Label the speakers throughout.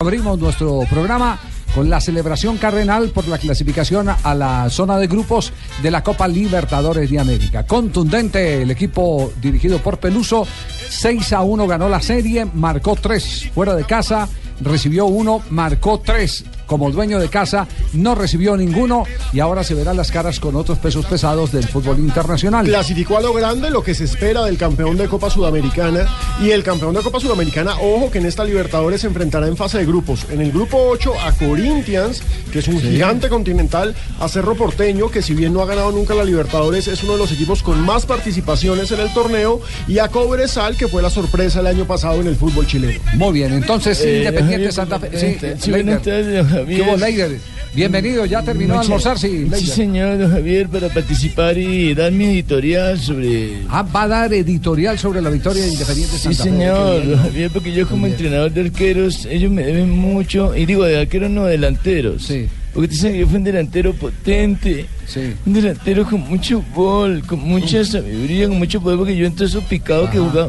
Speaker 1: Abrimos nuestro programa con la celebración cardenal por la clasificación a la zona de grupos de la Copa Libertadores de América. Contundente el equipo dirigido por Peluso, 6 a 1 ganó la serie, marcó 3 fuera de casa, recibió 1, marcó 3 como dueño de casa, no recibió ninguno y ahora se verán las caras con otros pesos pesados del fútbol internacional.
Speaker 2: Clasificó a lo grande lo que se espera del campeón de Copa Sudamericana. Y el campeón de Copa Sudamericana, ojo que en esta Libertadores se enfrentará en fase de grupos. En el grupo 8 a Corinthians, que es un gigante continental, a Cerro Porteño, que si bien no ha ganado nunca la Libertadores, es uno de los equipos con más participaciones en el torneo, y a Cobresal, que fue la sorpresa el año pasado en el fútbol chileno.
Speaker 1: Muy bien, entonces
Speaker 3: Eh,
Speaker 1: Independiente
Speaker 3: Javier,
Speaker 1: Santa Fe. Sí,
Speaker 3: presidente. Sí,
Speaker 1: Leider.
Speaker 3: buenas tardes, don Javier.
Speaker 1: ¿Qué hubo, Leider? Bienvenido, ya terminó de
Speaker 3: Muchas-
Speaker 1: almorzar, sí,
Speaker 3: Sí,
Speaker 1: Leider.
Speaker 3: señor don Javier, para participar y dar mi editorial sobre...
Speaker 1: Ah, va a dar editorial sobre la victoria de Independiente
Speaker 3: Sí,
Speaker 1: Santa Fe.
Speaker 3: señor, don Javier, porque yo como entrenador de arqueros, ellos me deben mucho, y digo de arqueros no, delanteros.
Speaker 1: Sí.
Speaker 3: Porque dicen que yo fui un delantero potente,
Speaker 1: Sí.
Speaker 3: un delantero con mucho gol, con mucha sabiduría, con mucho poder, porque yo entre esos picados que jugaba...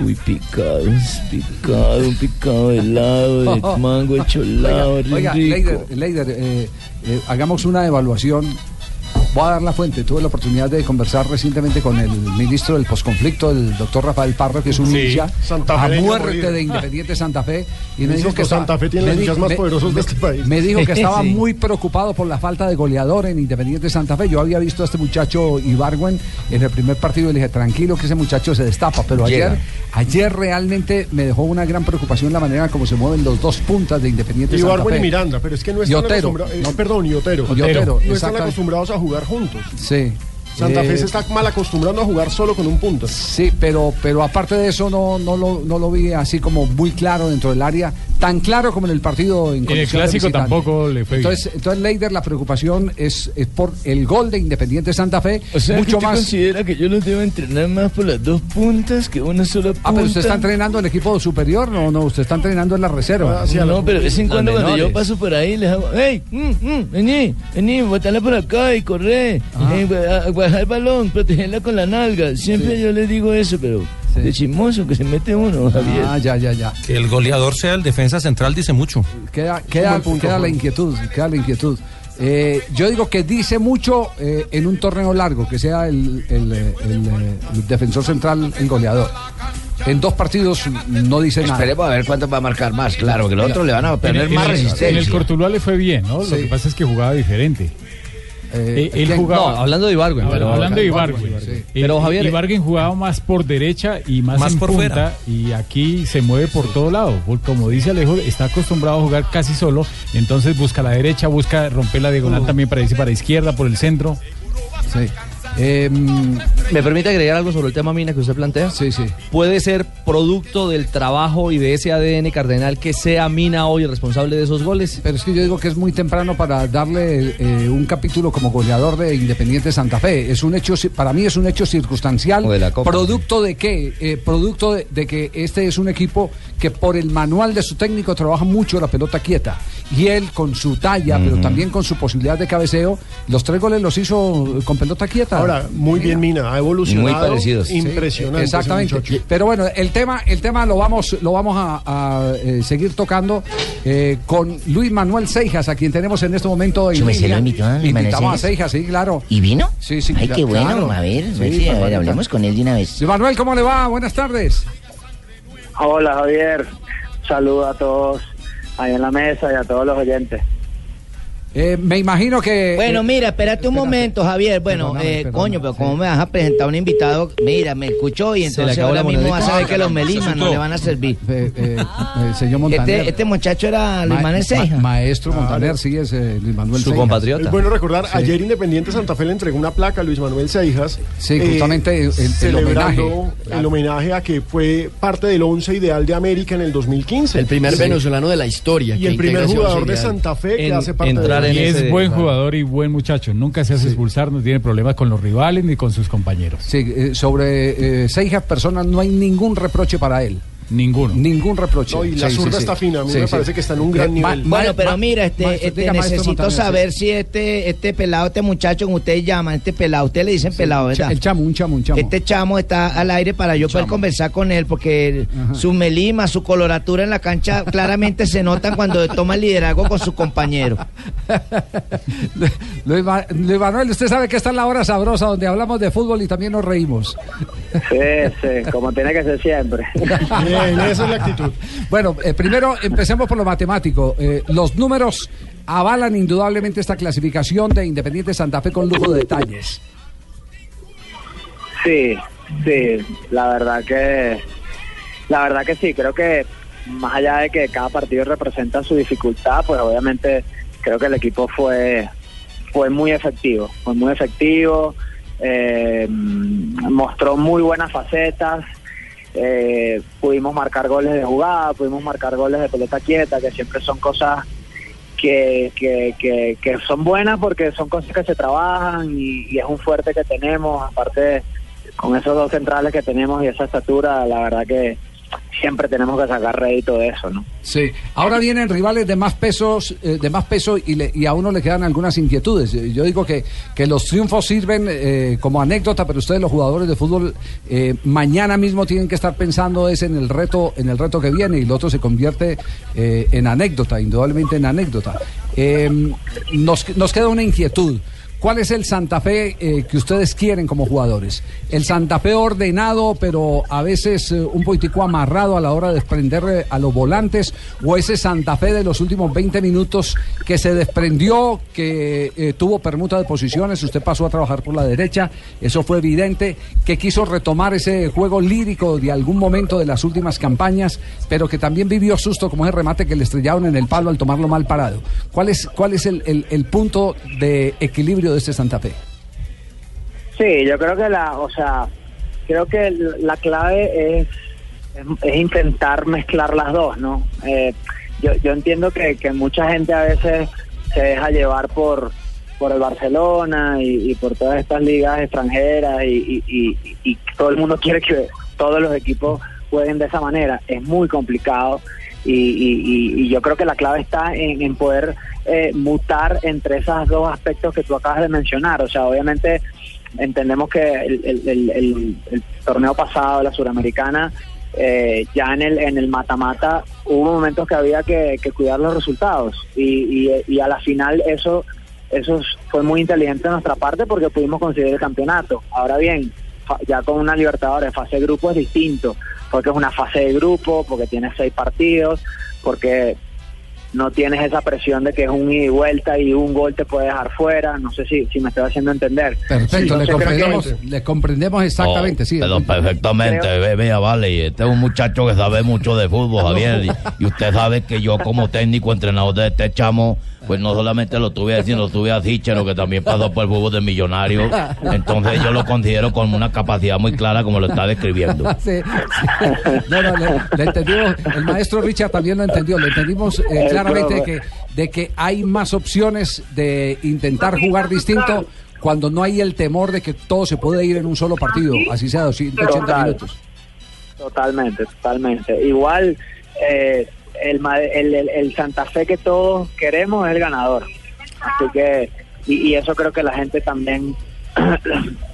Speaker 3: Uy, picado, un picado, un picado de helado, de mango, de cholado,
Speaker 1: Oiga, oiga,
Speaker 3: rico.
Speaker 1: Leider, Leider, eh, eh, hagamos una evaluación. Voy a dar la fuente. Tuve la oportunidad de conversar recientemente con el ministro del posconflicto, el doctor Rafael Parra, que es un
Speaker 2: Sí,
Speaker 1: ninja a
Speaker 2: santafereño
Speaker 1: muerte
Speaker 2: morido.
Speaker 1: de Independiente Santa Fe. Y me dijo
Speaker 2: Insisto,
Speaker 1: que estaba-
Speaker 2: Santa Fe tiene
Speaker 1: me
Speaker 2: los
Speaker 1: dijo-
Speaker 2: ninjas más
Speaker 1: me-
Speaker 2: poderosos
Speaker 1: me-
Speaker 2: de este país.
Speaker 1: Me dijo que estaba
Speaker 3: Sí.
Speaker 1: muy preocupado por la falta de goleador en Independiente Santa Fe. Yo había visto a este muchacho Ibargüen en el primer partido y le dije, tranquilo que ese muchacho se destapa. Pero
Speaker 3: Llega.
Speaker 1: ayer, ayer realmente me dejó una gran preocupación la manera como se mueven los dos puntas de Independiente
Speaker 2: Y
Speaker 1: Santa
Speaker 2: Barbo
Speaker 1: Fe.
Speaker 2: y Miranda, pero es que no
Speaker 1: Y
Speaker 2: están
Speaker 1: Otero.
Speaker 2: acostumbrados. eh, perdón, y Otero.
Speaker 1: Y Otero,
Speaker 2: no están
Speaker 1: exactamente.
Speaker 2: acostumbrados a jugar juntos.
Speaker 1: Sí.
Speaker 2: Santa
Speaker 1: Eh,
Speaker 2: Fe se está mal acostumbrando a jugar solo con un punto.
Speaker 1: Sí, pero, pero aparte de eso no, no, lo, no lo vi así como muy claro dentro del área, tan claro como en el partido en condición de
Speaker 4: clásico
Speaker 1: visitante.
Speaker 4: tampoco le fue bien.
Speaker 1: Entonces, entonces Leider, la preocupación es, es por el gol de Independiente Santa Fe,
Speaker 3: O sea, que
Speaker 1: mucho
Speaker 3: usted
Speaker 1: más...
Speaker 3: considera que yo los debo entrenar más por las dos puntas que una sola punta?
Speaker 1: Ah, pero usted está entrenando el equipo superior, no, no, usted está entrenando en la reserva.
Speaker 2: Ah, sí.
Speaker 3: No, pero de vez en
Speaker 5: Las
Speaker 3: cuando cuando yo
Speaker 5: menores.
Speaker 3: paso por ahí les hago, hey, mm, mm, vení, vení, botala por acá y corre, eh, gua- a- guardar el balón, protegerla con la nalga. Siempre yo les digo eso, pero
Speaker 1: Sí.
Speaker 3: de chismoso que se mete uno, Javier.
Speaker 1: Ah, ya, ya, ya.
Speaker 5: Que el goleador sea el defensa central dice mucho.
Speaker 1: Queda, queda, queda la inquietud, queda la inquietud. Eh, yo digo que dice mucho eh, en un torneo largo, que sea el, el, eh, el, eh, el defensor central el goleador. En dos partidos no dice nada.
Speaker 5: Esperemos a ver cuánto va a marcar más. Claro, que el otro le
Speaker 6: Ah,
Speaker 5: van a poner
Speaker 4: en,
Speaker 5: más
Speaker 4: el-
Speaker 5: resistencia.
Speaker 4: en el Cortuluá le fue bien, ¿no? Lo que pasa es que jugaba diferente.
Speaker 1: Eh,
Speaker 4: Eh, él
Speaker 1: ¿quién?
Speaker 4: jugaba.
Speaker 7: No, hablando de Ibargüen,
Speaker 4: Ahora,
Speaker 7: pero
Speaker 4: hablando de Ibargüen.
Speaker 1: Ibargüen, sí.
Speaker 4: eh,
Speaker 7: Pero, Javier,
Speaker 4: Ibargüen jugaba más por derecha y más,
Speaker 5: Más
Speaker 4: en
Speaker 5: por
Speaker 4: punta,
Speaker 5: fuera.
Speaker 4: Y aquí se mueve por todo lado. porque Como dice Alejo, está acostumbrado a jugar casi solo. Entonces busca la derecha, busca romper la diagonal también para irse para la izquierda, por el centro.
Speaker 1: Sí. Eh, mm,
Speaker 7: ¿me permite agregar algo sobre el tema mina que usted plantea?
Speaker 1: sí, sí.
Speaker 7: Puede ser producto del trabajo y de ese ADN cardenal que sea Mina hoy el responsable de esos goles.
Speaker 1: Pero es que yo digo que es muy temprano para darle eh, un capítulo como goleador de Independiente Santa Fe. Es un hecho, ci- para mí es un hecho circunstancial.
Speaker 5: O de la Copa.
Speaker 1: ¿Producto de qué? Eh, producto de, de que este es un equipo que por el manual de su técnico trabaja mucho la pelota quieta. Y él con su talla, pero también con su posibilidad de cabeceo, los tres goles los hizo eh, con pelota quieta.
Speaker 2: Ahora, muy bien, Mina. Ha evolucionado.
Speaker 5: Muy parecidos.
Speaker 1: Sí,
Speaker 2: Impresionante. ese muchacho.
Speaker 1: Exactamente. Pero bueno, el tema, el tema lo vamos, lo vamos a, a, eh, seguir tocando eh, con Luis Manuel Seijas, a quien tenemos en este momento. en
Speaker 6: Yo me sé,
Speaker 1: línea.
Speaker 6: lo invitó a Luis Manuel
Speaker 1: Invitamos a
Speaker 6: Seijas.
Speaker 1: Seijas, sí, claro.
Speaker 6: ¿Y vino?
Speaker 1: Sí, sí,
Speaker 6: Ay,
Speaker 1: cla-
Speaker 6: qué bueno.
Speaker 1: claro.
Speaker 6: A ver,
Speaker 1: Sí,
Speaker 6: a ver si- a ver,
Speaker 1: papá,
Speaker 6: hablemos con él de una vez.
Speaker 1: Luis Manuel, ¿cómo le va? Buenas tardes.
Speaker 8: Hola Javier, saludo a todos ahí en la mesa y a todos los oyentes.
Speaker 1: Eh, me imagino que.
Speaker 6: Bueno,
Speaker 1: eh,
Speaker 6: mira, espérate un
Speaker 1: Espérate.
Speaker 6: momento, Javier. Bueno,
Speaker 1: Perdóname,
Speaker 6: eh,
Speaker 1: perdóname.
Speaker 6: coño, pero
Speaker 1: Sí.
Speaker 6: ¿cómo me vas a presentar a un invitado? Mira, me escuchó y
Speaker 7: Se le
Speaker 6: entonces
Speaker 7: acabó
Speaker 6: ahora
Speaker 7: la
Speaker 6: mismo vas
Speaker 7: monedita.
Speaker 6: a saber que los melimas no
Speaker 5: asustó.
Speaker 6: le van a servir.
Speaker 1: eh, eh, eh, señor Montaner.
Speaker 6: Este, este muchacho era Luis
Speaker 1: Ma-
Speaker 6: Manuel
Speaker 1: ma-
Speaker 6: Ceja.
Speaker 1: maestro Montaner, sí, es eh, Luis Manuel
Speaker 7: Su
Speaker 1: Seijas.
Speaker 2: Es
Speaker 7: compatriota.
Speaker 2: bueno recordar, ayer Independiente Santa Fe le entregó una placa a Luis Manuel Seijas. eh,
Speaker 1: Sí, justamente el- el
Speaker 2: celebrando
Speaker 1: homenaje.
Speaker 2: El homenaje a que fue parte del once ideal de América en el 2015.
Speaker 9: El primer
Speaker 2: Sí.
Speaker 9: venezolano de la historia.
Speaker 2: Y
Speaker 9: que
Speaker 2: el primer
Speaker 9: integra ese
Speaker 2: jugador
Speaker 9: once
Speaker 2: de
Speaker 9: ideal.
Speaker 2: Santa Fe que
Speaker 7: En-
Speaker 2: hace parte
Speaker 7: entrar
Speaker 2: de
Speaker 7: en
Speaker 4: Y
Speaker 7: ese-
Speaker 4: es buen
Speaker 7: claro.
Speaker 4: jugador y buen muchacho. Nunca se hace expulsar, no tiene problemas con los rivales ni con sus compañeros.
Speaker 1: Sí, eh, sobre eh, Seijas personas no hay ningún reproche para él.
Speaker 4: Ninguno.
Speaker 1: Ningún reproche.
Speaker 2: No, y la
Speaker 1: Sí, sí,
Speaker 2: zurda
Speaker 1: sí.
Speaker 2: está fina, a mí
Speaker 1: Sí,
Speaker 2: me
Speaker 1: sí.
Speaker 2: parece que está en un gran
Speaker 1: Eh, ma-
Speaker 2: nivel.
Speaker 1: ma-
Speaker 6: Bueno, pero
Speaker 1: ma-
Speaker 6: mira, este,
Speaker 1: maestro,
Speaker 6: este,
Speaker 1: diga, maestro
Speaker 6: necesito
Speaker 1: Montañez, sí.
Speaker 6: saber si este, este pelado, este muchacho que ustedes llaman, este pelado, ustedes le dicen pelado, ¿verdad?
Speaker 1: El chamo, un chamo, un chamo.
Speaker 6: Este chamo está al aire para yo poder conversar con él, porque el-
Speaker 1: Ajá.
Speaker 6: su melima, su coloratura en la cancha claramente se notan cuando toma el liderazgo con su compañero.
Speaker 1: Luis, Ma- Luis Manuel, usted sabe que está en la hora sabrosa donde hablamos de fútbol y también nos reímos.
Speaker 8: Sí, sí, como tiene que ser siempre.
Speaker 2: Bien, esa es la actitud.
Speaker 1: Bueno, eh, primero empecemos por lo matemático. Eh, los números avalan indudablemente esta clasificación de Independiente Santa Fe con lujo de detalles.
Speaker 8: Sí, sí, la verdad que la verdad que sí, creo que más allá de que cada partido representa su dificultad, pues obviamente creo que el equipo fue fue muy efectivo, fue muy efectivo, eh, mostró muy buenas facetas, eh, pudimos marcar goles de jugada, pudimos marcar goles de pelota quieta, que siempre son cosas que, que, que, que son buenas porque son cosas que se trabajan y, y es un fuerte que tenemos, aparte con esos dos centrales que tenemos y esa estatura, la verdad que siempre tenemos que sacar rédito de eso, ¿no?
Speaker 1: Sí. Ahora vienen rivales de más pesos, eh, de más peso y, le- y a uno le quedan algunas inquietudes. Eh, Yo digo que, que los triunfos sirven eh, como anécdota, pero ustedes los jugadores de fútbol eh, mañana mismo tienen que estar pensando es en el reto, en el reto que viene y lo otro se convierte eh, en anécdota, indudablemente en anécdota. Eh, nos, nos queda una inquietud. ¿Cuál es el Santa Fe eh, que ustedes quieren como jugadores? El Santa Fe ordenado, pero a veces eh, un poquitico amarrado a la hora de desprender eh, a los volantes, o ese Santa Fe de los últimos 20 minutos que se desprendió, que eh, tuvo permuta de posiciones, usted pasó a trabajar por la derecha, eso fue evidente, que quiso retomar ese juego lírico de algún momento de las últimas campañas, pero que también vivió susto como ese remate que le estrellaron en el palo al tomarlo mal parado. ¿Cuál es, cuál es el, el- el punto de equilibrio de este Santa Fe?
Speaker 8: Sí, yo creo que la, o sea, creo que l- la clave es, es, es intentar mezclar las dos, ¿no? Eh, yo, yo entiendo que, que mucha gente a veces se deja llevar por por el Barcelona y, y por todas estas ligas extranjeras y, y- y- y todo el mundo quiere que todos los equipos jueguen de esa manera. Es muy complicado y, y- y- y yo creo que la clave está en, en poder eh, mutar entre esos dos aspectos que tú acabas de mencionar. O sea, obviamente entendemos que el, el- el- el- el torneo pasado, la suramericana, eh, ya en el en el mata-mata hubo momentos que había que, que cuidar los resultados y, y- y a la final eso eso fue muy inteligente de nuestra parte porque pudimos conseguir el campeonato. Ahora bien, fa- ya con una Libertadores fase de grupo es distinto, porque es una fase de grupo, porque tienes seis partidos, porque no tienes esa presión de que es un ida y vuelta y un gol te puede dejar fuera. No sé si, si me estoy haciendo entender.
Speaker 1: Perfecto,
Speaker 8: Entonces
Speaker 1: le,
Speaker 8: creo que-
Speaker 1: comprendemos, le comprendemos exactamente,
Speaker 9: Oh,
Speaker 1: sí.
Speaker 9: Pero perfectamente,
Speaker 8: Creo-
Speaker 9: ve- vea, vale. y Este es un muchacho que sabe mucho de fútbol, Javier. Y, y usted sabe que yo, como técnico, entrenador de este chamo, pues no solamente lo tuve así, lo tuve así, sino que también pasó por el fútbol de millonario. Entonces yo lo considero con una capacidad muy clara, como lo está describiendo.
Speaker 1: Sí, sí. No, no, le, le entendimos, el maestro Richard también lo entendió, le entendimos eh,
Speaker 8: El
Speaker 1: claramente de
Speaker 8: profe.
Speaker 1: que, de que hay más opciones de intentar jugar distinto cuando no hay el temor de que todo se puede ir en un solo partido, así sea 280
Speaker 8: Total.
Speaker 1: minutos.
Speaker 8: Totalmente, totalmente. Igual eh, el, Ma- el, el- el Santa Fe que todos queremos es el ganador. Así que, y, y eso creo que la gente también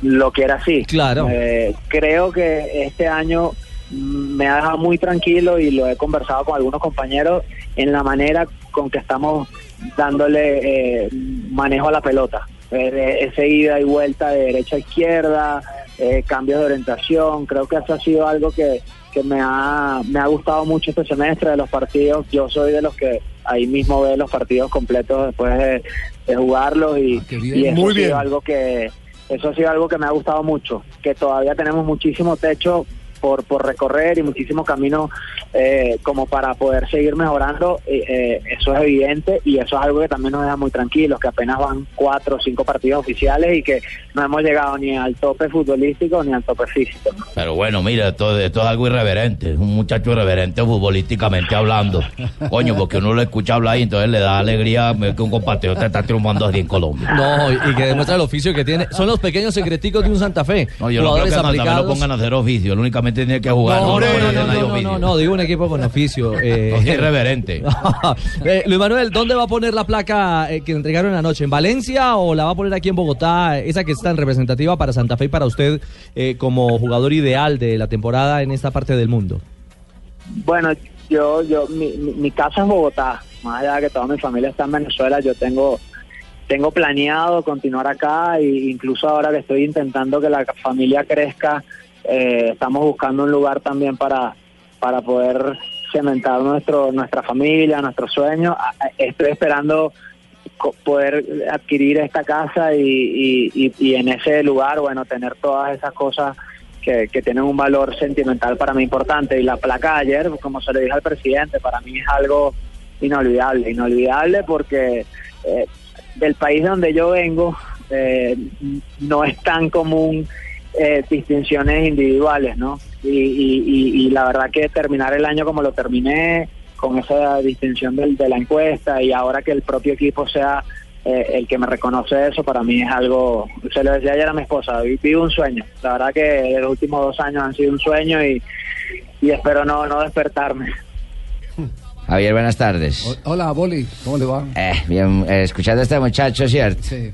Speaker 8: lo quiere así.
Speaker 7: Claro.
Speaker 8: Eh, creo que este año mm, me ha dejado muy tranquilo y lo he conversado con algunos compañeros en la manera con que estamos dándole eh, manejo a la pelota. Eh, eh, ese ida y vuelta de derecha a izquierda, eh, cambios de orientación, creo que eso ha sido algo que, que me, ha, me ha gustado mucho este semestre de los partidos. Yo soy de los que ahí mismo ve los partidos completos después de, de jugarlos y,
Speaker 1: Ah, qué bien.
Speaker 8: y eso
Speaker 2: Muy
Speaker 8: ha sido
Speaker 2: bien.
Speaker 8: algo que eso ha sido algo que me ha gustado mucho, que todavía tenemos muchísimo techo por, por recorrer y muchísimo camino eh, como para poder seguir mejorando, eh, eh, eso es evidente y eso es algo que también nos deja muy tranquilos, que apenas van cuatro o cinco partidos oficiales y que no hemos llegado ni al tope futbolístico ni al tope físico.
Speaker 9: Pero bueno, mira, esto, esto es algo irreverente. Es un muchacho irreverente futbolísticamente hablando. Coño, porque uno lo escucha hablar y entonces le da alegría ver que un compatriota está triunfando así en Colombia.
Speaker 7: No, y y que demuestra el oficio que tiene. Son los pequeños secreticos de un Santa Fe.
Speaker 9: No, yo no creo que Santa Fe lo pongan a hacer oficio. Él únicamente también tenía que jugar.
Speaker 7: No,
Speaker 9: no,
Speaker 7: no, no,
Speaker 9: nadie
Speaker 7: no, no,
Speaker 9: oficio.
Speaker 7: no, no, digo un equipo con oficio. eh.
Speaker 9: No sea irreverente.
Speaker 7: Eh, Luis Manuel, ¿dónde va a poner la placa eh, que entregaron anoche? ¿En Valencia o la va a poner aquí en Bogotá? Esa que es tan representativa para Santa Fe y para usted eh, como jugador ideal de la temporada en esta parte del mundo.
Speaker 8: Bueno, yo, yo, mi, mi, mi casa es Bogotá. Más allá de que toda mi familia está en Venezuela, yo tengo, tengo planeado continuar acá e incluso ahora que estoy intentando que la familia crezca, eh, estamos buscando un lugar también para, para poder cementar nuestro, nuestra familia, nuestros sueños. A- a- Estoy esperando co- poder adquirir esta casa y, y- y- y en ese lugar, bueno, tener todas esas cosas que, que tienen un valor sentimental para mí importante. Y la placa de ayer, como se le dije al presidente, para mí es algo inolvidable, inolvidable porque eh, del país de donde yo vengo eh, no es tan común eh, distinciones individuales, ¿no? Y, y- y- y la verdad que terminar el año como lo terminé, con esa distinción del- de la encuesta y ahora que el propio equipo sea eh, el que me reconoce eso, para mí es algo, se lo decía ayer a mi esposa, vi- vivo un sueño, la verdad que los últimos dos años han sido un sueño y, y espero no, no despertarme.
Speaker 5: Javier, buenas tardes.
Speaker 1: O- Hola, Boli, ¿cómo le va?
Speaker 5: Eh, bien, eh, escuchando a este muchacho, ¿cierto?
Speaker 1: Sí.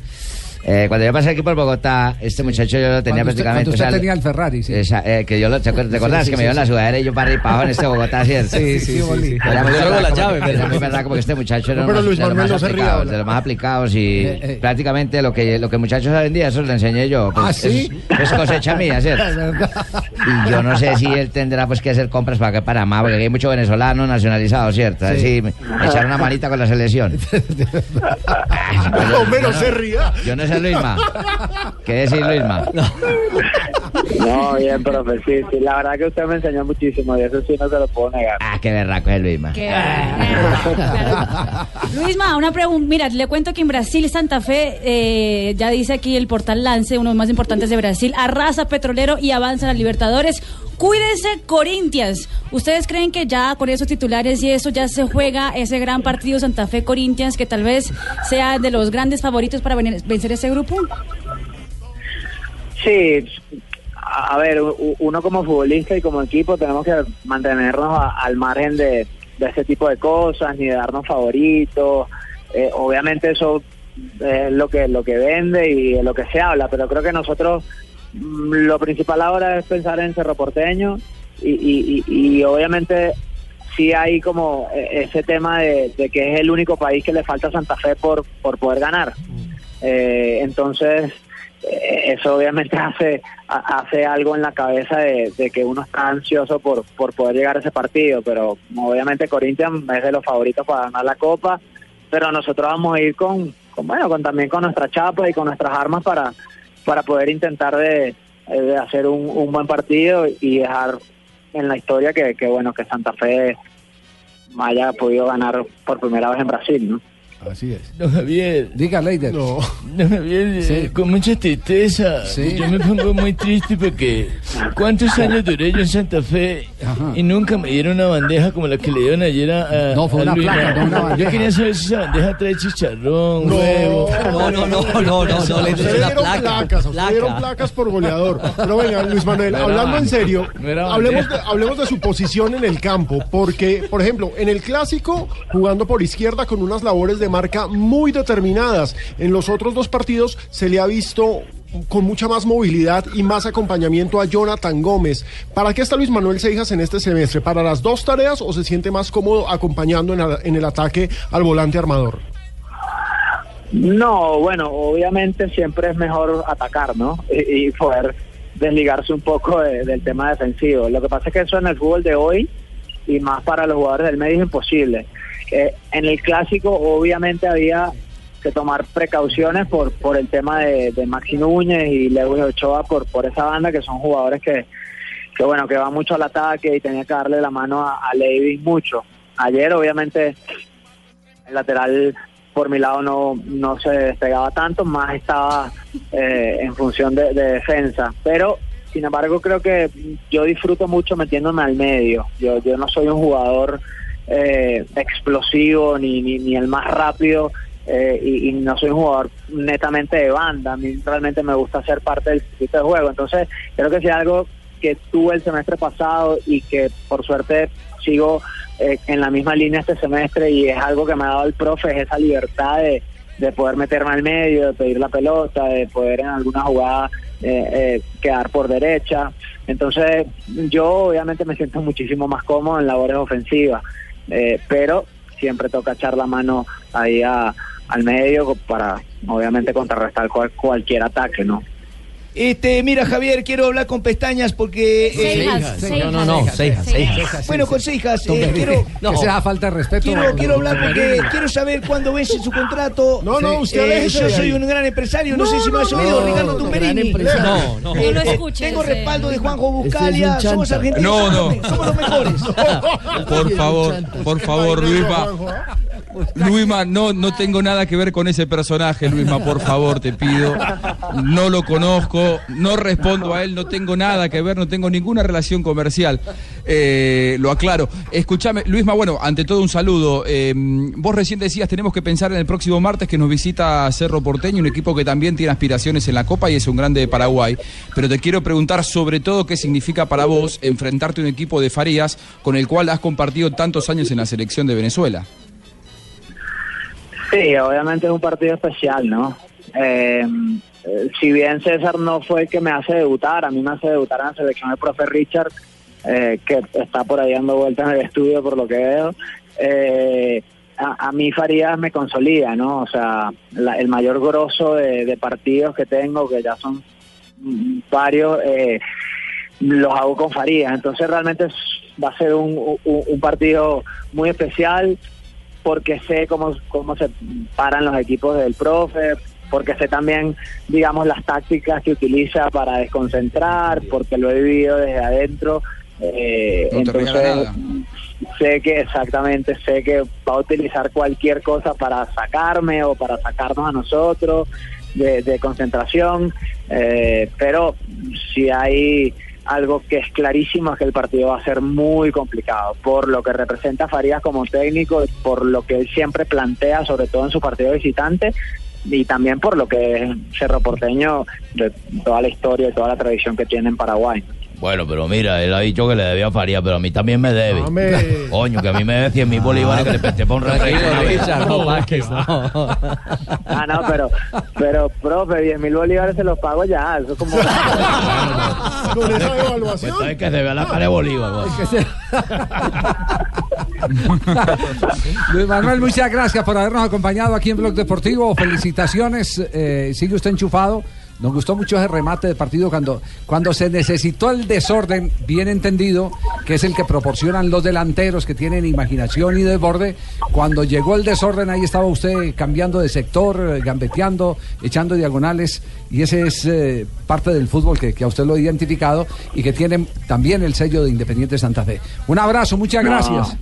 Speaker 5: Eh, cuando yo pasé aquí por Bogotá, este muchacho yo lo tenía
Speaker 1: Cuando usted,
Speaker 5: prácticamente.
Speaker 1: cuando usted
Speaker 5: o sea,
Speaker 1: tenía el Ferrari, sí.
Speaker 5: esa- eh, que yo lo, ¿te acuerdas, te acordás
Speaker 1: sí,
Speaker 5: que
Speaker 1: sí,
Speaker 5: me dio
Speaker 1: sí.
Speaker 5: la sudadera y yo para arriba y para abajo en este Bogotá, ¿cierto?
Speaker 1: Sí, sí, Boli.
Speaker 5: Era muy
Speaker 7: Yo
Speaker 5: verdad
Speaker 7: tengo la
Speaker 5: como-
Speaker 7: llave, pero-
Speaker 5: era muy verdad como que este muchacho era
Speaker 2: No,
Speaker 5: uno
Speaker 2: pero
Speaker 5: de
Speaker 2: Luis
Speaker 5: los
Speaker 2: Manuel
Speaker 5: más
Speaker 2: no se ría,
Speaker 5: aplicados,
Speaker 2: ¿no?
Speaker 5: de los más aplicados y
Speaker 1: Eh, eh.
Speaker 5: prácticamente lo que, lo que el muchacho vendía, eso le enseñé yo.
Speaker 1: Ah,
Speaker 5: Pues,
Speaker 1: ¿sí?
Speaker 5: Es, es cosecha mía, ¿cierto?
Speaker 1: Es verdad.
Speaker 5: Y yo no sé si él tendrá pues que hacer compras para acá para más, porque hay mucho venezolano nacionalizado, ¿cierto?
Speaker 1: Sí.
Speaker 5: Así me me echaron una manita con la selección. Ah, yo no-
Speaker 2: Homero
Speaker 5: yo no-
Speaker 2: se ría.
Speaker 5: Yo no sé Luisma. ¿Qué decir Luisma?
Speaker 8: No, bien, profe, sí, sí, la verdad que usted me enseñó muchísimo y eso sí no se lo puedo negar.
Speaker 5: Ah, qué berraco es Luisma.
Speaker 10: Que- Claro. Luisma, una pregunta. Mira, le cuento que en Brasil, Santa Fe, eh, ya dice aquí el portal Lance, uno de los más importantes de Brasil, arrasa Petrolero y avanza a Libertadores. Cuídense, Corinthians. ¿Ustedes creen que ya con esos titulares y eso ya se juega ese gran partido Santa Fe-Corinthians que tal vez sea de los grandes favoritos para venir- vencer ese grupo?
Speaker 8: Sí, a a ver, u- u- uno como futbolista y como equipo tenemos que mantenernos a- al margen de, de ese tipo de cosas, ni de darnos favoritos. Eh, obviamente eso es lo que lo que vende y de lo que se habla, pero creo que nosotros mm, lo principal ahora es pensar en Cerro Porteño y, y- y- y obviamente sí hay como eh, ese tema de, de que es el único país que le falta a Santa Fe por, por poder ganar. Eh, entonces, eh, eso obviamente hace ha- hace algo en la cabeza de, de que uno está ansioso por, por poder llegar a ese partido, pero obviamente Corinthians es de los favoritos para ganar la copa, pero nosotros vamos a ir con, con, bueno, con también con nuestra chapa y con nuestras armas para, para poder intentar de, eh, de hacer un, un buen partido y dejar en la historia que, que bueno que Santa Fe haya podido ganar por primera vez en Brasil, ¿no?
Speaker 2: Así es.
Speaker 3: Don Javier,
Speaker 1: Diga, Leider.
Speaker 2: No.
Speaker 3: don Javier, eh,
Speaker 1: Sí.
Speaker 3: con mucha tristeza.
Speaker 1: Sí.
Speaker 3: Yo me pongo muy triste porque cuántos años duré yo en Santa Fe
Speaker 1: Ajá.
Speaker 3: y nunca me dieron una bandeja como la que le dieron ayer a, a-
Speaker 1: No, fue
Speaker 3: a
Speaker 1: una
Speaker 3: Luis
Speaker 1: placa,
Speaker 3: Ma-
Speaker 1: no una bandeja.
Speaker 3: Yo quería saber si esa bandeja trae chicharrón, huevo.
Speaker 7: No, no, no, no,
Speaker 2: A
Speaker 7: no, no, le
Speaker 2: usted le
Speaker 7: dieron la
Speaker 2: dieron
Speaker 7: placa.
Speaker 2: placas, a usted le dieron
Speaker 7: placa.
Speaker 2: placas por goleador. Pero venga, Luis Manuel,
Speaker 3: No era
Speaker 2: hablando en
Speaker 3: bandeja.
Speaker 2: serio,
Speaker 3: No era
Speaker 2: hablemos de,
Speaker 3: bandeja.
Speaker 2: hablemos de su posición en el campo, porque, por ejemplo, en el clásico, jugando por izquierda con unas labores de marca muy determinadas, en los otros dos partidos se le ha visto con mucha más movilidad y más acompañamiento a Jonathan Gómez. ¿Para qué está Luis Manuel Seijas en este semestre? ¿Para las dos tareas o se siente más cómodo acompañando en, a- en el ataque al volante armador?
Speaker 8: No, bueno, obviamente siempre es mejor atacar, ¿no? Y, y poder desligarse un poco de- del tema defensivo. Lo que pasa es que eso en el fútbol de hoy y más para los jugadores del medio es imposible. Eh, en el clásico obviamente había que tomar precauciones por, por el tema de, de Maxi Núñez y Lewis Ochoa por, por esa banda que son jugadores que, que bueno, que va mucho al ataque y tenía que darle la mano a, a Lewis mucho. Ayer obviamente el lateral por mi lado no, no se despegaba tanto, más estaba eh, en función de, de defensa. Pero, sin embargo, creo que yo disfruto mucho metiéndome al medio. Yo, yo no soy un jugador eh, explosivo ni, ni, ni el más rápido eh, y, y no soy un jugador netamente de banda. A mí realmente me gusta ser parte del circuito de juego. Entonces, creo que si algo que tuve el semestre pasado y que por suerte sigo eh, en la misma línea este semestre y es algo que me ha dado el profe, es esa libertad de, de poder meterme al medio, de pedir la pelota, de poder en alguna jugada eh, eh, quedar por derecha. Entonces yo obviamente me siento muchísimo más cómodo en labores ofensivas, eh, pero siempre toca echar la mano ahí a- al medio para obviamente contrarrestar cual- cualquier ataque, ¿no?
Speaker 6: Este, mira, Javier, quiero hablar con pestañas porque. eh,
Speaker 7: Seijas, seijas. No, no, no, seijas, seijas.
Speaker 6: Bueno, con Seijas, eh,
Speaker 1: Tome.
Speaker 6: quiero.
Speaker 1: No. Que sea falta de respeto.
Speaker 6: Quiero, quiero hablar porque quiero saber cuándo vence su contrato. Eh,
Speaker 2: No, no, usted aléjese
Speaker 6: Yo
Speaker 2: de ahí.
Speaker 6: soy un gran empresario, no,
Speaker 2: No,
Speaker 6: sé si lo ha
Speaker 2: no,
Speaker 6: asumido
Speaker 2: no,
Speaker 6: Ricardo
Speaker 2: no,
Speaker 6: Tumberini.
Speaker 2: gran empresario.
Speaker 7: No, no.
Speaker 6: Eh,
Speaker 10: No lo
Speaker 6: eh,
Speaker 10: escuche,
Speaker 6: Tengo
Speaker 10: ese-
Speaker 6: respaldo de Juanjo
Speaker 3: Este es un
Speaker 6: Buscalia,
Speaker 3: chanta.
Speaker 6: somos argentinos,
Speaker 11: No, no.
Speaker 6: somos- somos los mejores.
Speaker 11: Por favor, por favor, Luisma. Luisma, no, no tengo nada que ver con ese personaje, Luisma, por favor, te pido. No lo conozco, no respondo a él, no tengo nada que ver, no tengo ninguna relación comercial. Eh, lo aclaro. Escúchame, Luisma, bueno, ante todo un saludo. Eh, vos recién decías, tenemos que pensar en el próximo martes que nos visita Cerro Porteño, un equipo que también tiene aspiraciones en la Copa y es un grande de Paraguay. Pero te quiero preguntar sobre todo qué significa para vos enfrentarte a un equipo de Farías con el cual has compartido tantos años en la selección de Venezuela.
Speaker 8: Sí, obviamente es un partido especial, ¿no? Eh, eh, si bien César no fue el que me hace debutar, a mí me hace debutar en la selección el profe Richard, eh, que está por ahí dando vueltas en el estudio por lo que veo. Eh, a, a mí Farías me consolida, ¿no? O sea, la- el mayor grosso de, de partidos que tengo, que ya son mm, varios, eh, los hago con Farías. Entonces realmente es- va a ser un- un- un partido muy especial porque sé cómo, cómo se paran los equipos del profe, porque sé también, digamos, las tácticas que utiliza para desconcentrar, porque lo he vivido desde adentro. eh,
Speaker 11: No te regala
Speaker 8: entonces,
Speaker 11: nada.
Speaker 8: sé que exactamente, sé que va a utilizar cualquier cosa para sacarme o para sacarnos a nosotros de, de concentración, eh, pero si hay algo que es clarísimo es que el partido va a ser muy complicado por lo que representa Farías como técnico, por lo que él siempre plantea, sobre todo en su partido visitante, y también por lo que es Cerro Porteño de toda la historia y toda la tradición que tiene en Paraguay.
Speaker 9: Bueno, pero mira, él ha dicho que le debía a Faría, pero a mí también me debe.
Speaker 2: Amén.
Speaker 9: Coño, que a mí me debe 100 mil bolívares que le presté para un refresco.
Speaker 7: Tranquilo,
Speaker 9: una vez.
Speaker 7: Richard, no, Vázquez, no.
Speaker 8: Ah, no, pero, pero, profe, 10 mil bolívares se los pago ya, eso es como...
Speaker 2: Con esa
Speaker 9: Pues
Speaker 2: evaluación.
Speaker 9: sabes que debe a la cara de Bolívar. güey.
Speaker 1: Luis Manuel, muchas gracias por habernos acompañado aquí en Blog Deportivo. Felicitaciones. eh, sigue usted enchufado. Nos gustó mucho ese remate de partido cuando, cuando se necesitó el desorden, bien entendido, que es el que proporcionan los delanteros que tienen imaginación y desborde. Cuando llegó el desorden, ahí estaba usted cambiando de sector, eh, gambeteando, echando diagonales. Y ese es eh, parte del fútbol que, que a usted lo ha identificado y que tiene también el sello de Independiente Santa Fe. Un abrazo, muchas
Speaker 8: No.
Speaker 1: gracias.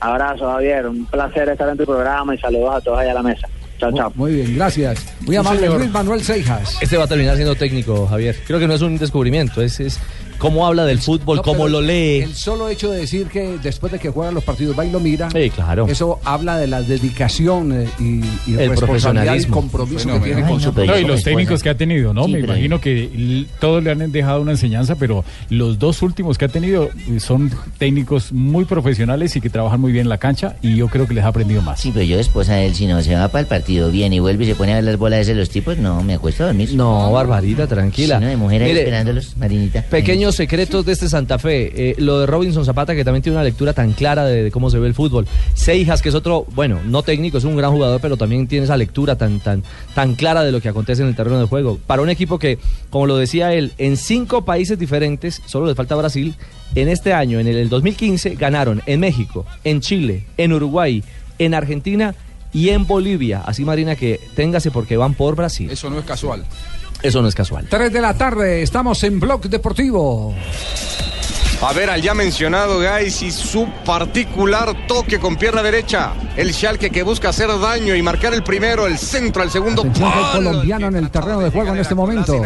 Speaker 8: Abrazo, Javier. Un placer estar en tu programa y saludos a todos allá a la mesa. Chao, chao.
Speaker 1: Muy bien, gracias. Muy
Speaker 2: Sí,
Speaker 1: amable,
Speaker 2: señor.
Speaker 1: Luis Manuel Seijas.
Speaker 7: Este va a terminar siendo técnico, Javier. Creo que no es un descubrimiento, es, es cómo habla del fútbol,
Speaker 1: No,
Speaker 7: cómo
Speaker 1: pero
Speaker 7: lo lee.
Speaker 1: El solo hecho de decir que después de que juegan los partidos va y lo mira,
Speaker 7: Sí, claro.
Speaker 1: eso habla de la dedicación eh, y, y
Speaker 7: El
Speaker 1: responsabilidad y
Speaker 7: profesionalismo.
Speaker 1: compromiso que
Speaker 11: Fenómeno.
Speaker 1: tiene con
Speaker 11: Ay,
Speaker 1: su
Speaker 11: no,
Speaker 1: país.
Speaker 4: No, y los técnicos que ha tenido, ¿no?
Speaker 11: Sí,
Speaker 4: Me
Speaker 11: pero-
Speaker 4: imagino que l- todos le han dejado una enseñanza, pero los dos últimos que ha tenido eh, son técnicos muy profesionales y que trabajan muy bien en la cancha y yo creo que les ha aprendido más.
Speaker 11: Sí,
Speaker 6: pero yo después a él, si no se va para el partido bien y vuelve y se pone a ver las bolas de los tipos, no, me acuesto a dormir.
Speaker 7: No, Barbarita, tranquila. Mire,
Speaker 6: Marinita.
Speaker 11: Mm.
Speaker 7: Pequeños secretos de este Santa Fe. Eh, lo de Robinson Zapata, que también tiene una lectura tan clara de, de cómo se ve el fútbol. Seijas, que es otro, bueno, no técnico, es un gran jugador, pero también tiene esa lectura tan, tan, tan clara de lo que acontece en el terreno de juego. Para un equipo que, como lo decía él, en cinco países diferentes, solo le falta Brasil, en este año, en el, el 2015, ganaron en México, en Chile, en Uruguay, en Argentina y en Bolivia. Así, Marina, que téngase porque van por Brasil.
Speaker 11: Eso no es casual.
Speaker 7: Eso no es casual.
Speaker 1: 3 de la tarde, estamos en Blog Deportivo.
Speaker 11: A ver al ya mencionado Gais y su particular toque con pierna derecha. El Schalke que busca hacer daño y marcar el primero, el centro, el segundo.
Speaker 1: Atención que hay
Speaker 11: palo.
Speaker 1: colombiano en el terreno de juego en este momento.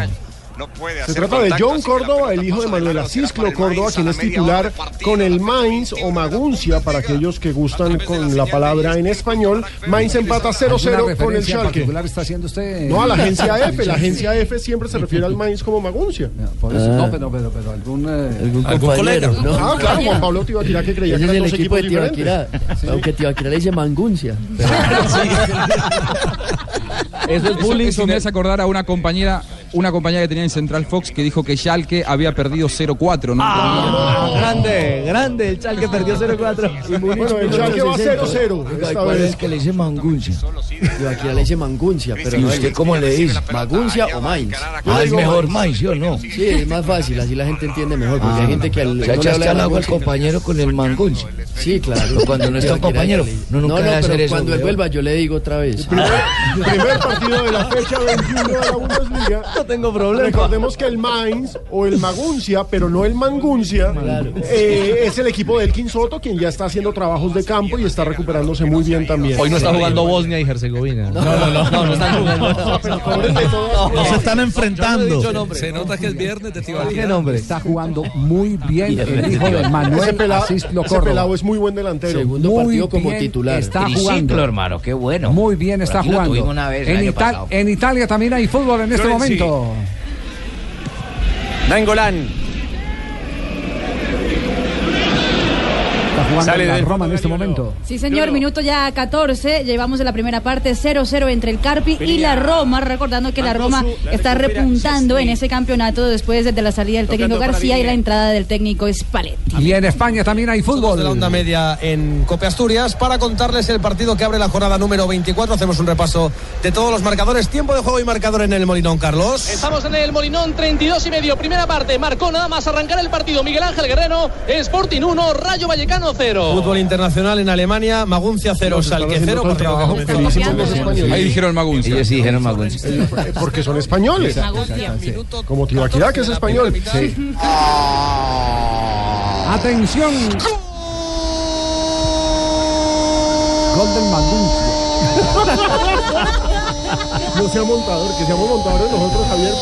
Speaker 12: No puede
Speaker 2: Se
Speaker 12: hacer
Speaker 2: trata de
Speaker 12: contacto,
Speaker 2: John
Speaker 12: así que la
Speaker 2: Córdoba, el hijo de Manuel Asisclo Córdoba, quien es titular con el Mainz o Maguncia, para aquellos que gustan con la palabra en español. Mainz empata
Speaker 1: ¿Alguna
Speaker 2: 0-0 con el
Speaker 1: referencia
Speaker 2: Schalke.
Speaker 1: particular está haciendo usted?
Speaker 2: No, a la agencia F. La agencia F siempre se refiere al Mainz como Maguncia.
Speaker 1: Por eso,
Speaker 7: Ah.
Speaker 1: No, pero, pero, pero algún, eh,
Speaker 2: Algún compañero, ¿no? Ah, claro, Juan Pablo Tibaquirá, que creía
Speaker 13: Ese
Speaker 2: que
Speaker 13: es
Speaker 2: eran
Speaker 13: el
Speaker 2: dos
Speaker 13: equipo de
Speaker 2: equipos
Speaker 13: Tibaquirá.
Speaker 2: diferentes.
Speaker 13: Aunque Tibaquirá le dice Manguncia.
Speaker 11: Eso es bullying. Eso me hace acordar a una compañera, una compañera que tenía en Central Fox que dijo que Schalke había perdido 0-4. ¿no?
Speaker 7: Grande, grande, el Chal que perdió 0-4.
Speaker 2: Bueno, el Schalke va 0-0.
Speaker 13: Oiga, ¿y
Speaker 2: esta
Speaker 13: ¿Cuál
Speaker 2: vez.
Speaker 13: es que le dice Manguncia? Tibaquirá le dice Manguncia, pero
Speaker 2: ¿Y
Speaker 13: no
Speaker 2: usted
Speaker 13: es-
Speaker 2: cómo le dice?
Speaker 13: ¿Maguncia o Mainz? Yo Ah, digo Mainz, ¿sí o no? Ah. Sí, es más fácil, así la gente entiende mejor,
Speaker 6: Ah,
Speaker 13: porque hay gente que al,
Speaker 6: Se ha
Speaker 13: no le habla
Speaker 6: chasqueado
Speaker 13: Manguncia.
Speaker 6: al compañero con el mangunche.
Speaker 13: Sí, claro.
Speaker 6: Pero cuando no está un compañero, uno nunca
Speaker 13: no,
Speaker 6: debe
Speaker 13: no,
Speaker 6: hacer
Speaker 13: pero
Speaker 6: eso,
Speaker 13: cuando él
Speaker 6: weón.
Speaker 13: vuelva yo le digo otra vez. Ah.
Speaker 2: Primer partido de la fecha 21 de la Bundesliga. No tengo
Speaker 13: problema.
Speaker 2: Recordemos que el Mainz o el Maguncia, pero no el Manguncia, eh, es el equipo de Elkin Soto, quien ya está haciendo trabajos de campo y está recuperándose muy bien también.
Speaker 7: Hoy no está jugando Bosnia y Herzegovina. No, no, no. No, no están jugando.
Speaker 14: No se están
Speaker 7: Yo no he dicho
Speaker 14: enfrentando.
Speaker 7: nombre.
Speaker 14: Se nota que es viernes de
Speaker 1: ¿Qué nombre? Está jugando muy bien el hijo de
Speaker 2: ese
Speaker 1: Manuel
Speaker 2: pelado,
Speaker 1: Asislo
Speaker 2: ese
Speaker 1: Córdoba.
Speaker 2: pelado es muy buen delantero.
Speaker 1: Muy bien Está
Speaker 5: Triciclo,
Speaker 1: jugando.
Speaker 5: hermano, qué bueno.
Speaker 1: Muy bien
Speaker 5: Por
Speaker 1: está
Speaker 5: aquí lo
Speaker 1: jugando.
Speaker 5: tuvimos una vez el
Speaker 1: en,
Speaker 5: año
Speaker 1: Ita-
Speaker 5: pasado.
Speaker 1: en Italia también hay fútbol en este
Speaker 5: Florenzi.
Speaker 1: momento.
Speaker 15: Nangolán.
Speaker 1: Está jugando
Speaker 15: Sale
Speaker 1: en la
Speaker 15: del
Speaker 1: Roma en este momento.
Speaker 10: Sí, señor, minuto ya 14. Llevamos la primera parte 0-0 entre el Carpi y la Roma. Recordando que la Roma está repuntando en ese campeonato después de la salida del técnico García y la entrada del técnico Spalletti.
Speaker 1: Y en España también hay fútbol.
Speaker 15: de la onda media en Cope Asturias para contarles el partido que abre la jornada número 24. Hacemos un repaso de todos los marcadores. Tiempo de juego y marcador en el Molinón, Carlos.
Speaker 16: Estamos en el Molinón, 32 y medio, primera parte. Marcó nada más arrancar el partido Miguel Ángel Guerrero, Sporting 1, Rayo Vallecano 0.
Speaker 15: Fútbol internacional en Alemania, Maguncia 0, Salque 0.
Speaker 2: Ahí dijeron
Speaker 5: Maguncia. Ellos sí dijeron Maguncia.
Speaker 2: Porque son españoles. Como Tibaquirá, que es español.
Speaker 1: Atención. Gol del
Speaker 2: No sea montador, que seamos montadores nosotros, Javier,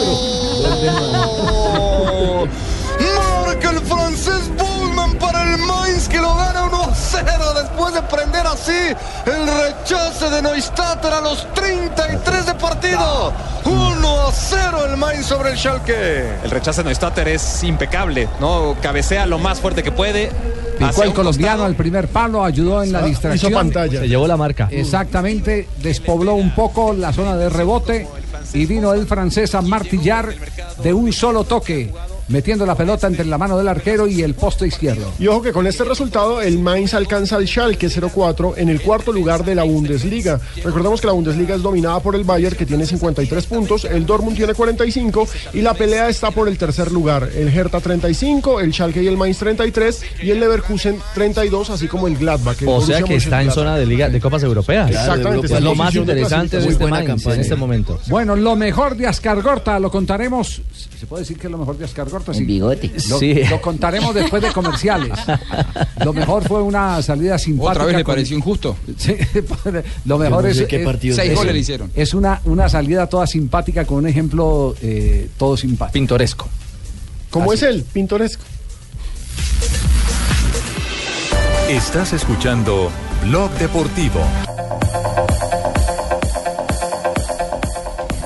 Speaker 2: pero.
Speaker 17: Marca el francés Bullman para el Mainz que lo gana 1 a 0 después de prender así el rechace de Neustadter a los 33 de partido. 1 a 0 el Mainz sobre el Schalke.
Speaker 15: El rechazo de Neustadter es impecable, ¿no? Cabecea lo más fuerte que puede.
Speaker 1: Picó el colombiano al primer palo, ayudó en la distracción.
Speaker 7: pantalla. Se llevó la marca.
Speaker 1: Exactamente, despobló un poco la zona de rebote y vino el francés a martillar de un solo toque, metiendo la pelota entre la mano del arquero y el poste izquierdo.
Speaker 2: Y ojo que con este resultado el Mainz alcanza al Schalke 04 en el cuarto lugar de la Bundesliga. Recordemos que la Bundesliga es dominada por el Bayern que tiene 53 puntos, el Dortmund tiene 45 y la pelea está por el tercer lugar. El Hertha 35, el Schalke y el Mainz 33 y el Leverkusen 32, así como el Gladbach. el
Speaker 7: O sea
Speaker 2: Borussia
Speaker 7: que está en
Speaker 2: Mönchengladbach.
Speaker 7: zona de liga de copas europeas.
Speaker 2: Exactamente,
Speaker 7: Es
Speaker 2: está en
Speaker 7: lo más
Speaker 2: posición de
Speaker 7: interesante de
Speaker 2: clasificación.
Speaker 7: este
Speaker 2: Muy buena
Speaker 7: Mainz en
Speaker 2: campaña.
Speaker 7: este momento.
Speaker 1: Bueno, lo mejor de Ascargorta lo contaremos. ¿Se puede decir que es lo mejor de Ascargorta? Sí.
Speaker 5: bigote.
Speaker 1: Lo,
Speaker 5: Sí.
Speaker 1: lo contaremos después de comerciales. Lo mejor fue una salida simpática.
Speaker 11: Otra vez le
Speaker 1: con-
Speaker 11: pareció injusto.
Speaker 1: Sí, padre, lo mejor
Speaker 11: Yo no sé
Speaker 1: es,
Speaker 11: qué
Speaker 1: es-
Speaker 11: partido Seis es goles ese. le hicieron.
Speaker 1: Es una, una salida toda simpática con un ejemplo eh, todo simpático.
Speaker 7: Pintoresco.
Speaker 2: ¿Cómo es él? Pintoresco.
Speaker 18: Estás escuchando Blog Deportivo.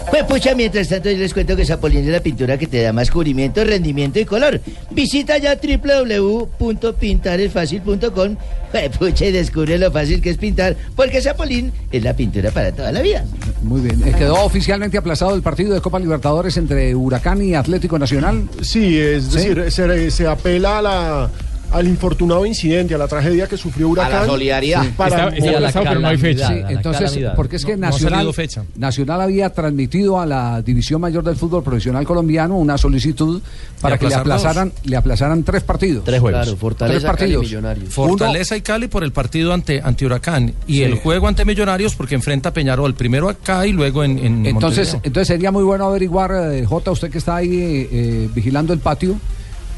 Speaker 6: Pues pucha, mientras tanto yo les cuento que Zapolín es la pintura que te da más cubrimiento, rendimiento y color. Visita ya www.pintaresfacil.com. Pues pucha, y descubre lo fácil que es pintar, porque Zapolín es la pintura para toda la vida.
Speaker 1: Muy bien. Eh, Quedó oficialmente aplazado el partido de Copa Libertadores entre Huracán y Atlético Nacional.
Speaker 2: Sí, es decir, se, se apela a la- al infortunado incidente, a la tragedia que sufrió Huracán.
Speaker 5: solidaridad.
Speaker 2: Sí, para-
Speaker 4: Está- está aplazado, pero no hay fecha.
Speaker 1: Sí,
Speaker 4: a la
Speaker 1: entonces,
Speaker 4: calamidad.
Speaker 1: porque es que
Speaker 4: No- no ha
Speaker 1: Nacional,
Speaker 4: salido fecha.
Speaker 1: Nacional había transmitido a la División Mayor del Fútbol Profesional Colombiano una solicitud para que le
Speaker 14: aplazar dos.
Speaker 1: aplazaran, le aplazaran tres partidos. Tres
Speaker 14: juegos.
Speaker 1: Claro, tres partidos.
Speaker 14: Fortaleza y Cali por el partido ante, ante Huracán. Y
Speaker 1: Sí.
Speaker 14: el juego ante Millonarios porque enfrenta a Peñarol. Primero acá y luego en, en
Speaker 1: Entonces, eh,
Speaker 14: Montevideo.
Speaker 1: entonces sería muy bueno averiguar, eh, Jota, usted que está ahí eh, eh, vigilando el patio,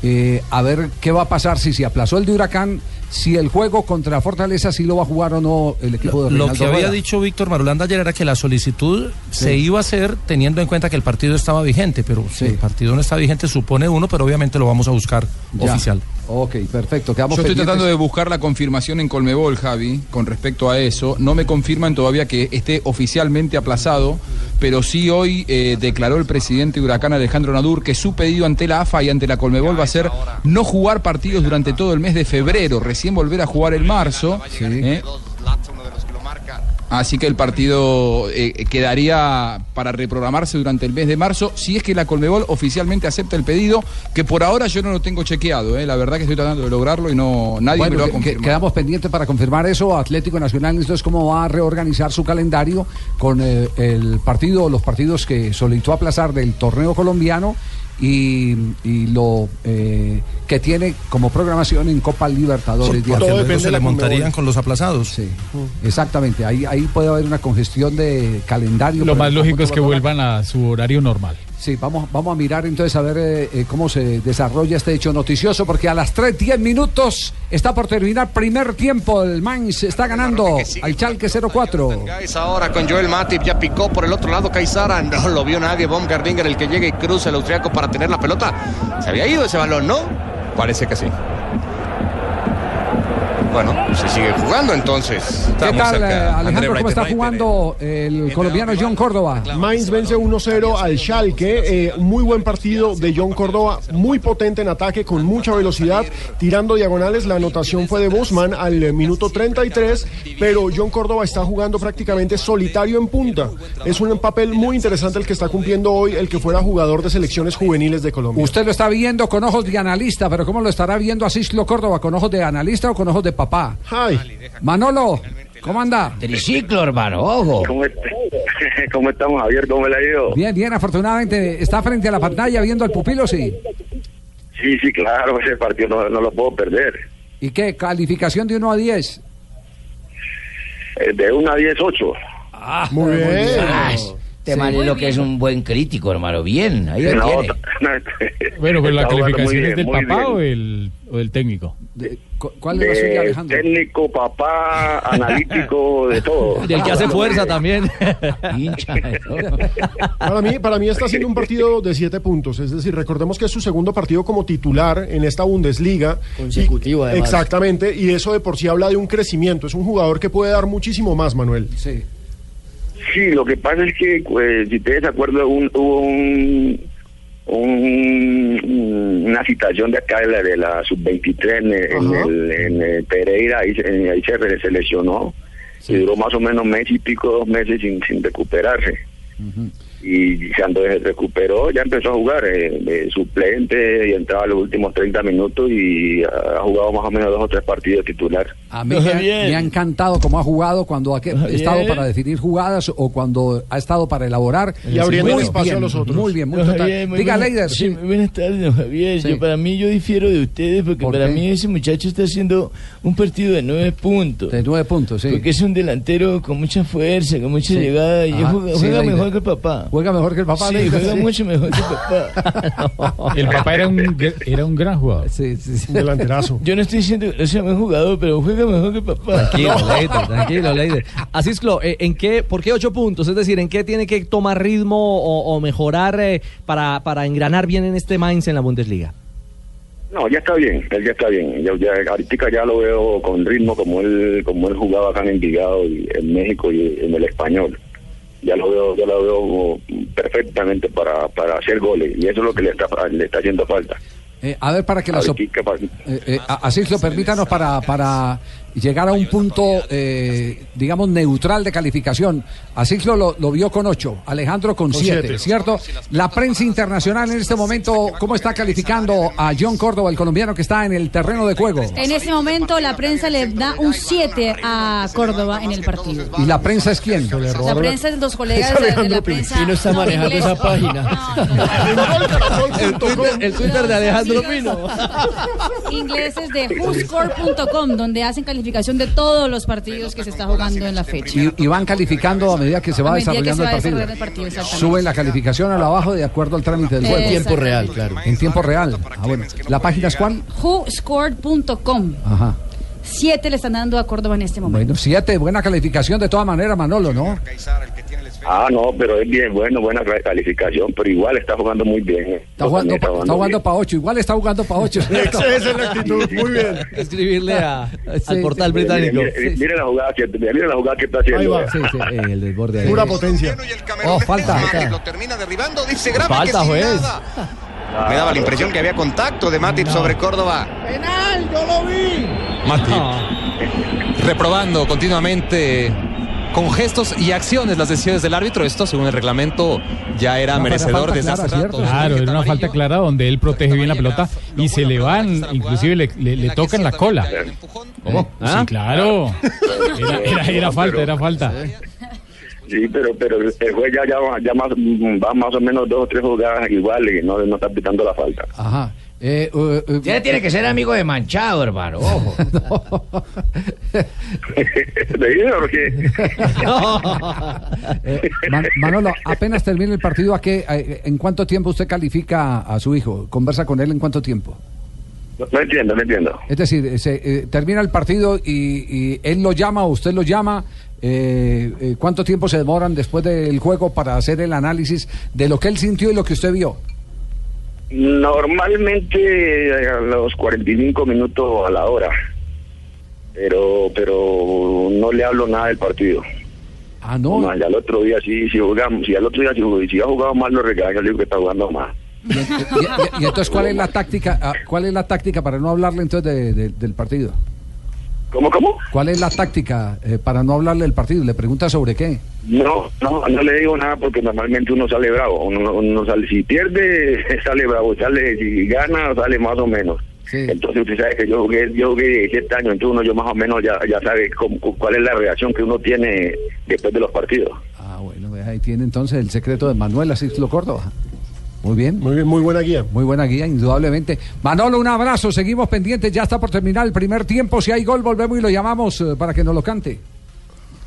Speaker 1: eh, a ver qué va a pasar si se aplazó el de Huracán, si el juego contra Fortaleza sí lo va a jugar o no el equipo de
Speaker 14: Lo
Speaker 1: Reinaldo
Speaker 14: que había
Speaker 1: Rueda.
Speaker 14: dicho Víctor Marulanda ayer era que la solicitud
Speaker 1: Sí.
Speaker 14: se iba a hacer teniendo en cuenta que el partido estaba vigente, pero si el partido no está vigente supone uno, pero obviamente lo vamos a buscar
Speaker 1: Ya.
Speaker 14: oficial.
Speaker 1: Ok, perfecto. Quedamos
Speaker 11: Yo estoy
Speaker 1: pendientes.
Speaker 11: tratando de buscar la confirmación en Colmebol, Javi, con respecto a eso. No me confirman todavía que esté oficialmente aplazado, pero sí hoy eh, declaró el presidente de Huracán Alejandro Nadur que su pedido ante la AFA y ante la Colmebol va a ser no jugar partidos durante todo el mes de febrero, recién volver a jugar el marzo. ¿eh? Así que el partido eh, quedaría para reprogramarse durante el mes de marzo, si es que la Colmebol oficialmente acepta el pedido, que por ahora yo no lo tengo chequeado, eh, la verdad que estoy tratando de lograrlo y no nadie
Speaker 1: Bueno,
Speaker 11: me lo ha
Speaker 1: que- que-
Speaker 11: confirmado.
Speaker 1: quedamos pendientes para confirmar eso. Atlético Nacional, entonces, cómo va a reorganizar su calendario con eh, el partido, los partidos que solicitó aplazar del torneo colombiano y, y lo eh, que tiene como programación en Copa Libertadores. de
Speaker 14: porque
Speaker 1: América.
Speaker 14: luego se le montarían con los aplazados.
Speaker 1: Exactamente, ahí, ahí puede haber una congestión de calendario.
Speaker 4: Lo
Speaker 1: por
Speaker 4: más
Speaker 1: el
Speaker 4: lógico es que
Speaker 1: conjunto colombiano.
Speaker 4: vuelvan a su horario normal.
Speaker 1: Sí, vamos, vamos a mirar entonces a ver eh, eh, cómo se desarrolla este hecho noticioso, porque a las 3.10 minutos está por terminar primer tiempo. El Mainz está ganando al Chalque 0-4.
Speaker 17: Guys, ahora con Joel Matip, ya picó por el otro lado Caizara, no lo vio nadie, Baumgartlinger el que llega y cruza el austriaco para tener la pelota. Se había ido ese balón, ¿no? Parece que sí. Bueno, se sigue jugando entonces.
Speaker 1: ¿Qué tal, eh, Alejandro? ¿Cómo está jugando el colombiano John Córdoba?
Speaker 2: Mainz vence 1-0 al Schalke. eh, muy buen partido de John Córdoba, muy potente en ataque, con mucha velocidad, tirando diagonales. La anotación fue de Bosman al eh, minuto 33, pero John Córdoba está jugando prácticamente solitario en punta. Es un papel muy interesante el que está cumpliendo hoy el que fuera jugador de selecciones juveniles de Colombia.
Speaker 1: Usted lo está viendo con ojos de analista, pero ¿cómo lo estará viendo a Cislo Córdoba? ¿Con ojos de analista o con ojos de papá? Manolo, ¿cómo anda?
Speaker 5: Triciclo, hermano, ojo.
Speaker 12: ¿Cómo, est- ¿Cómo estamos, Javier? ¿Cómo le ha ido?
Speaker 1: Bien, bien, afortunadamente. ¿Está frente a la pantalla viendo al pupilo? Sí.
Speaker 12: Sí, sí, claro, ese partido no, no lo puedo perder.
Speaker 1: ¿Y qué? ¿Calificación de 1 a 10?
Speaker 12: Eh, De 1 a 10, 8.
Speaker 1: Muy
Speaker 5: Ah, es- Te mal lo que es un buen crítico, hermano. Bien, ahí lo tiene.
Speaker 4: Bueno, pero pues la
Speaker 12: Está jugando
Speaker 4: calificación
Speaker 12: muy
Speaker 4: es del
Speaker 12: bien, muy
Speaker 4: papá
Speaker 12: bien.
Speaker 4: o del, o del técnico.
Speaker 1: ¿Cuál
Speaker 12: De Eh, técnico, papá, Ah, analítico, de todo.
Speaker 7: Del que hace fuerza también.
Speaker 2: Para mí, para mí está siendo un partido de siete puntos. Es decir, recordemos que es su segundo partido como titular en esta Bundesliga.
Speaker 13: Consecutivo,
Speaker 2: Y-
Speaker 13: además.
Speaker 2: Exactamente, y eso de por sí habla de un crecimiento. Es un jugador que puede dar muchísimo más, Manuel.
Speaker 1: Sí.
Speaker 12: Sí, lo que pasa es que, pues, si ustedes se acuerdan, un- hubo un, un- una citación de acá de la, de la sub-23 en, el- en el, en el Pereira, ahí, se- ahí se, re- se lesionó y duró más o menos mes y pico, dos meses sin, sin recuperarse. Y cuando se recuperó, ya empezó a jugar eh, eh, suplente y entraba los últimos 30 minutos y ha jugado más o menos dos o tres partidos de titular.
Speaker 1: A mí me, me ha encantado cómo ha jugado cuando ha que-
Speaker 12: Bien.
Speaker 1: estado para definir jugadas o cuando ha estado para elaborar.
Speaker 13: Y abriendo
Speaker 1: Muy
Speaker 13: espacio
Speaker 1: bien,
Speaker 13: a los otros.
Speaker 1: Muy bien, muy
Speaker 13: Don
Speaker 1: total.
Speaker 13: Javier, muy
Speaker 1: Diga,
Speaker 13: buena-
Speaker 1: Leider,
Speaker 13: sí,
Speaker 1: sí.
Speaker 13: muy buenas tardes, don Javier.
Speaker 1: Sí.
Speaker 13: Yo, para mí, yo difiero de ustedes porque para
Speaker 1: qué?
Speaker 13: mí ese muchacho está haciendo un partido de nueve puntos. De
Speaker 1: nueve puntos, sí.
Speaker 13: Porque es un delantero con mucha fuerza, con mucha
Speaker 1: Sí.
Speaker 13: llegada y
Speaker 1: Ajá,
Speaker 13: juega,
Speaker 1: sí,
Speaker 13: juega
Speaker 1: Leider.
Speaker 13: mejor que el papá.
Speaker 1: Juega mejor que el papá.
Speaker 13: Sí,
Speaker 1: Leider,
Speaker 13: juega
Speaker 1: sí.
Speaker 13: mucho mejor que el papá.
Speaker 4: El papá era un, gr- era un gran jugador.
Speaker 1: Sí,
Speaker 2: delanterazo.
Speaker 13: Yo no estoy diciendo que no sea buen jugador, pero juega mejor que el papá.
Speaker 7: Tranquilo, Leider, tranquilo, Leider. Así es, Clo, eh, ¿en qué, ¿por qué ocho puntos? Es decir, ¿en qué tiene que tomar ritmo o, o mejorar eh, para, para engranar bien en este Mainz en la Bundesliga?
Speaker 12: No, ya está bien, él ya está bien. Ya, ya, ahorita ya lo veo con ritmo como él, como él jugaba acá en Envigado y en México y en el español. Ya lo veo, ya lo veo como perfectamente para, para hacer goles y eso es lo que le está le está haciendo falta.
Speaker 1: Eh, a ver, para que las. op-
Speaker 12: Ahorita, pa-
Speaker 1: eh, eh, a- así lo permítanos para, para llegar a un punto, eh, digamos, neutral de calificación. Así lo, lo, lo vio con 8, Alejandro con
Speaker 2: Con
Speaker 1: 7,
Speaker 2: siete.
Speaker 1: ¿cierto? La prensa internacional en este momento, ¿cómo está calificando a John Córdoba, el colombiano que está en el terreno de juego?
Speaker 10: En ese momento la prensa le da un 7 a Córdoba en el partido.
Speaker 1: ¿Y la prensa es quién?
Speaker 10: La prensa es los colegas de- de la prensa.
Speaker 13: Y no está manejando esa página.
Speaker 7: El Twitter, el Twitter de Alejandro Pino.
Speaker 10: ingleses de whoscore.com, donde hacen calificación de todos los partidos que se está jugando en la fecha.
Speaker 1: Y, y van calificando a medida que se va
Speaker 10: A medida que
Speaker 1: desarrollando
Speaker 10: se va
Speaker 1: el partido.
Speaker 10: desarrollando el partido, exactamente.
Speaker 1: Sube la calificación a la abajo de acuerdo al trámite del
Speaker 10: En
Speaker 1: juego.
Speaker 10: tiempo real,
Speaker 1: claro. En tiempo real. Ah, bueno. ¿La página es cuál?
Speaker 10: whoscored.com.
Speaker 1: Ajá.
Speaker 10: Siete le están dando a Córdoba en este momento.
Speaker 1: Bueno, siete, buena calificación de todas maneras, Manolo, ¿no?
Speaker 12: Ah, no, pero es bien, bueno, buena calificación, pero igual está jugando muy bien. eh.
Speaker 1: Está jugando, pa- está jugando para ocho, igual está jugando para ocho.
Speaker 12: Esa es la actitud, muy bien.
Speaker 7: Escribirle a- al portal
Speaker 12: Mire, mire,
Speaker 7: británico.
Speaker 12: mire, mire la jugada que, mire la jugada que está haciendo. eh.
Speaker 7: Sí, sí, en el desborde. ahí.
Speaker 2: Pura potencia.
Speaker 1: Oh, falta.
Speaker 9: Dice Grame
Speaker 7: Falta,
Speaker 9: que sin
Speaker 7: juez.
Speaker 9: nada. Me daba la impresión que había contacto de Matip sobre Córdoba.
Speaker 19: Penal, yo lo vi.
Speaker 20: Mati. Reprobando continuamente con gestos y acciones las decisiones del árbitro. Esto, según el reglamento, ya era
Speaker 13: Una
Speaker 20: merecedor
Speaker 13: falta
Speaker 20: desde
Speaker 13: clara,
Speaker 20: hace
Speaker 13: ¿cierto?
Speaker 20: rato.
Speaker 13: Claro, era una falta clara donde él protege bien la pelota y se le van, inclusive le, le- le tocan la cola. ¿Cómo? Sí, claro. Era, era- era falta, era falta.
Speaker 12: Sí, pero, pero el juez ya, ya, va- ya más, va más o menos dos o tres jugadas iguales y no, no está pitando la falta.
Speaker 21: Ajá.
Speaker 6: Eh, uh, Usted tiene que ser amigo de Manchado, hermano. Ojo.
Speaker 12: ¿De ahí o qué?
Speaker 1: Eh, Man- Manolo, apenas termina el partido, ¿a qué, a- ¿en cuánto tiempo usted califica a su hijo? ¿Conversa con él en cuánto tiempo?
Speaker 12: No entiendo, no entiendo.
Speaker 1: Es decir, eh, se, eh, termina el partido y, y él lo llama o usted lo llama. eh, eh, ¿Cuánto tiempo se demoran después del juego para hacer el análisis de lo que él sintió y lo que usted vio?
Speaker 12: Normalmente eh, a los 45 minutos a la hora, pero pero no le hablo nada del partido.
Speaker 1: Ah, no.
Speaker 12: ya el otro día sí, si jugamos, si al otro día si, jug- si ha jugado mal lo regaño, le digo que está jugando mal.
Speaker 1: Y, y- y entonces, ¿cuál es la táctica? ah, ¿Cuál es la táctica para no hablarle entonces de- de- del partido?
Speaker 12: ¿Cómo, cómo?
Speaker 1: ¿Cuál es la táctica eh, para no hablarle del partido? ¿Le pregunta sobre qué?
Speaker 12: No, no, no le digo nada porque normalmente uno sale bravo, uno, uno sale, si pierde sale bravo, sale, si gana sale más o menos. Entonces usted sabe que yo jugué, yo jugué 17 años, entonces uno yo más o menos ya, ya sabe cómo- cuál es la reacción que uno tiene después de los partidos.
Speaker 1: Ah, bueno, pues ahí tiene entonces el secreto de Manuel Asislo Córdoba. Muy bien. Muy bien, muy buena guía. Muy buena guía, indudablemente. Manolo, un abrazo, seguimos pendientes, ya está por terminar el primer tiempo. Si hay gol, volvemos y lo llamamos eh, para que nos lo cante.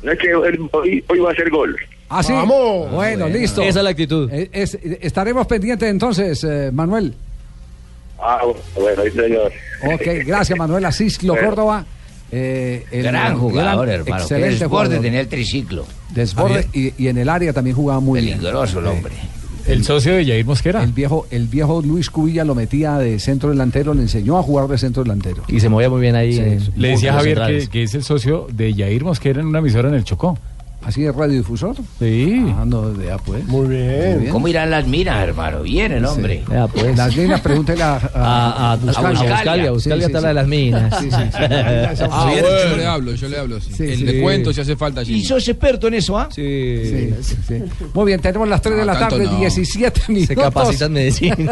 Speaker 12: No es que hoy, hoy- hoy va a ser gol.
Speaker 1: ¿Ah, sí? Bueno,
Speaker 12: Vamos. Ah, bueno.
Speaker 1: listo.
Speaker 12: Esa es la
Speaker 1: actitud. estaremos pendientes entonces, eh, Manuel.
Speaker 12: Ah, bueno, sí, señor.
Speaker 1: Ok, gracias, Manuel Asislo
Speaker 6: Bueno.
Speaker 1: Córdoba. Eh, el
Speaker 6: gran jugador,
Speaker 1: gran-
Speaker 6: hermano. Excelente
Speaker 1: Excelente
Speaker 6: desborde
Speaker 1: jugador.
Speaker 6: tenía el triciclo.
Speaker 1: Desborde y, y en el área también jugaba muy
Speaker 6: Peligroso
Speaker 1: bien.
Speaker 6: el hombre.
Speaker 1: El socio de Jair Mosquera. El viejo, el viejo Luis Cubilla lo metía de centro delantero, le enseñó a jugar de centro delantero.
Speaker 7: Y se movía muy bien ahí.
Speaker 1: Sí.
Speaker 7: en-
Speaker 13: Le decía a
Speaker 7: los
Speaker 13: Javier
Speaker 7: centrales.
Speaker 13: que, que es el socio de Yair Mosquera en una emisora en el Chocó.
Speaker 1: ¿Así de ¿Ah, radiodifusor?
Speaker 13: Sí.
Speaker 1: Ah, no, ya pues.
Speaker 13: Muy bien.
Speaker 6: ¿Cómo irán las minas, hermano? Bien el hombre.
Speaker 7: Ah,
Speaker 1: Ya, pues. Las minas, pregúntele a,
Speaker 6: A- a- a
Speaker 1: Buscalia.
Speaker 6: Buscalia, Buscalia,
Speaker 7: Buscalia está la de las minas.
Speaker 1: Sí, sí, sí.
Speaker 20: Ah,
Speaker 1: Javier, yo
Speaker 20: bueno, yo
Speaker 1: le
Speaker 20: le hablo, yo le hablo. sí.
Speaker 1: Sí,
Speaker 20: el
Speaker 1: sí.
Speaker 20: descuento si hace falta.
Speaker 6: Y sos experto en eso, ¿ah?
Speaker 1: Sí. sí, sí. Muy bien, tenemos las 3 de
Speaker 20: No,
Speaker 1: la
Speaker 20: tanto
Speaker 1: tarde,
Speaker 20: no.
Speaker 1: 17 minutos.
Speaker 7: capacita en Medellín.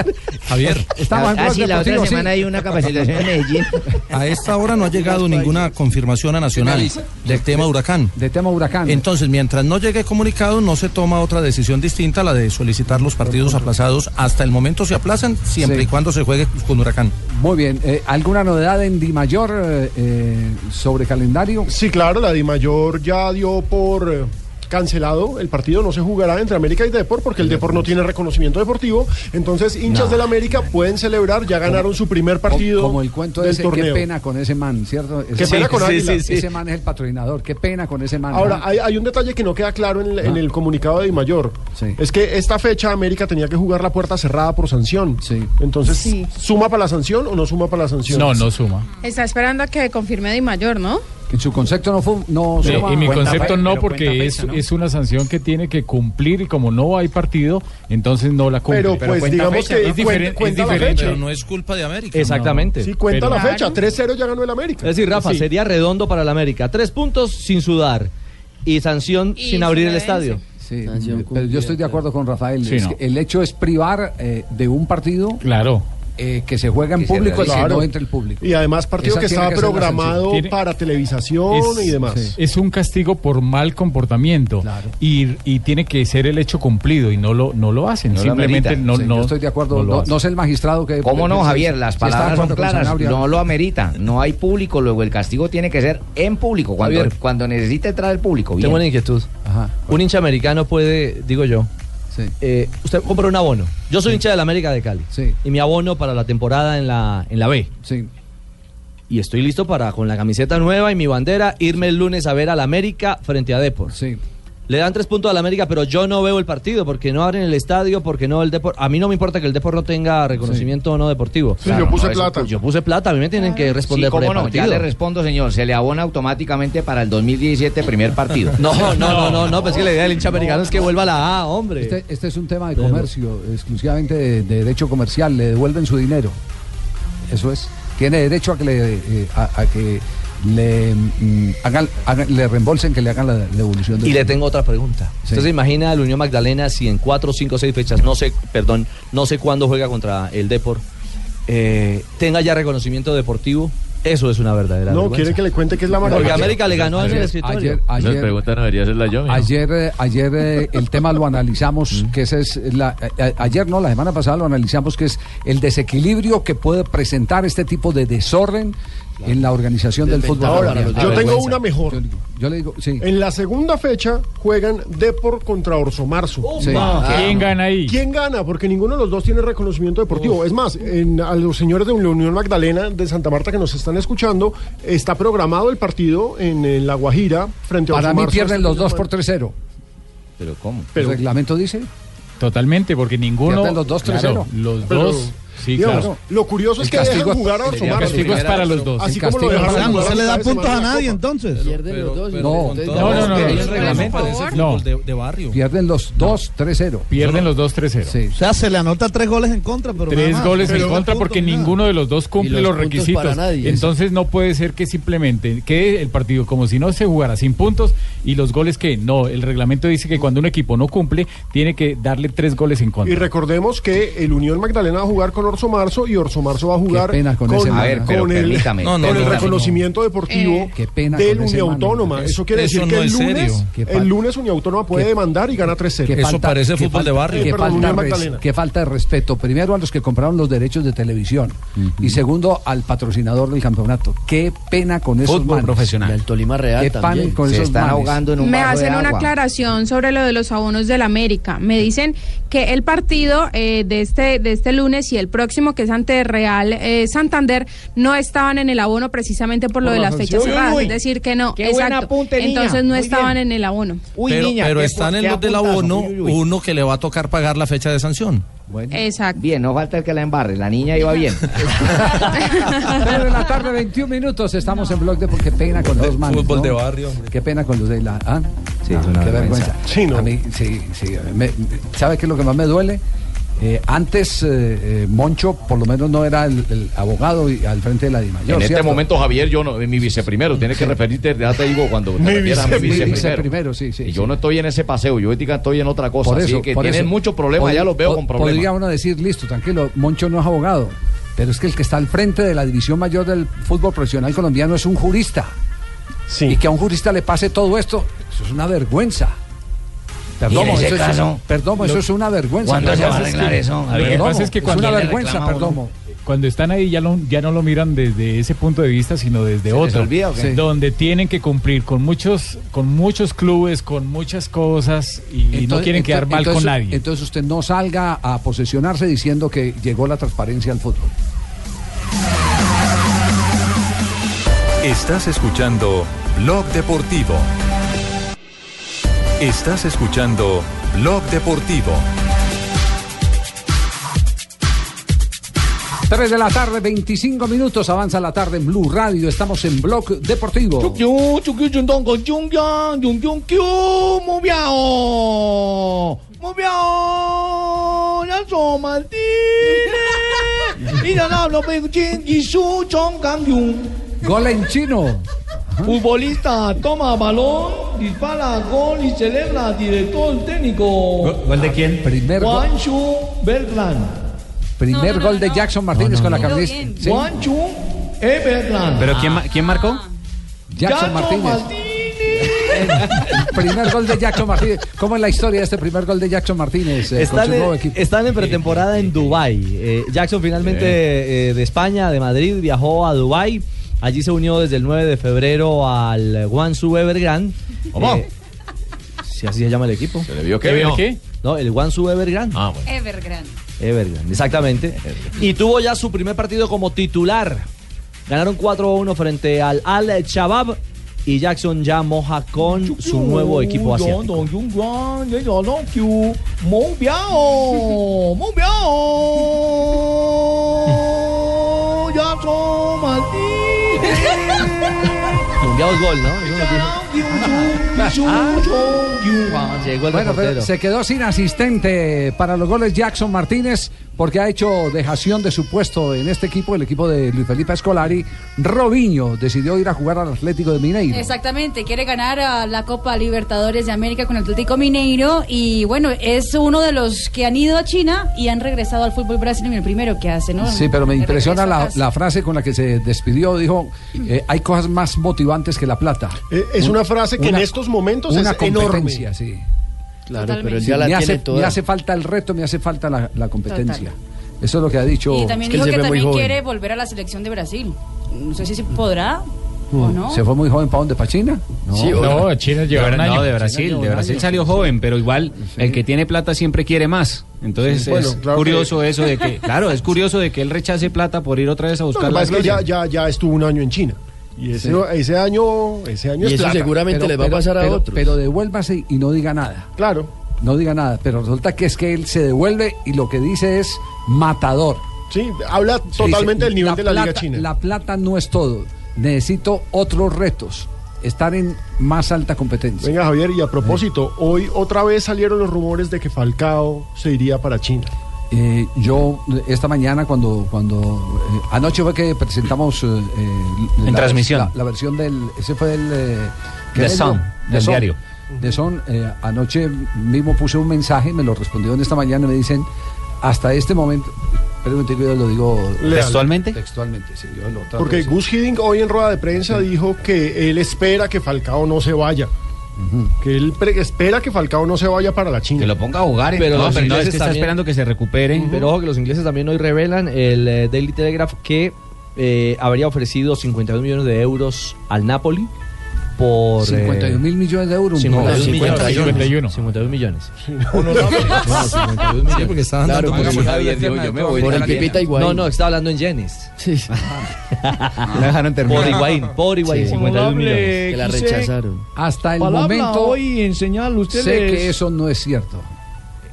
Speaker 14: Javier.
Speaker 1: Estamos en
Speaker 14: Ah,
Speaker 1: Blog
Speaker 14: sí, la otra
Speaker 1: Deportivo,
Speaker 14: semana
Speaker 6: hay una capacitación en Medellín.
Speaker 14: A esta hora no ha llegado ninguna confirmación a Nacional del tema huracán.
Speaker 1: De tema huracán.
Speaker 14: Entonces, mientras no llegue comunicado, no se toma otra decisión distinta a la de solicitar los partidos aplazados. Hasta el momento se aplazan siempre
Speaker 1: Sí.
Speaker 14: y cuando se juegue con huracán.
Speaker 1: Muy bien, eh, ¿alguna novedad en Di Mayor eh, eh, sobre calendario?
Speaker 2: Sí, claro, la Dimayor ya dio por eh, cancelado el partido, no se jugará entre América y Depor porque el Depor no tiene reconocimiento deportivo, entonces hinchas
Speaker 1: No.
Speaker 2: del América pueden celebrar, ya ganaron su primer partido
Speaker 1: eh, Como el cuento
Speaker 2: del
Speaker 1: ese, qué
Speaker 2: torneo.
Speaker 1: pena con ese man, ¿cierto? Ese
Speaker 2: pena
Speaker 1: man-
Speaker 2: con Águila.
Speaker 1: ese- Ese man es el patrocinador, qué pena con ese man.
Speaker 2: Ahora, hay, hay un detalle que no queda claro en el,
Speaker 1: Ah.
Speaker 2: en el comunicado de Di Mayor. Es que esta fecha América tenía que jugar la puerta cerrada por sanción. Entonces,
Speaker 22: Sí.
Speaker 2: ¿suma para la sanción o no suma para la sanción?
Speaker 13: No, no suma.
Speaker 22: Está esperando a que confirme Di Mayor, ¿no?
Speaker 1: En su concepto no fue, no
Speaker 13: Sí,
Speaker 1: suma-
Speaker 13: y mi
Speaker 1: Cuenta
Speaker 13: concepto
Speaker 1: fe-
Speaker 13: no,
Speaker 1: pero cuenta
Speaker 13: porque
Speaker 1: fecha,
Speaker 13: es,
Speaker 1: ¿no?
Speaker 13: es una sanción que tiene que cumplir y como no hay partido, entonces no la cumple.
Speaker 2: Pero, pues digamos que
Speaker 13: es diferente.
Speaker 2: cuenta, cuenta la fecha.
Speaker 14: no es culpa de América.
Speaker 7: Exactamente.
Speaker 2: Sí, cuenta la
Speaker 7: Pero-
Speaker 2: fecha. 3-0 ya ganó el América.
Speaker 7: Es decir, Rafa,
Speaker 2: Sí.
Speaker 7: sería redondo para la América. Tres puntos sin sudar y sanción sin abrir el estadio.
Speaker 2: Ah,
Speaker 1: Sí, pero yo estoy de acuerdo con Rafael.
Speaker 7: Sí,
Speaker 1: es
Speaker 7: no.
Speaker 1: que El hecho es privar eh, de un partido
Speaker 13: Claro.
Speaker 1: eh, que se juega en
Speaker 13: Que se
Speaker 1: público y que
Speaker 13: realice.
Speaker 1: no entre el público.
Speaker 2: Y además partido
Speaker 1: Esa
Speaker 2: que
Speaker 1: tiene
Speaker 2: estaba
Speaker 1: ser la sanción.
Speaker 2: programado para televisación y demás.
Speaker 13: sí, es un castigo por mal comportamiento y, y tiene que ser el hecho cumplido y no lo, no lo hacen.
Speaker 1: No lo
Speaker 13: Simplemente
Speaker 1: ameritan.
Speaker 13: no,
Speaker 1: Sí,
Speaker 13: no.
Speaker 1: yo estoy de acuerdo.
Speaker 13: no
Speaker 1: No,
Speaker 13: lo hacen.
Speaker 1: no sé el magistrado que.
Speaker 6: ¿Cómo no,
Speaker 1: que-
Speaker 6: Javier? Las
Speaker 1: si está de
Speaker 6: palabras son
Speaker 1: acuerdo con
Speaker 6: claras.
Speaker 1: Sanabria.
Speaker 6: No lo amerita. No hay público. Luego el castigo tiene que ser en público. Cuando,
Speaker 7: Javier.
Speaker 6: cuando necesite entrar el público.
Speaker 7: Tengo una
Speaker 6: Bien.
Speaker 7: inquietud. Un hincha americano puede, digo yo, eh, usted compra un abono. Yo soy hincha del América de Cali. Y mi abono para la temporada en la, en la B. y estoy listo para, con la camiseta nueva y mi bandera, irme el lunes a ver al América frente a Depor.
Speaker 1: Sí.
Speaker 7: Le dan tres puntos al América, pero yo no veo el partido porque no abren el estadio, porque no el Depor. A mí no me importa que el Depor no tenga reconocimiento o no deportivo.
Speaker 6: Sí, yo puse
Speaker 7: no, eso-
Speaker 6: plata.
Speaker 7: Yo puse plata, a mí me tienen que responder
Speaker 6: Ah, Sí,
Speaker 7: por
Speaker 6: cómo
Speaker 7: el
Speaker 6: no, ya
Speaker 7: partido.
Speaker 6: le respondo, señor. Se le abona automáticamente para el 2017 primer partido.
Speaker 7: No, no, no, no, no, pues es que la idea del hincha americano es que vuelva a la A, hombre.
Speaker 1: Este, este es un tema de comercio, exclusivamente de, de derecho comercial. Le devuelven su dinero. Eso es. Tiene derecho a que le, eh, a, a que le, mm, hagan- hagan- le reembolsen, que le hagan la devolución. del
Speaker 7: Y le
Speaker 1: dinero.
Speaker 7: tengo otra pregunta. ¿Usted se imagina a la Unión Magdalena si en 4, 5, 6 fechas, no sé, perdón, no sé cuándo juega contra el Depor, eh, tenga ya reconocimiento deportivo? Eso es una verdadera
Speaker 2: No,
Speaker 7: vergüenza.
Speaker 2: quiere que le cuente que es la
Speaker 7: Porque
Speaker 2: maravilla.
Speaker 7: América le ganó en el escritorio.
Speaker 1: Ayer, ayer-
Speaker 23: Esa pregunta no debería ser la yo. mijo.
Speaker 1: Ayer, eh, ayer eh, el tema lo
Speaker 9: Mm.
Speaker 1: analizamos, que ese es la, a- a- ayer no, la semana pasada lo analizamos, que es el desequilibrio que puede presentar este tipo de desorden en la organización del fútbol.
Speaker 2: Ahora,
Speaker 1: colombiano.
Speaker 2: yo tengo una mejor.
Speaker 1: Yo le digo, sí.
Speaker 2: En la segunda fecha juegan Depor contra Orso Marzo.
Speaker 1: Sí. Ah. ¿Quién gana ahí?
Speaker 2: ¿Quién gana? Porque ninguno de los dos tiene reconocimiento deportivo. Es más, en- a los señores de la Unión Magdalena de Santa Marta que nos están escuchando, está programado el partido en, eh, La Guajira frente a
Speaker 1: Para
Speaker 2: Orso
Speaker 1: mí
Speaker 2: Marzo.
Speaker 1: pierden los dos por 3-0.
Speaker 23: Pero ¿cómo?
Speaker 1: ¿El reglamento dice?
Speaker 13: Totalmente, porque ninguno.
Speaker 1: Pierden los dos 3-0.
Speaker 13: Claro, Los
Speaker 1: Pero,
Speaker 13: dos. Sí,
Speaker 2: digamos,
Speaker 13: claro.
Speaker 2: Lo curioso es
Speaker 13: El
Speaker 2: que
Speaker 13: castigo
Speaker 2: dejan
Speaker 13: es-
Speaker 2: jugar a Orso
Speaker 13: sería
Speaker 2: Marzo.
Speaker 13: castigo es para los
Speaker 9: Pues
Speaker 13: dos.
Speaker 2: Así
Speaker 13: El
Speaker 2: como lo
Speaker 13: castigo
Speaker 2: dejaron
Speaker 13: es para
Speaker 2: jugar
Speaker 13: los
Speaker 2: la
Speaker 13: dos.
Speaker 2: semana de la Copa.
Speaker 9: entonces. Pierden los dos.
Speaker 1: No,
Speaker 9: con
Speaker 1: no, no,
Speaker 9: todo
Speaker 1: no,
Speaker 9: respeto.
Speaker 1: no.
Speaker 9: El reglamento parece fútbol de- de barrio.
Speaker 1: Pierden los dos 3-0.
Speaker 13: Pierden los dos 3-0.
Speaker 1: Sí.
Speaker 9: O sea, se le anota tres goles en contra, pero nada
Speaker 13: Tres
Speaker 9: más.
Speaker 13: goles
Speaker 9: Pero
Speaker 13: en contra
Speaker 9: punto,
Speaker 13: porque
Speaker 9: nada.
Speaker 13: ninguno de los dos cumple
Speaker 9: Y los
Speaker 13: los,
Speaker 9: puntos
Speaker 13: requisitos.
Speaker 9: para nadie.
Speaker 13: Entonces no puede ser que simplemente quede el partido como si no se jugara sin puntos y los goles que no. El reglamento dice que cuando un equipo no cumple tiene que darle tres goles en
Speaker 2: Y
Speaker 13: contra.
Speaker 2: recordemos que el Unión Magdalena va a jugar con Orso Marzo y Orso Marzo va a jugar
Speaker 13: Qué pena con ese man. A ver, pero
Speaker 2: con el,
Speaker 13: permítame,
Speaker 2: con el
Speaker 13: permítame.
Speaker 2: reconocimiento deportivo
Speaker 1: Eh, Qué pena
Speaker 2: del
Speaker 1: con ese
Speaker 2: Unión
Speaker 1: man.
Speaker 2: Autónoma.
Speaker 1: Eso-
Speaker 2: Eso quiere
Speaker 1: eso
Speaker 2: decir
Speaker 1: no
Speaker 2: que el
Speaker 1: es
Speaker 2: lunes,
Speaker 1: serio. Qué
Speaker 2: el
Speaker 1: fal-
Speaker 2: lunes Unión Autónoma puede
Speaker 1: qué-
Speaker 2: demandar y gana 3-0.
Speaker 1: Qué falta- qué falta-
Speaker 2: Eh,
Speaker 1: Qué,
Speaker 2: perdón,
Speaker 1: falta,
Speaker 2: Unión
Speaker 1: res-
Speaker 2: Magdalena.
Speaker 1: qué falta de respeto, primero a los que compraron los derechos de televisión y segundo al patrocinador del campeonato. Qué pena con esos
Speaker 9: Fútbol
Speaker 1: manes.
Speaker 9: profesional. Y al Tolima Real
Speaker 1: Qué pan
Speaker 9: también.
Speaker 1: con
Speaker 9: Se
Speaker 1: esos
Speaker 9: están
Speaker 1: manes.
Speaker 9: ahogando
Speaker 22: Me hacen una aclaración sobre lo de los abonos del América. Me dicen que el partido eh, de este de este lunes y el próximo, que es ante Real eh, Santander, no estaban en el abono precisamente por, lo
Speaker 9: Por
Speaker 22: de
Speaker 9: la
Speaker 22: las fechas
Speaker 9: sanción.
Speaker 22: cerradas.
Speaker 9: Uy,
Speaker 22: Es decir, que no.
Speaker 9: qué buen
Speaker 22: exacto.
Speaker 9: apunte, niña.
Speaker 22: Entonces no
Speaker 9: Muy
Speaker 22: estaban
Speaker 9: bien.
Speaker 22: en el abono.
Speaker 14: pero pero están en los del abono uno que le va a tocar pagar la fecha de sanción.
Speaker 22: Exacto.
Speaker 6: Bien, no falta el que la embarre. La niña iba bien.
Speaker 1: Tres de la tarde, 21 minutos, estamos en Blog de porque pena con los manos.
Speaker 9: Fútbol
Speaker 1: ¿no?
Speaker 9: de barrio, hombre.
Speaker 1: Qué pena con los de la. ¿ah? Ah,
Speaker 9: es una
Speaker 1: qué
Speaker 9: vergüenza.
Speaker 1: vergüenza. A mí, sí, sí. me- ¿Sabe qué es lo que más me duele? Eh, antes, eh, eh, Moncho, por lo menos, no era el, el abogado y- al frente de la DIMAYOR.
Speaker 23: en este
Speaker 1: ¿cierto?
Speaker 23: momento, Javier, yo no, mi viceprimero, tienes que referirte, ya te digo cuando te
Speaker 1: Mi
Speaker 23: refieras a mi
Speaker 1: vice- mi
Speaker 23: viceprimero.
Speaker 1: viceprimero, sí, sí,
Speaker 23: Y yo no estoy en ese paseo, yo ética estoy en otra cosa.
Speaker 1: Por eso,
Speaker 23: así que
Speaker 1: por
Speaker 23: tienen
Speaker 1: eso.
Speaker 23: muchos problemas,
Speaker 1: Pod-
Speaker 23: ya los veo
Speaker 1: pod-
Speaker 23: con problemas.
Speaker 1: Podría uno decir, listo, tranquilo, Moncho no es abogado, pero es que el que está al frente de la división mayor del fútbol profesional colombiano es un jurista. Y que a un jurista le pase todo esto, eso es una vergüenza.
Speaker 6: Y en
Speaker 1: Perdomo,
Speaker 6: ese
Speaker 1: eso, es-
Speaker 6: caso,
Speaker 1: Perdomo, eso
Speaker 13: lo-
Speaker 1: es una vergüenza.
Speaker 13: ¿Cuándo
Speaker 1: Lo
Speaker 13: se
Speaker 1: que
Speaker 13: va a
Speaker 1: pasa es
Speaker 13: arreglar
Speaker 1: que-
Speaker 13: eso, Javier?
Speaker 1: Lo que pasa es que
Speaker 13: ¿A
Speaker 1: cuando- es
Speaker 13: quién
Speaker 1: una
Speaker 13: le
Speaker 1: vergüenza,
Speaker 13: reclama uno?
Speaker 1: Perdomo.
Speaker 13: Cuando están ahí ya, lo- ya no lo miran desde ese punto de vista, sino desde
Speaker 23: les
Speaker 13: otro,
Speaker 23: olvida o qué?
Speaker 13: Sí. donde tienen que cumplir con muchos, con muchos clubes, con muchas cosas y, y no
Speaker 1: Entonces-
Speaker 13: quieren
Speaker 1: ento-
Speaker 13: quedar mal
Speaker 1: entonces-
Speaker 13: con nadie.
Speaker 1: Entonces usted no salga a posesionarse diciendo que llegó la transparencia al fútbol.
Speaker 18: Estás escuchando Blog Deportivo. Estás escuchando Blog Deportivo.
Speaker 1: 3 de la tarde, 25 minutos, avanza la tarde en Blue Radio, estamos en Blog Deportivo.
Speaker 19: Yo, chucu, chundongo, chungyang, yungyong, kyu, mubiao. Mubiao, Nelson Martínez. Mira, hablo, Peguchín, Gisú, Chongang, Yung.
Speaker 1: Gol en chino.
Speaker 19: Futbolista toma balón, dispara gol y celebra director técnico.
Speaker 1: ¿Gol de quién? Primer, go-
Speaker 19: Juancho Bertrand.
Speaker 1: primer gol de Jackson Martínez con la camiseta. ¿sí?
Speaker 19: Juancho E. Bertrand.
Speaker 1: marcó? Jackson
Speaker 19: Jackson
Speaker 1: Martínez. primer gol de Jackson Martínez. ¿Cómo es la historia de este primer gol de Jackson Martínez? eh, con
Speaker 7: Están
Speaker 1: su
Speaker 7: en,
Speaker 1: nuevo equipo?
Speaker 7: están en pretemporada en Dubái. Eh, Jackson finalmente eh, de España, de Madrid, viajó a Dubái. Allí se unió desde el 9 de febrero al Guangzhou Evergrande.
Speaker 19: ¿Cómo?
Speaker 7: Eh, si así se llama el equipo. ¿Se
Speaker 19: le vio qué, vio?
Speaker 7: qué? No, el Guangzhou Evergrande. Ah, bueno.
Speaker 10: Evergrande.
Speaker 7: Evergrande, exactamente. Y tuvo ya su primer partido como titular. Ganaron 4-1 frente al Al Shabab y Jackson ya moja con su nuevo equipo asiático. Mundial gol, ¿no? Eso nos dijo.
Speaker 1: Ah.
Speaker 7: Llegó el
Speaker 1: Bueno, pero
Speaker 7: reportero.
Speaker 1: se quedó sin asistente para los goles Jackson Martínez porque ha hecho dejación de su puesto en este equipo, el equipo de Luis Felipe Escolari. Robinho decidió ir a jugar al Atlético de Mineiro.
Speaker 10: Exactamente, quiere ganar a la Copa Libertadores de América con Atlético Mineiro y bueno, es uno de los que han ido a China y han regresado al fútbol brasileño, el primero que hace, ¿no?
Speaker 1: Sí, pero me
Speaker 10: De
Speaker 1: impresiona
Speaker 10: regreso a
Speaker 1: la,
Speaker 10: casa.
Speaker 1: la frase con la que se despidió. Dijo, eh, hay cosas más motivantes que la plata.
Speaker 2: Eh, es una frase que en estos momentos
Speaker 1: una
Speaker 2: es enorme.
Speaker 1: competencia, sí.
Speaker 13: Claro, Totalmente. pero él ya la
Speaker 1: me
Speaker 13: tiene
Speaker 1: hace,
Speaker 13: toda.
Speaker 1: me hace falta el reto, me hace falta la, la competencia. Eso es lo que ha dicho.
Speaker 10: Y también dijo que también quiere volver a la selección de Brasil. No sé si se podrá o no.
Speaker 1: ¿Se fue muy joven para dónde? ¿Para China?
Speaker 24: Sí,
Speaker 1: no,
Speaker 24: no, China
Speaker 1: lleva un año.
Speaker 24: No, de
Speaker 1: China
Speaker 24: Brasil,
Speaker 1: lleva
Speaker 24: de
Speaker 1: un
Speaker 24: Brasil
Speaker 1: año,
Speaker 24: salió joven, pero igual el que tiene plata siempre quiere más. Entonces
Speaker 2: Sí, bueno,
Speaker 24: es
Speaker 2: claro
Speaker 24: curioso
Speaker 2: que-
Speaker 24: eso de que, claro, es curioso de que él rechace plata por ir otra vez a
Speaker 2: Lo
Speaker 24: buscar
Speaker 2: que
Speaker 24: la
Speaker 2: pasa es que
Speaker 24: gloria.
Speaker 2: ya, ya, ya estuvo un año en China. Y ese,
Speaker 24: Sí.
Speaker 2: ese año, ese año
Speaker 1: años
Speaker 2: es
Speaker 1: plata.
Speaker 2: plata.
Speaker 1: Pero-
Speaker 2: Pero-
Speaker 1: pero-
Speaker 2: pero-
Speaker 1: pero-
Speaker 2: pero-
Speaker 1: Pero devuélvase y no diga nada.
Speaker 2: Claro.
Speaker 1: No diga nada, pero resulta que es que él se devuelve y lo que dice es matador.
Speaker 2: Sí, habla totalmente del nivel de la liga
Speaker 1: plata-
Speaker 2: china.
Speaker 1: La plata no es todo. Necesito otros retos. Estar en más alta competencia.
Speaker 2: Venga, Javier, y a propósito, hoy otra vez salieron los rumores de que Falcao se iría para China.
Speaker 1: Eh, yo eh, esta mañana cuando cuando eh, anoche fue que presentamos eh, eh,
Speaker 24: En transmisión.
Speaker 1: la, la versión del ese fue el eh,
Speaker 24: The
Speaker 1: ¿qué medio?
Speaker 24: Sun,
Speaker 1: The
Speaker 24: del
Speaker 1: Sun.
Speaker 24: diario.
Speaker 1: The Sun, eh, anoche mismo puse un mensaje me lo respondieron esta mañana y me dicen hasta este momento pero yo lo digo
Speaker 2: ¿Textualmente?
Speaker 1: textualmente sí yo lo trato
Speaker 2: Porque
Speaker 1: de decir.
Speaker 2: Gus Hiddink hoy en rueda de prensa dijo que él espera que Falcao no se vaya. Que él pre- espera que Falcao no se vaya para la China. Que lo
Speaker 24: ponga a jugar.
Speaker 7: Pero
Speaker 24: no,
Speaker 7: los
Speaker 24: pero no, es
Speaker 7: ingleses
Speaker 24: que está
Speaker 7: también-
Speaker 24: esperando que se recupere.
Speaker 7: Pero ojo que los ingleses también hoy revelan el eh, Daily Telegraph que eh, habría ofrecido 52 millones de euros al Napoli por... eh,
Speaker 1: 51 mil millones de euros un
Speaker 7: 51
Speaker 1: poco. 51.
Speaker 7: millones. 51 millones.
Speaker 1: No, 52 millones.
Speaker 7: Sí, porque estaban
Speaker 1: Claro,
Speaker 7: dando
Speaker 1: porque
Speaker 7: como
Speaker 1: sí.
Speaker 7: Javier,
Speaker 1: Javier,
Speaker 7: digo,
Speaker 1: digo,
Speaker 7: yo me
Speaker 1: todo.
Speaker 7: voy
Speaker 1: Por
Speaker 7: de
Speaker 1: el
Speaker 7: la
Speaker 1: Pipita
Speaker 7: China.
Speaker 1: Higuaín.
Speaker 7: No, no, estaba hablando en yenes. Sí.
Speaker 24: La dejaron terminar.
Speaker 7: Por Higuaín, por Higuaín,
Speaker 24: Sí.
Speaker 7: 52
Speaker 24: Honorable,
Speaker 7: millones.
Speaker 24: Que la quise- rechazaron.
Speaker 1: hasta el
Speaker 24: Palabra
Speaker 1: momento
Speaker 24: hoy enseñarle ustedes-
Speaker 1: sé que eso no es cierto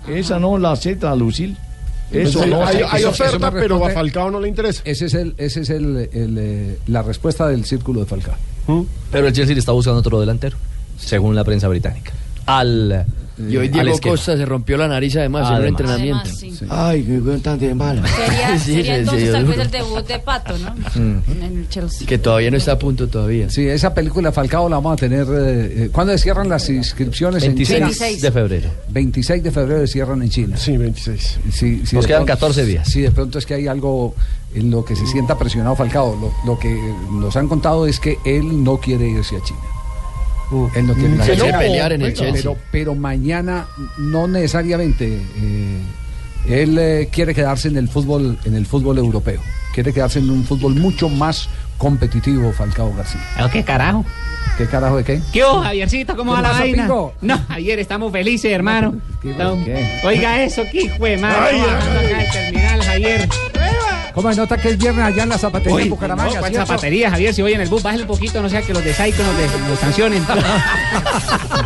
Speaker 24: Esa no la sé traducir.
Speaker 1: Entonces,
Speaker 2: hay-
Speaker 1: Pues eso-
Speaker 2: hay
Speaker 1: eso
Speaker 2: oferta,
Speaker 1: me
Speaker 2: pero
Speaker 1: responde-
Speaker 2: a Falcao no le interesa.
Speaker 1: Ese es el, ese es el, el, eh, la respuesta del círculo de Falcao.
Speaker 7: Pero el Chelsea le está buscando otro delantero, según la prensa británica. Al.
Speaker 13: Y
Speaker 24: Eh,
Speaker 13: hoy
Speaker 7: al
Speaker 13: Diego
Speaker 7: esquema.
Speaker 13: Costa se rompió la nariz además, en un
Speaker 7: Además.
Speaker 13: entrenamiento.
Speaker 10: Además, sí.
Speaker 13: Ay, qué buen tan de malo.
Speaker 10: Sería,
Speaker 13: Sí,
Speaker 10: sería
Speaker 13: sí,
Speaker 10: entonces
Speaker 13: sí,
Speaker 10: tal vez
Speaker 13: duro.
Speaker 10: el debut de Pato, ¿no? En el Chelsea.
Speaker 13: Que todavía no está a punto todavía.
Speaker 1: Sí, esa película Falcao la vamos a tener. eh, eh, ¿Cuándo cierran las inscripciones en China?
Speaker 7: 26 de febrero.
Speaker 1: 26 de febrero cierran en China.
Speaker 2: Sí, 26.
Speaker 7: Nos quedan 14 días.
Speaker 1: Sí, de pronto es que hay algo en lo que se sienta presionado Falcao. Lo, lo que nos han contado es que él no quiere irse a China. Él no quiere
Speaker 13: Mm. Se
Speaker 1: irse a
Speaker 13: quiere
Speaker 1: China.
Speaker 13: pelear en el
Speaker 1: Uh. Pero-
Speaker 13: Chelsea.
Speaker 1: Pero, pero mañana no necesariamente. eh, él eh, quiere quedarse en el fútbol, en el fútbol europeo. Quiere quedarse en un fútbol mucho más competitivo, Falcao García.
Speaker 25: ¿Qué carajo?
Speaker 1: ¿Qué carajo de qué?
Speaker 25: ¿Qué hubo, Javiercito? ¿Cómo
Speaker 1: ¿Qué
Speaker 25: va la
Speaker 1: pasó,
Speaker 25: vaina?
Speaker 1: Pingo?
Speaker 25: No, Javier, estamos felices, hermano. Estamos-
Speaker 1: ¿Qué?
Speaker 25: Oiga eso, qué hijo de madre.
Speaker 1: Ay,
Speaker 25: ¿Cómo bajando acá al terminal, Javier.
Speaker 1: ¿Cómo se nota que es viernes allá en la zapatería
Speaker 25: Uy,
Speaker 1: en
Speaker 25: no,
Speaker 1: Bucaramanga?
Speaker 25: ¿cuál
Speaker 1: ¿cierto?
Speaker 25: zapatería, Javier? Si voy en el bus, bájale un poquito, no sea que los de Saico nos, de- nos sancionen. ¿Cómo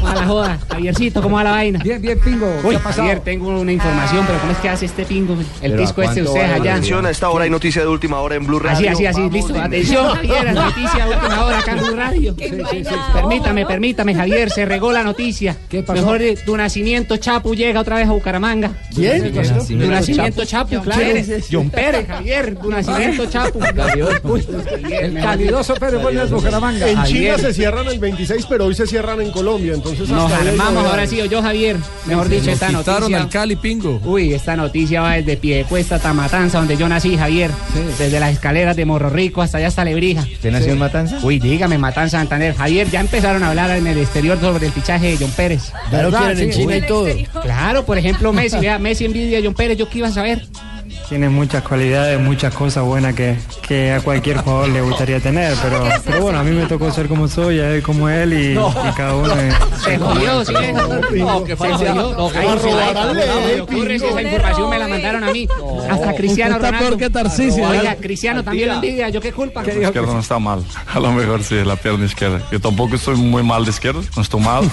Speaker 25: va la joda? Javiercito, ¿cómo va la vaina?
Speaker 1: Bien, bien, Pingo.
Speaker 25: Uy,
Speaker 19: ha pasado?
Speaker 25: Javier, tengo una información, pero ¿cómo es que hace este Pingo? El
Speaker 19: Pero ¿a
Speaker 25: pisco este,
Speaker 19: cuánto
Speaker 25: usted
Speaker 19: va la
Speaker 25: allá.
Speaker 19: Atención, a esta hora hay noticia de última hora en Blue Radio.
Speaker 25: Así, así, así,
Speaker 19: Vamos,
Speaker 25: listo.
Speaker 19: dime.
Speaker 25: Atención, Javier, las noticias de última hora acá en Blue Radio. Permítame, permítame, Javier, se regó la noticia. Mejor eh, tu nacimiento Chapu llega otra vez a Bucaramanga.
Speaker 13: ¿Quién?
Speaker 25: Tu nacimiento Chapu,
Speaker 13: John
Speaker 25: claro.
Speaker 13: Pérez.
Speaker 25: John Pérez, Javier, tu nacimiento Chapu.
Speaker 2: El
Speaker 1: calidoso Pérez vuelve a Bucaramanga.
Speaker 2: En China
Speaker 25: Javier.
Speaker 2: se cierran el 26, pero hoy se cierran en Colombia. Entonces
Speaker 25: Nos
Speaker 2: hasta ahí
Speaker 25: armamos
Speaker 2: no-
Speaker 25: ahora sí, o yo Javier. Mejor
Speaker 2: Sí,
Speaker 25: dicho,
Speaker 2: nos
Speaker 25: esta
Speaker 2: quitaron
Speaker 25: noticia.
Speaker 2: al
Speaker 25: Cali Pingo. Uy, esta noticia va desde Piedecuesta hasta Matanza, donde yo nací, Javier. Desde las escaleras de Morro Rico hasta allá hasta Lebrija.
Speaker 24: ¿Usted nació en Matanza?
Speaker 25: Uy, dígame, Matanza Santander. Javier, ya empezaron a hablar en el exterior sobre el fichaje de John Pérez.
Speaker 13: Ya lo ¿Verdad? quieren en Sí, China en y el todo. exterior.
Speaker 25: Claro, por ejemplo, Messi. Vea, Messi envidia a John Pérez. ¿Yo qué iba a saber?
Speaker 3: Tiene muchas cualidades, muchas cosas buenas que, que a cualquier jugador le gustaría tener, pero, pero bueno, a mí me tocó ser como soy, a él como él y, y cada uno es...
Speaker 25: Se jodió, sí. No, que fue- se jodió. No, que Ahí sí, fue- ahí no, sí, no me ocurre que esa información me la mandaron a mí. Hasta Cristiano
Speaker 8: Usted está
Speaker 25: Ronaldo.
Speaker 8: peor que Tarcisio, ¿eh?
Speaker 25: Oiga, Cristiano también lo envidia. ¿Yo qué culpa?
Speaker 8: La izquierda no está mal. A lo mejor sí, la pierna izquierda. Yo tampoco soy muy mal de izquierda, no estoy mal,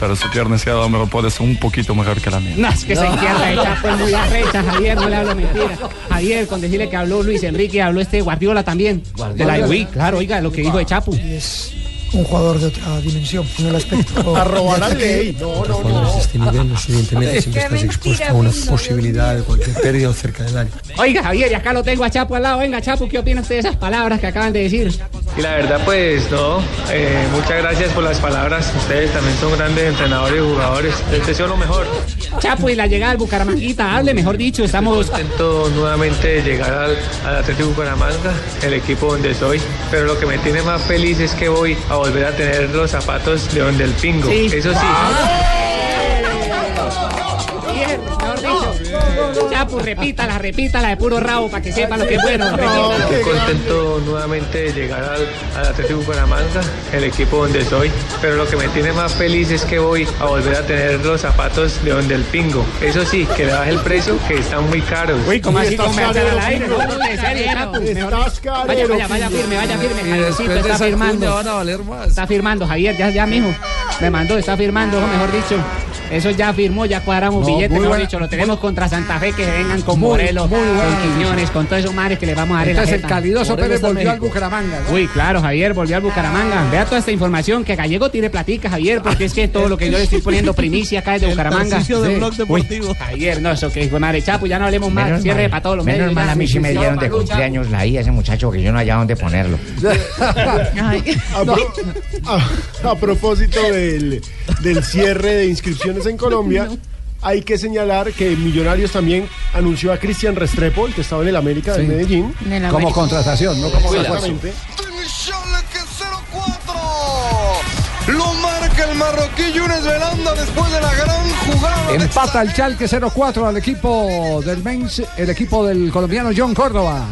Speaker 8: pero su pierna izquierda a lo mejor puede ser un poquito mejor que la mía.
Speaker 25: No, es que esa izquierda de Chapo es pues, muy arrecha, Javier, no le hablo mentira. Javier, con decirle que habló Luis Enrique, habló este Guardiola también. De la UI, claro, oiga, lo que dijo de Chapo.
Speaker 16: Es un jugador de otra dimensión en el aspecto.
Speaker 2: A robar
Speaker 16: de
Speaker 2: al
Speaker 16: ataque.
Speaker 2: ley. No, no,
Speaker 16: Cuando eres de este nivel, evidentemente siempre
Speaker 25: Qué
Speaker 16: estás expuesto
Speaker 25: mentira,
Speaker 16: a una
Speaker 25: Pino,
Speaker 16: posibilidad de cualquier pérdida o cerca del área.
Speaker 25: Oiga, Javier, y acá lo tengo a Chapo al lado. Venga, Chapo, ¿qué opina usted de esas palabras que acaban de decir?
Speaker 26: Y la verdad, pues no, eh, muchas gracias por las palabras. Ustedes también son grandes entrenadores y jugadores. Les deseo lo mejor.
Speaker 25: Chapo y la llegada del Bucaramanguita, hable, mejor dicho, estamos...
Speaker 26: Intento nuevamente de llegar al, al Atlético Bucaramanga, el equipo donde soy. Pero lo que me tiene más feliz es que voy a volver a tener los zapatos de donde el pingo. Eso sí.
Speaker 25: Bien, mejor dicho. Chapo, repítala, repítala de puro rabo para que sepa lo que es bueno. repítala.
Speaker 26: Muy contento nuevamente de llegar al, al Atlético Bucaramanga, el equipo donde soy. Pero lo que me tiene más feliz es que voy a volver a tener los zapatos de donde el pingo. Eso sí, que le baje el precio, que están muy caros.
Speaker 25: Uy, ¿cómo así
Speaker 2: Estás
Speaker 25: como al
Speaker 2: carero,
Speaker 25: aire?
Speaker 2: Pingo.
Speaker 25: No, de serio, Chapo. Mejor- Vaya,
Speaker 2: carero,
Speaker 25: vaya, vaya
Speaker 2: Pingo.
Speaker 25: firme, vaya firme.
Speaker 2: Y
Speaker 25: Javiercito,
Speaker 2: después de
Speaker 25: está
Speaker 2: esa
Speaker 25: firmando.
Speaker 2: cuña van a valer
Speaker 25: Está firmando, Javier, ya, ya, mijo. Me mandó, está firmando, ojo, mejor dicho. Eso ya firmó, ya cuadramos
Speaker 2: No,
Speaker 25: billetes,
Speaker 2: muy
Speaker 25: mejor
Speaker 2: buena-
Speaker 25: dicho. Lo tenemos contra Santa Fe, que se vengan con
Speaker 2: Muy,
Speaker 25: Morelos,
Speaker 2: muy buena.
Speaker 25: con Quiñones, con todos esos mares que le vamos a dar en la
Speaker 1: Entonces el
Speaker 25: jeta.
Speaker 1: calidoso
Speaker 25: Morelos
Speaker 1: Pérez
Speaker 25: está en
Speaker 1: volvió al
Speaker 25: México.
Speaker 1: Bucaramanga. ¿no?
Speaker 25: Uy, claro, Javier, volvió al Bucaramanga. Vea toda esta información que Gallego tiene platica, Javier, porque es que todo lo que yo le estoy poniendo primicia acá es de Bucaramanga.
Speaker 24: Tarcisio del Blog
Speaker 25: Deportivo. Javier, no, eso que dijo madre Chapo, ya no hablemos más.
Speaker 5: Menos
Speaker 25: Cierre
Speaker 5: mal-
Speaker 25: para todos los
Speaker 5: Menos
Speaker 25: medios.
Speaker 5: mal
Speaker 25: ya.
Speaker 5: a mí sí me
Speaker 25: Chao,
Speaker 5: dieron de
Speaker 25: Paco, chao.
Speaker 5: cumpleaños la I a ese muchacho que yo no hallaba dónde ponerlo.
Speaker 2: A, pro- a- a propósito del, del cierre de inscripciones en Colombia, hay que señalar que Millonarios también anunció a Cristian Restrepo, el que estaba en el América de
Speaker 1: Sí.
Speaker 2: Medellín.
Speaker 1: En el Como América. contratación, no como
Speaker 2: Exactamente.
Speaker 19: Lo marca el marroquí Yunes Belanda después de la gran jugada.
Speaker 1: Empata el Chalque 0-4 al equipo del Mainz, el equipo del colombiano John Córdoba.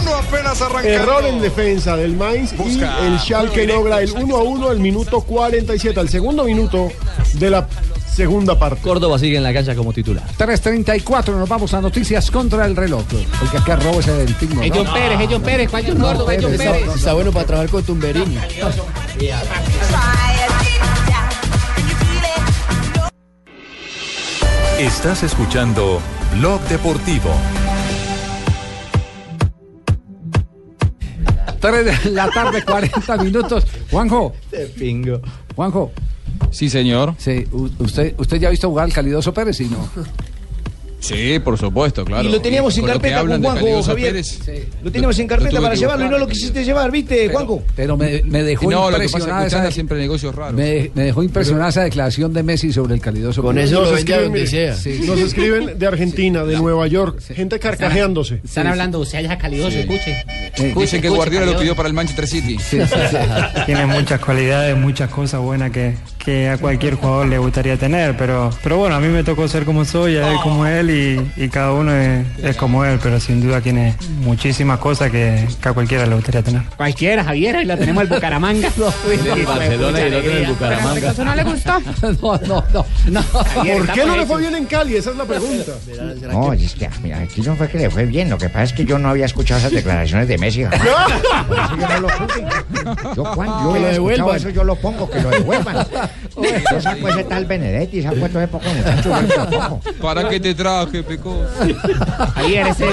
Speaker 19: Uno apenas arrancando.
Speaker 2: Error en defensa del Mainz y
Speaker 19: Busca.
Speaker 2: el Schalke logra el 1 a 1 al minuto 47, al segundo minuto de la segunda parte.
Speaker 7: Córdoba sigue en la cancha como titular.
Speaker 1: 3.34, nos vamos a noticias contra el reloj. Porque acá robo ese del Tigno.
Speaker 25: Es John Pérez, es John Pérez, ¿cuál John Córdoba? Es John
Speaker 1: Pérez.
Speaker 25: Pérez.
Speaker 13: Está bueno para trabajar con Tumberini.
Speaker 18: Estás escuchando Blog Deportivo.
Speaker 1: 3 de la tarde, 40 minutos. Juanjo.
Speaker 7: Pingo.
Speaker 1: Juanjo.
Speaker 11: Sí, señor.
Speaker 1: Sí, u- usted, usted ya ha visto jugar al Calidoso Pérez, ¿sí no?
Speaker 11: Sí, por supuesto, claro.
Speaker 6: Y lo teníamos sin
Speaker 11: Con lo que
Speaker 6: carpeta
Speaker 11: hablan
Speaker 6: con
Speaker 11: de
Speaker 6: Juanjo,
Speaker 11: Calidoso
Speaker 6: Javier.
Speaker 11: Pérez.
Speaker 6: Lo teníamos en
Speaker 11: Lo
Speaker 6: carpeta
Speaker 11: tuve
Speaker 6: para
Speaker 11: que
Speaker 6: llevarlo y no lo quisiste llevar, ¿viste, Juanjo?
Speaker 1: Pero me, me dejó
Speaker 11: No, lo que pasa es que
Speaker 1: impresionada. esa
Speaker 11: Cuchara
Speaker 1: de-
Speaker 11: siempre negocios raros.
Speaker 1: Me, me dejó impresionada esa declaración de Messi sobre el Calidoso
Speaker 2: Con
Speaker 1: Pérez.
Speaker 2: eso Nos lo vende a escriben, donde mire. sea. Nos escriben de Argentina, de Nueva York, gente carcajeándose.
Speaker 25: Están hablando, o sea, ya calidoso,
Speaker 11: Sí.
Speaker 25: escuche.
Speaker 6: Eh,
Speaker 11: Dice que
Speaker 25: escuche,
Speaker 11: Guardiola lo
Speaker 25: Calidoso.
Speaker 11: pidió para el Manchester City.
Speaker 16: Tiene muchas cualidades, muchas cosas buenas que, que a cualquier jugador le gustaría tener, pero, pero bueno, a mí me tocó ser como soy, a él como él y, y cada uno es, es como él, pero sin duda tiene muchísimas cosas que, que a cualquiera le gustaría tener.
Speaker 25: Cualquiera, Javier, ahí la tenemos al Bucaramanga.
Speaker 16: Bucaramanga.
Speaker 22: ¿Eso no le gustó?
Speaker 1: no, no, no.
Speaker 2: ¿Por qué no le fue bien en Cali? Esa es la pregunta.
Speaker 5: No, es que ah, mira, aquí no fue que le fue bien. Lo que pasa es que yo no había escuchado esas declaraciones de Messi. jamás. Yo, Juan,
Speaker 2: Que lo
Speaker 5: yo hubiera escuchado
Speaker 2: devuelvan.
Speaker 5: eso, yo lo pongo, que lo devuelvan. Yo saco ese tal Benedetti, saco a todo ese poco muchacho. yo lo pongo.
Speaker 11: ¿Para qué te traje, Pecó?
Speaker 25: Javier, ese,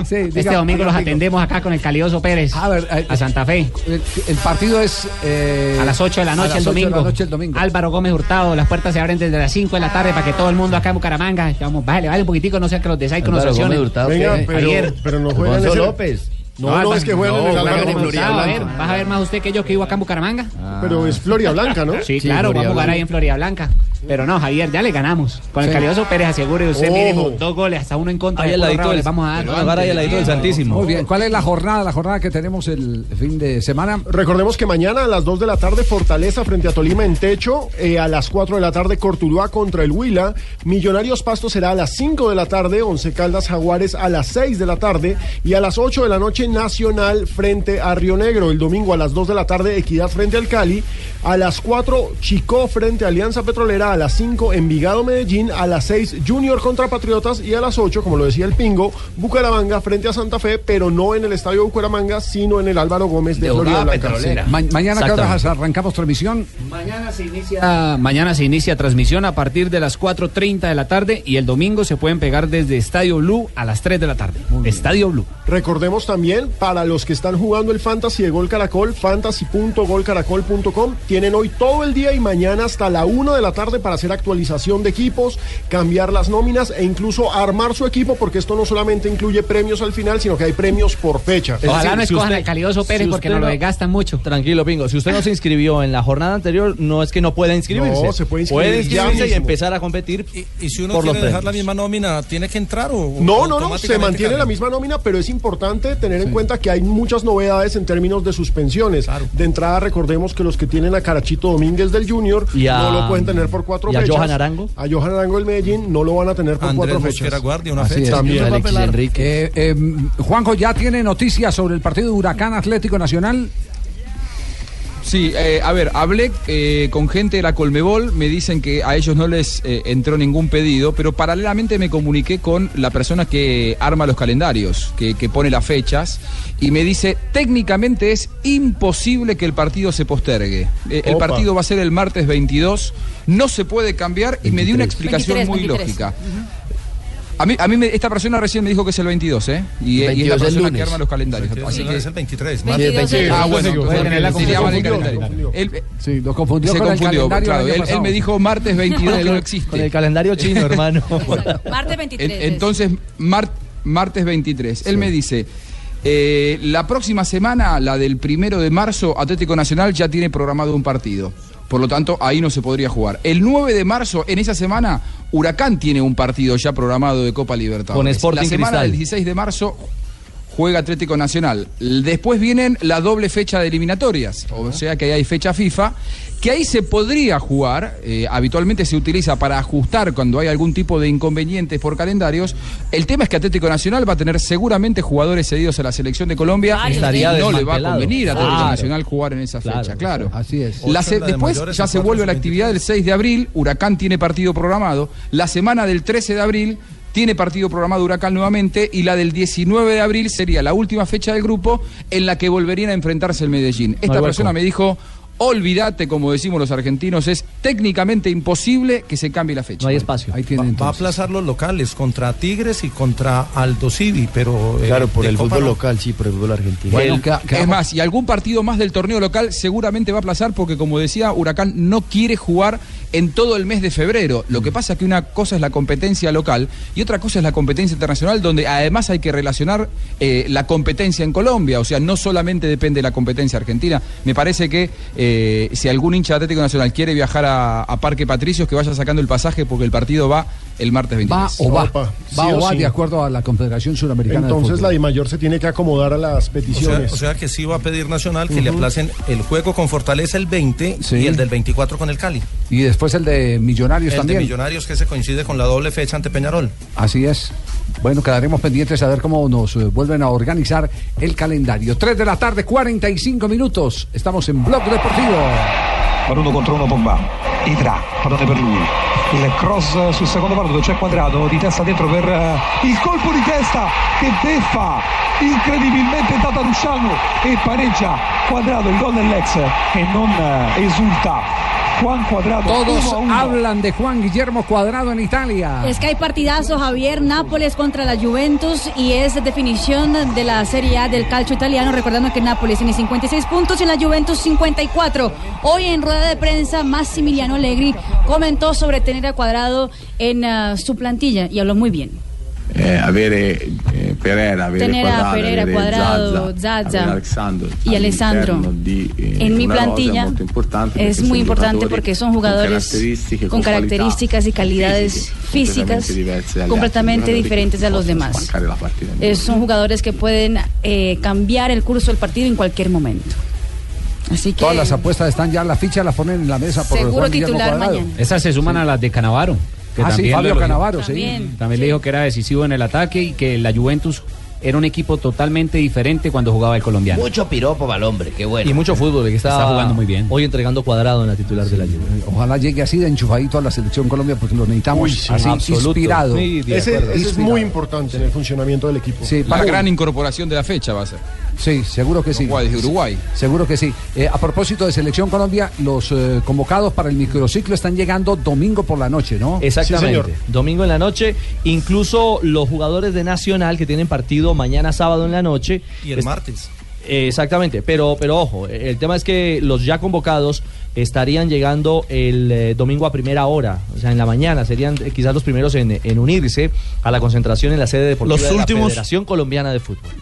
Speaker 25: este
Speaker 1: diga,
Speaker 25: domingo los
Speaker 1: diga, eh,
Speaker 25: atendemos acá con el Calidoso Pérez. A ver, a Santa Fe.
Speaker 1: El, partido es. eh,
Speaker 25: a las 8 de la
Speaker 1: a
Speaker 25: noche
Speaker 1: las
Speaker 25: el
Speaker 1: 8 de la
Speaker 25: domingo.
Speaker 1: noche
Speaker 25: Álvaro Gómez Hurtado, las puertas se abren desde las 5 de la tarde para que todo el mundo acá en Bucaramanga. ya Vamos, vale, vale un poquitico, no sea que los de con
Speaker 2: Álvaro
Speaker 25: nos
Speaker 2: Gómez
Speaker 25: sancionen.
Speaker 2: Hurtado, Venga, ¿qué? pero-
Speaker 25: Javier.
Speaker 2: pero no juegan Alfonso ese- López. No, no, es que juegan en el Álvaro
Speaker 25: Álvaro
Speaker 2: Gómez
Speaker 25: Gómez Hurtado, a ver,
Speaker 2: Blanca.
Speaker 25: ¿Vas a ver más usted que yo que vivo acá en Bucaramanga?
Speaker 2: Pero es Floria Blanca, ¿no?
Speaker 25: Sí, claro, vamos a jugar ahí en Florida Blanca. Pero no, Javier, ya le ganamos. Con el
Speaker 7: Sí.
Speaker 25: calidoso Pérez asegure usted
Speaker 2: Oh.
Speaker 7: Ojo.
Speaker 25: mínimo dos goles, hasta uno en contra.
Speaker 7: Ahí al
Speaker 25: puro
Speaker 7: ladito
Speaker 25: rabo
Speaker 7: del-
Speaker 25: le vamos a dar.
Speaker 7: pero agarra ahí al ladito del Santísimo.
Speaker 1: Muy bien, ¿cuál es la jornada? La jornada que tenemos el fin de semana.
Speaker 2: Recordemos que mañana a las 2 de la tarde Fortaleza frente a Tolima en techo, eh, a las 4 de la tarde Cortuluá contra el Huila, Millonarios Pasto será a las 5 de la tarde, Once Caldas Jaguares a las 6 de la tarde y a las 8 de la noche Nacional frente a Río Negro, el domingo a las 2 de la tarde Equidad frente al Cali, a las 4 Chicó frente a Alianza Petrolera, a las 5 Envigado Medellín, a las 6 Junior contra Patriotas y a las 8, como lo decía el Pingo, Bucaramanga frente a Santa Fe, pero no en el Estadio Bucaramanga, sino en el Álvaro Gómez de Florida Blanca. Sí.
Speaker 1: Ma- mañana, ¿qué
Speaker 24: Ah, Exactamente.
Speaker 1: horas arrancamos transmisión?
Speaker 25: Mañana se inicia.
Speaker 24: Ah, mañana se inicia transmisión a partir de las 4.30 de la tarde y el domingo se pueden pegar desde Estadio Blue a las 3 de la tarde. Estadio Blue.
Speaker 2: Recordemos también, para los que están jugando el Fantasy de Gol Caracol, fantasy.golcaracol.com, tienen hoy todo el día y mañana hasta la una de la tarde para hacer actualización de equipos, cambiar las nóminas e incluso armar su equipo, porque esto no solamente incluye premios al final, sino que hay premios por fecha.
Speaker 25: Ojalá no escojan al calidoso Pérez porque nos lo desgastan mucho.
Speaker 7: Tranquilo, Pingo. Si usted no se inscribió en la jornada anterior, no es que no pueda inscribirse.
Speaker 2: No, se puede inscribir
Speaker 7: Puede
Speaker 2: ya
Speaker 7: inscribirse y
Speaker 2: mismo.
Speaker 7: empezar a competir. Y,
Speaker 12: Si uno quiere dejar la misma nómina, ¿tiene que entrar o.?
Speaker 2: No, no, no, se mantiene la misma nómina, pero es importante tener en cuenta que hay muchas novedades en términos de suspensiones. De entrada, recordemos que los que tienen a Carachito Domínguez del Junior
Speaker 7: Y a-
Speaker 2: no lo pueden tener por cuatro
Speaker 7: y a
Speaker 2: fechas.
Speaker 7: Johan Arango.
Speaker 2: A Johan Arango del Medellín no lo van a tener por cuatro fechas.
Speaker 1: Así es.
Speaker 2: También.
Speaker 1: Eh, eh, Juanjo, ¿ya tiene noticias sobre el partido de Huracán Atlético Nacional?
Speaker 11: Sí, eh, a ver, hablé eh, con gente de la Colmebol, me dicen que a ellos no les eh, entró ningún pedido, pero paralelamente me comuniqué con la persona que arma los calendarios, que, que pone las fechas, y me dice, técnicamente es imposible que el partido se postergue. Eh, el
Speaker 14: Opa.
Speaker 11: partido va a ser el martes 22, no se puede cambiar, y me dio una explicación
Speaker 14: 23,
Speaker 11: muy
Speaker 14: 23.
Speaker 11: lógica. A mí, a mí me- esta persona recién me dijo que es el 22, ¿eh? Y, y es la
Speaker 14: 22 es
Speaker 11: persona que
Speaker 14: lunes.
Speaker 11: arma los calendarios. Así que
Speaker 14: es el 23.
Speaker 11: Sí, el 22. Ah, bueno, entonces se llama el calendario.
Speaker 1: Sí, lo confundió
Speaker 11: se
Speaker 1: con el
Speaker 11: confundió,
Speaker 1: calendario
Speaker 11: claro.
Speaker 1: del año
Speaker 11: Él, él
Speaker 1: pasado.
Speaker 11: me dijo martes 22 que no existe.
Speaker 7: Con el calendario chino, hermano.
Speaker 10: Martes
Speaker 11: En-
Speaker 10: 23. es.
Speaker 11: Entonces, mar- martes 23. Él me dice, eh, la próxima semana, la del primero de marzo, Atlético Nacional ya tiene programado un partido. Por lo tanto, ahí no se podría jugar. El 9 de marzo, en esa semana, Huracán tiene un partido ya programado de Copa Libertadores.
Speaker 7: Con Sporting
Speaker 11: La semana
Speaker 7: Cristal.
Speaker 11: del 16 de marzo juega Atlético Nacional. Después vienen la doble fecha de eliminatorias, o sea que ahí hay fecha FIFA, que ahí se podría jugar, eh, habitualmente se utiliza para ajustar cuando hay algún tipo de inconvenientes por calendarios. El tema es que Atlético Nacional va a tener seguramente jugadores cedidos a la selección de Colombia
Speaker 7: Ay,
Speaker 11: y
Speaker 1: ¿eh?
Speaker 7: estaría
Speaker 11: no le va a
Speaker 7: desmantelado.
Speaker 11: convenir a Atlético
Speaker 7: Claro.
Speaker 11: Nacional jugar en esa fecha, claro.
Speaker 1: Así es.
Speaker 11: La se- después ya se vuelve la actividad del 6 de abril, Huracán tiene partido programado, la semana del 13 de abril tiene partido programado Huracán nuevamente y la del 19 de abril sería la última fecha del grupo en la que volverían a enfrentarse el Medellín.
Speaker 14: hay
Speaker 11: Esta
Speaker 14: hueco.
Speaker 11: persona me dijo, olvídate, como decimos los argentinos, es técnicamente imposible que se cambie la fecha. No hay
Speaker 7: espacio.
Speaker 14: Va a aplazar los locales contra Tigres y contra Aldo Civi, pero. eh,
Speaker 13: Claro, por
Speaker 14: de
Speaker 13: el
Speaker 14: Copa
Speaker 13: fútbol
Speaker 14: no.
Speaker 13: local, sí, por el fútbol argentino.
Speaker 11: El- es más, y algún partido más del torneo local seguramente va a aplazar porque, como decía, Huracán no quiere jugar en todo el mes de febrero. Lo
Speaker 1: Mm.
Speaker 11: que pasa es que una cosa es la competencia local y otra cosa es la competencia internacional, donde además hay que relacionar eh, la competencia en Colombia. O sea, no solamente depende de la competencia argentina. Me parece que eh, si algún hincha de Atlético Nacional quiere viajar a, a Parque Patricios, que vaya sacando el pasaje porque el partido va el martes 23.
Speaker 1: Va o va.
Speaker 11: Opa,
Speaker 1: va
Speaker 11: sí
Speaker 1: o
Speaker 11: o
Speaker 1: va
Speaker 11: sí.
Speaker 1: de acuerdo a la Confederación Suramericana de
Speaker 2: Entonces
Speaker 1: Fútbol.
Speaker 2: la DIMAYOR se tiene que acomodar a las
Speaker 14: O sea,
Speaker 2: peticiones.
Speaker 14: o sea que sí va a pedir Nacional que le aplacen el juego con Fortaleza el 20
Speaker 1: Sí.
Speaker 14: y el del 24 con el Cali.
Speaker 1: Y después el de Millonarios
Speaker 14: el
Speaker 1: también.
Speaker 14: de Millonarios que se coincide con la doble fecha ante Peñarol.
Speaker 1: Así es. Bueno, quedaremos pendientes a ver cómo nos eh, vuelven a organizar el calendario. 3 de la tarde, 45 minutos. Estamos en Blog Deportivo.
Speaker 15: per uno contro uno Pogba Idra, pallone per lui il cross sul secondo palo dove c'è quadrato di testa dentro per eh, il colpo di testa che beffa incredibilmente data Luciano e pareggia quadrato il gol dell'ex e non eh, esulta Juan Quadrado
Speaker 1: Todos
Speaker 15: 1 a 1
Speaker 1: hablan de Juan Guillermo Cuadrado en Italia.
Speaker 10: Es que hay partidazo, Javier, Nápoles contra la Juventus y es definición de la Serie A del calcio italiano, recordando que Nápoles tiene 56 puntos y la Juventus 54. Hoy en rueda de prensa, Massimiliano Allegri comentó sobre tener a Cuadrado en ah, su plantilla y habló muy bien.
Speaker 17: eh, avere eh,
Speaker 4: Pereira, avere
Speaker 10: Tener a
Speaker 4: Quadrado,
Speaker 10: Pereira,
Speaker 4: avere
Speaker 10: Cuadrado, Zaza
Speaker 4: avere Alexandro
Speaker 10: y Alessandro.
Speaker 4: all'interno di, eh,
Speaker 10: En mi
Speaker 4: una rosa
Speaker 10: plantilla
Speaker 4: molto importante perché
Speaker 10: es
Speaker 4: sono
Speaker 10: muy importante
Speaker 4: giocatori
Speaker 10: porque son
Speaker 4: con
Speaker 10: jugadores
Speaker 4: caratteristiche,
Speaker 10: con
Speaker 4: qualità
Speaker 10: características y calidades
Speaker 4: completamente
Speaker 10: físicas
Speaker 4: diverse dalle
Speaker 10: completamente
Speaker 4: altre, giocatori che
Speaker 10: diferentes a los demás.
Speaker 4: spaccare la partita.
Speaker 10: Eh, son jugadores que pueden eh, cambiar el curso del partido en cualquier momento. Así que
Speaker 1: Todas las apuestas están ya, la ficha la ponen en la mesa por
Speaker 10: Seguro
Speaker 1: Juan Guillermo
Speaker 10: titular
Speaker 1: Cuadrado.
Speaker 10: mañana.
Speaker 24: Esas se suman a las de Canavaro. Que
Speaker 1: Ah, sí,
Speaker 24: también
Speaker 1: Fabio
Speaker 24: lo elogió.
Speaker 1: Cannavaro, sí.
Speaker 24: También, le dijo que era decisivo en el ataque y que la Juventus era un equipo totalmente diferente cuando jugaba el colombiano.
Speaker 6: Mucho piropo para el hombre, qué bueno.
Speaker 7: Y mucho fútbol, que está,
Speaker 24: Está jugando muy
Speaker 7: bien. Hoy entregando cuadrado en la titular de la Juve.
Speaker 1: Ojalá llegue así de enchufadito a la selección Colombia porque lo necesitamos
Speaker 7: Uy, sí.
Speaker 1: así
Speaker 7: Absoluto.
Speaker 1: inspirado.
Speaker 11: Sí, de
Speaker 2: Ese,
Speaker 11: acuerdo.
Speaker 2: ese es muy importante en el funcionamiento del equipo.
Speaker 1: Eh,
Speaker 11: La gran incorporación de la fecha va a ser.
Speaker 1: Sí, seguro que sí.
Speaker 11: Uruguay, de Uruguay.
Speaker 1: Seguro que sí. Eh, a propósito de Selección Colombia, los eh, convocados para el microciclo están llegando domingo por la noche, ¿no?
Speaker 7: Exactamente. Domingo en la noche, incluso los jugadores de Nacional que tienen partido mañana sábado en la noche.
Speaker 12: Y el
Speaker 7: es-
Speaker 12: martes.
Speaker 7: Eh, Exactamente, pero, pero ojo, eh, el tema es que los ya convocados estarían llegando el eh, domingo a primera hora, o sea, en la mañana, serían eh, quizás los primeros en, en unirse a la concentración en la sede deportiva
Speaker 9: Los
Speaker 7: de la
Speaker 9: últimos-
Speaker 7: Federación Colombiana de Fútbol.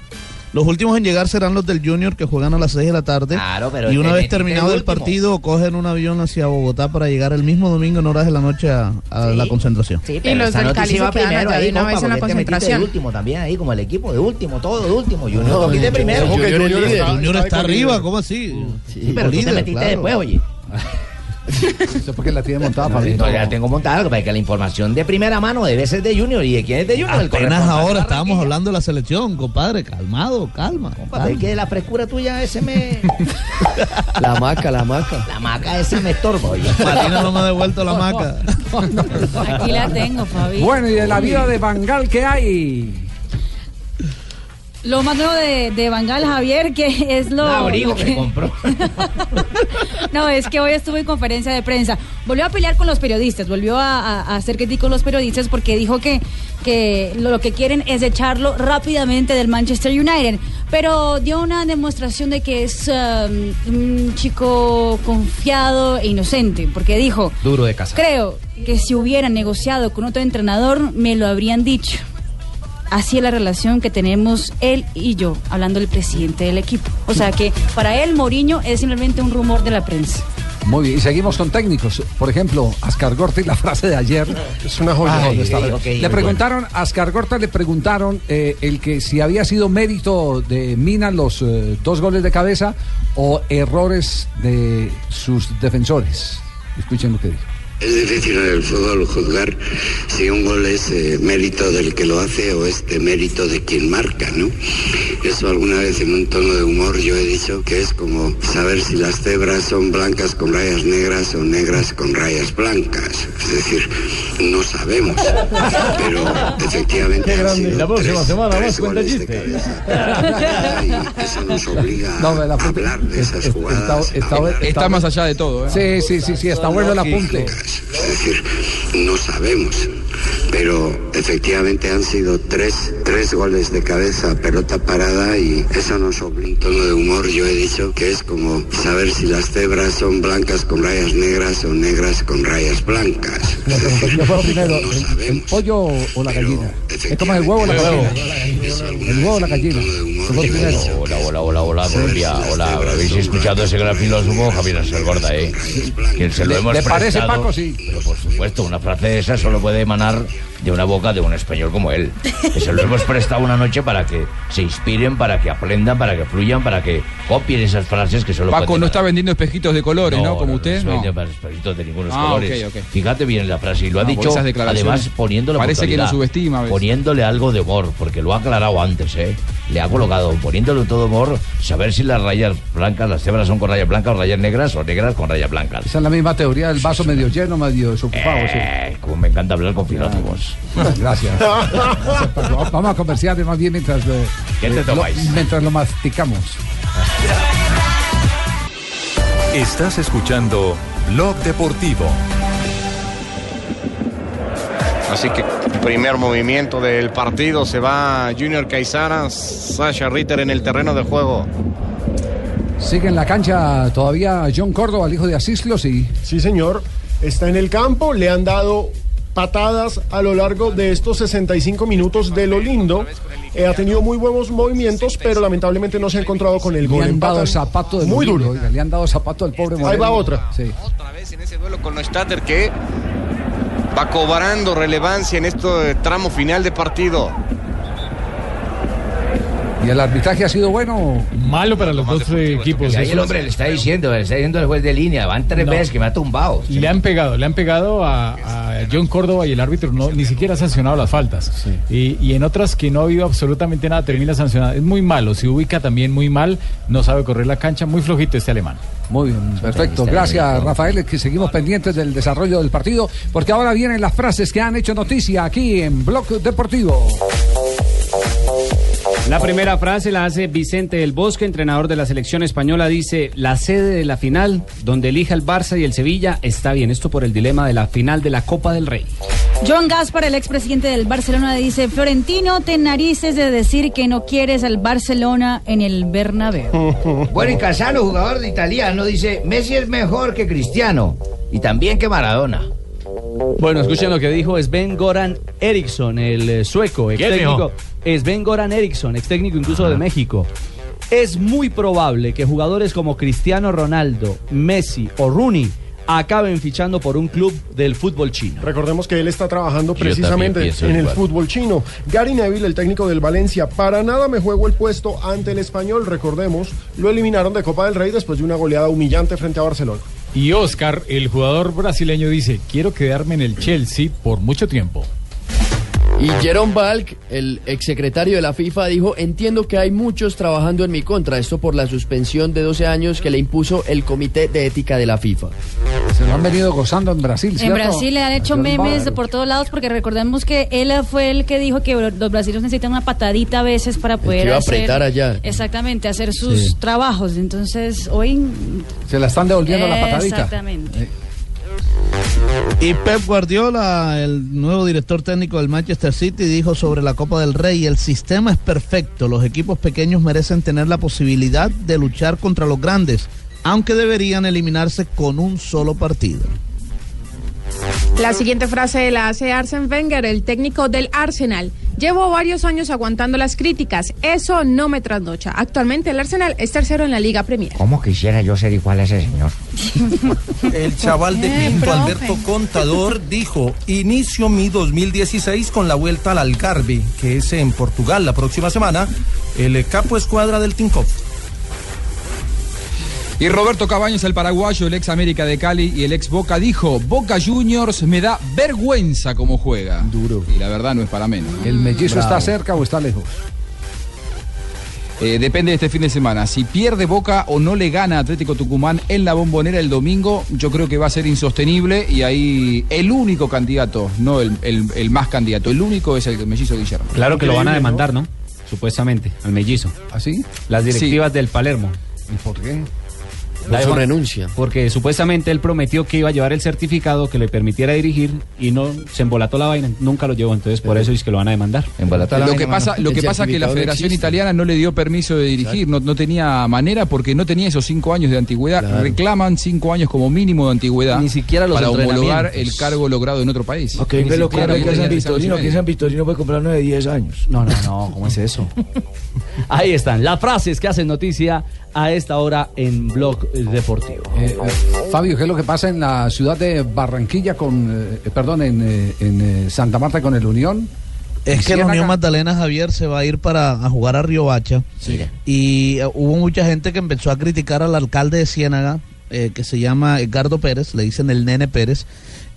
Speaker 9: Los últimos en llegar serán los del Junior que juegan a las 6 de la tarde.
Speaker 7: pero
Speaker 9: y
Speaker 7: el
Speaker 9: una vez
Speaker 7: Benfica
Speaker 9: terminado
Speaker 7: es
Speaker 9: el
Speaker 7: último.
Speaker 9: partido, cogen un avión hacia Bogotá para llegar el mismo domingo en horas de la noche a, a la concentración.
Speaker 22: pero Y los esa del noticia Cali se iba quedan primero allá ahí, de una Copa, vez en la porque te metiste de concentración.
Speaker 6: último también ahí, como el equipo de último, todo de último. Junior
Speaker 9: No,
Speaker 6: lo metiste
Speaker 9: Junior-
Speaker 6: primero.
Speaker 9: ojo que Junior
Speaker 6: es
Speaker 9: está-
Speaker 6: líder.
Speaker 9: Junior está arriba, ¿cómo así?
Speaker 6: Sí, pero tú te
Speaker 9: Líder,
Speaker 6: metiste
Speaker 9: claro.
Speaker 6: después, oye.
Speaker 1: Eso porque la tiene montada,
Speaker 6: para No, ya la tengo montada, porque la información de primera mano debe ser de Junior. ¿Y de quién es de Junior? El
Speaker 9: Apenas
Speaker 6: corresponsal de
Speaker 9: ahora estábamos hablando de la selección, compadre. Calmado, calma.
Speaker 6: Compadre,
Speaker 9: calma.
Speaker 6: que la frescura tuya ese me...
Speaker 9: La maca, la maca.
Speaker 6: La maca esa me estorba. oye.
Speaker 9: Marina no me ha devuelto la maca.
Speaker 10: aquí la tengo, Fabi.
Speaker 1: Bueno, y de la
Speaker 10: Uy.
Speaker 1: vida de Bangal, ¿qué hay?
Speaker 10: Lo más nuevo de, de Bangal Javier, que es lo.
Speaker 6: Un abrigo
Speaker 10: lo
Speaker 6: que compró.
Speaker 10: No, es que hoy estuvo en conferencia de prensa. Volvió a pelear con los periodistas, volvió a, a- a hacer crítico con los periodistas porque dijo que, que lo, lo que quieren es echarlo rápidamente del Manchester United. Pero dio una demostración de que es um, un chico confiado e inocente, porque dijo,
Speaker 24: Duro de casa.
Speaker 10: creo que si hubiera negociado con otro entrenador, me lo habrían dicho. Así es la relación que tenemos él y yo, hablando del presidente del equipo. O sea que para él Mourinho es simplemente un rumor de la prensa.
Speaker 1: Muy bien, y seguimos con técnicos. Por ejemplo, Ascar Gorta y la frase de ayer.
Speaker 2: Es una joya.
Speaker 1: Ay,
Speaker 2: Está-
Speaker 1: ok, le
Speaker 2: muy
Speaker 1: preguntaron, a Ascar Gorta le preguntaron eh, el que si había sido mérito de Mina los eh, dos goles de cabeza o errores de sus defensores. Escuchen lo que dijo.
Speaker 17: Es difícil en el fútbol juzgar si un gol es eh, mérito del que lo hace o es de mérito de quien marca, ¿no? Eso alguna vez en un tono de humor yo he dicho que es como saber si las cebras son blancas con rayas negras o negras con rayas blancas. Es decir, no sabemos. Pero efectivamente han sido tres, tres goles de cabeza. Y eso nos obliga
Speaker 1: No, la
Speaker 17: a hablar de esas jugadas. a hablar de
Speaker 11: Está más allá de todo, ¿eh?
Speaker 1: Sí, sí, sí, sí, está bueno el apunte.
Speaker 17: es decir, no sabemos. Pero efectivamente han sido tres, tres goles de cabeza, pelota parada y eso nos obliga. En tono de humor yo he dicho que es como saber si las cebras son blancas con rayas negras o negras con rayas blancas.
Speaker 1: Yo fue primero, el, el pollo o la gallina. Es como el huevo o la
Speaker 17: El huevo.
Speaker 1: gallina. El huevo o la gallina. Eso fue primero.
Speaker 23: Hola, hola, hola, hola, Colombia. Hola, habéis escuchado ese gran filósofo Javier Ángel Gorda, ¿eh? Que se lo hemos
Speaker 1: ¿Le parece,
Speaker 23: prestado.
Speaker 1: Paco? Sí.
Speaker 23: Pero por supuesto, una frase de esa solo puede emanar de una boca de un español como él. Que se lo hemos prestado una noche para que se inspiren, para que aprendan, para que fluyan, para que copien esas frases que solo
Speaker 11: Paco
Speaker 23: pueden
Speaker 11: no está vendiendo espejitos de colores, ¿no? Como usted.
Speaker 23: soy
Speaker 11: no.
Speaker 23: de espejitos de ningunos
Speaker 11: Ah,
Speaker 23: colores.
Speaker 11: ok, ok.
Speaker 23: Fíjate bien la frase y lo ha
Speaker 11: Ah, por
Speaker 23: dicho
Speaker 11: esas declaraciones.
Speaker 23: además poniéndole
Speaker 11: Parece que lo
Speaker 23: puntualidad,
Speaker 11: subestima a veces.
Speaker 23: Poniéndole algo de humor, porque lo ha aclarado antes, ¿eh? Le ha colocado, poniéndole todo humor, saber si las rayas blancas, las cebras son con rayas blancas o rayas negras o negras con rayas blancas.
Speaker 1: Esa es la misma teoría del vaso medio lleno, medio desocupado. sí.
Speaker 23: Eh, como me encanta hablar con filósofos.
Speaker 1: Gracias. Gracias, Paco. Vamos a conversar más bien mientras lo,
Speaker 23: ¿Qué te
Speaker 1: eh, lo-
Speaker 23: tomáis?
Speaker 1: mientras lo masticamos.
Speaker 18: Estás escuchando Blog Deportivo.
Speaker 20: Así que primer movimiento del partido se va Junior Caizana, Sasha Ritter en el terreno de juego.
Speaker 1: Sigue en la cancha todavía John Córdoba, el hijo de Asislo, sí.
Speaker 2: Sí, señor. Está en el campo, le han dado patadas a lo largo de estos 65 minutos de lo lindo. Eh, ha tenido muy buenos movimientos, pero lamentablemente no se ha encontrado con el
Speaker 1: Le
Speaker 2: gol.
Speaker 1: han dado
Speaker 2: Empatan
Speaker 1: zapato de
Speaker 2: muy
Speaker 1: Molina,
Speaker 2: duro.
Speaker 1: oiga, le han dado zapato al pobre
Speaker 2: Ahí
Speaker 1: Moreno.
Speaker 2: va otra.
Speaker 1: Sí.
Speaker 20: Otra vez en ese duelo con Neustadter que va cobrando relevancia en este tramo final de partido.
Speaker 1: ¿Y el arbitraje ha sido bueno?
Speaker 23: Malo para los dos eh. equipos. Ahí el hombre le está diciendo, le está diciendo al juez de línea, van tres
Speaker 3: No.
Speaker 23: veces que me ha
Speaker 1: ah,
Speaker 23: tumbado.
Speaker 3: Le han pegado, le han pegado a, a John Córdoba y el árbitro no, ni siquiera ha sancionado las faltas. Y, y en otras que no ha habido absolutamente nada, termina sancionada. Es muy malo, se ubica también muy mal, no sabe correr la cancha, muy flojito este alemán.
Speaker 1: Muy bien, Perfecto, gracias Rafael, que seguimos pendientes del desarrollo del partido, porque ahora vienen las frases que han hecho noticia aquí en Blog Deportivo.
Speaker 24: La primera frase la hace Vicente del Bosque, entrenador de la selección española, dice, la sede de la final, donde elija el Barça y el Sevilla, está bien, esto por el dilema de la final de la Copa del Rey.
Speaker 10: John Gaspar, el expresidente del Barcelona, dice, Florentino, te narices de decir que no quieres al Barcelona en el Bernabéu.
Speaker 23: Bueno, y Casano, jugador de italiano, dice, Messi es mejor que Cristiano y también que Maradona.
Speaker 7: Bueno, escuchen lo que dijo Sven Goran Eriksson, el eh, sueco, ex
Speaker 23: ¿Quién,
Speaker 7: técnico. Sven Goran Eriksson, ex técnico incluso de México. Es muy probable que jugadores como Cristiano Ronaldo, Messi o Rooney acaben fichando por un club del fútbol chino.
Speaker 2: Recordemos que él está trabajando
Speaker 7: también
Speaker 2: precisamente
Speaker 7: pienso
Speaker 2: en el
Speaker 7: igual.
Speaker 2: fútbol chino. Gary Neville, el técnico del Valencia, para nada me juego el puesto ante el español, recordemos, lo eliminaron de Copa del Rey después de una goleada humillante frente a Barcelona.
Speaker 3: Y Oscar, el jugador brasileño, dice, quiero quedarme en el Chelsea por mucho tiempo.
Speaker 13: Y Jerome Balk, el exsecretario de la FIFA, dijo, entiendo que hay muchos trabajando en mi contra, esto por la suspensión de 12 años que le impuso el Comité de Ética de la FIFA.
Speaker 1: Se lo han venido gozando en Brasil,
Speaker 10: En Brasil le han hecho memes de por todos lados porque recordemos que él fue el que dijo que los brasileños necesitan una patadita a veces para poder
Speaker 13: iba a
Speaker 10: hacer-
Speaker 13: apretar allá.
Speaker 10: Exactamente, hacer sus
Speaker 1: Sí.
Speaker 10: trabajos. Entonces, hoy
Speaker 1: Se la están devolviendo la patadita.
Speaker 10: Exactamente.
Speaker 9: Y Pep Guardiola, el nuevo director técnico del Manchester City, dijo sobre la Copa del Rey, el sistema es perfecto, los equipos pequeños merecen tener la posibilidad de luchar contra los grandes, aunque deberían eliminarse con un solo partido.
Speaker 22: La siguiente frase la hace Arsen Wenger, el técnico del Arsenal. Llevo varios años aguantando las críticas. Eso no me trasnocha. Actualmente el Arsenal es tercero en la Liga Premier.
Speaker 5: ¿Cómo quisiera yo ser igual a ese señor?
Speaker 14: El chaval de
Speaker 22: Eh,
Speaker 14: Pinto,
Speaker 22: profe.
Speaker 14: Alberto Contador, dijo, inicio mi 2016 con la vuelta al Algarve, que es en Portugal la próxima semana, el eh, capo escuadra del Tinkoff.
Speaker 11: Y Roberto Cabaños, el paraguayo, el ex América de Cali y el ex Boca, dijo, Boca Juniors me da vergüenza como juega. Duro. Y la verdad no es para menos.
Speaker 1: ¿El mellizo está cerca o está lejos?
Speaker 11: Eh, depende de este fin de semana. Si pierde Boca o no le gana a Atlético Tucumán en la bombonera el domingo, yo creo que va a ser insostenible y ahí el único candidato, no el, el- el más candidato, el único es el mellizo Guillermo.
Speaker 24: Claro que lo van a demandar, ¿no? Supuestamente, al mellizo.
Speaker 11: ¿Ah,
Speaker 1: ¿Así?
Speaker 24: Las directivas del Palermo.
Speaker 1: ¿Y por qué?
Speaker 13: Por su renuncia.
Speaker 24: Porque supuestamente él prometió que iba a llevar el certificado que le permitiera dirigir y no se embolató la vaina, nunca lo llevó, entonces por eso es que lo van a demandar.
Speaker 11: Lo que pasa, lo que pasa que la Federación Italiana no le dio permiso de dirigir, no, no tenía manera porque no tenía esos cinco años de antigüedad.
Speaker 13: Claro.
Speaker 11: Reclaman cinco años como mínimo de antigüedad. Ni siquiera
Speaker 13: los
Speaker 11: para homologar
Speaker 13: entrenamientos.
Speaker 11: el cargo logrado en otro país.
Speaker 13: Ok,
Speaker 11: Ni
Speaker 13: ve lo
Speaker 11: siquiera
Speaker 13: claro que es
Speaker 11: tenía
Speaker 13: San
Speaker 11: realizados
Speaker 13: Victorino,
Speaker 11: y
Speaker 13: que es
Speaker 11: medio.
Speaker 13: San Victorino puede comprar uno de 10 años.
Speaker 7: No, no, no, ¿cómo es eso? Ahí están las frases que hacen noticia a esta hora en Blog Deportivo.
Speaker 1: Fabio, ¿qué es lo que pasa en la ciudad de Barranquilla con, eh, perdón, en, eh, en, eh, Santa Marta con el Unión?
Speaker 9: Es que la
Speaker 1: Ciénaga.
Speaker 9: Unión Magdalena Javier se va a ir para a jugar a Riohacha. Y eh, hubo mucha gente que empezó a criticar al alcalde de Ciénaga, eh, que se llama Edgardo Pérez, le dicen el nene Pérez.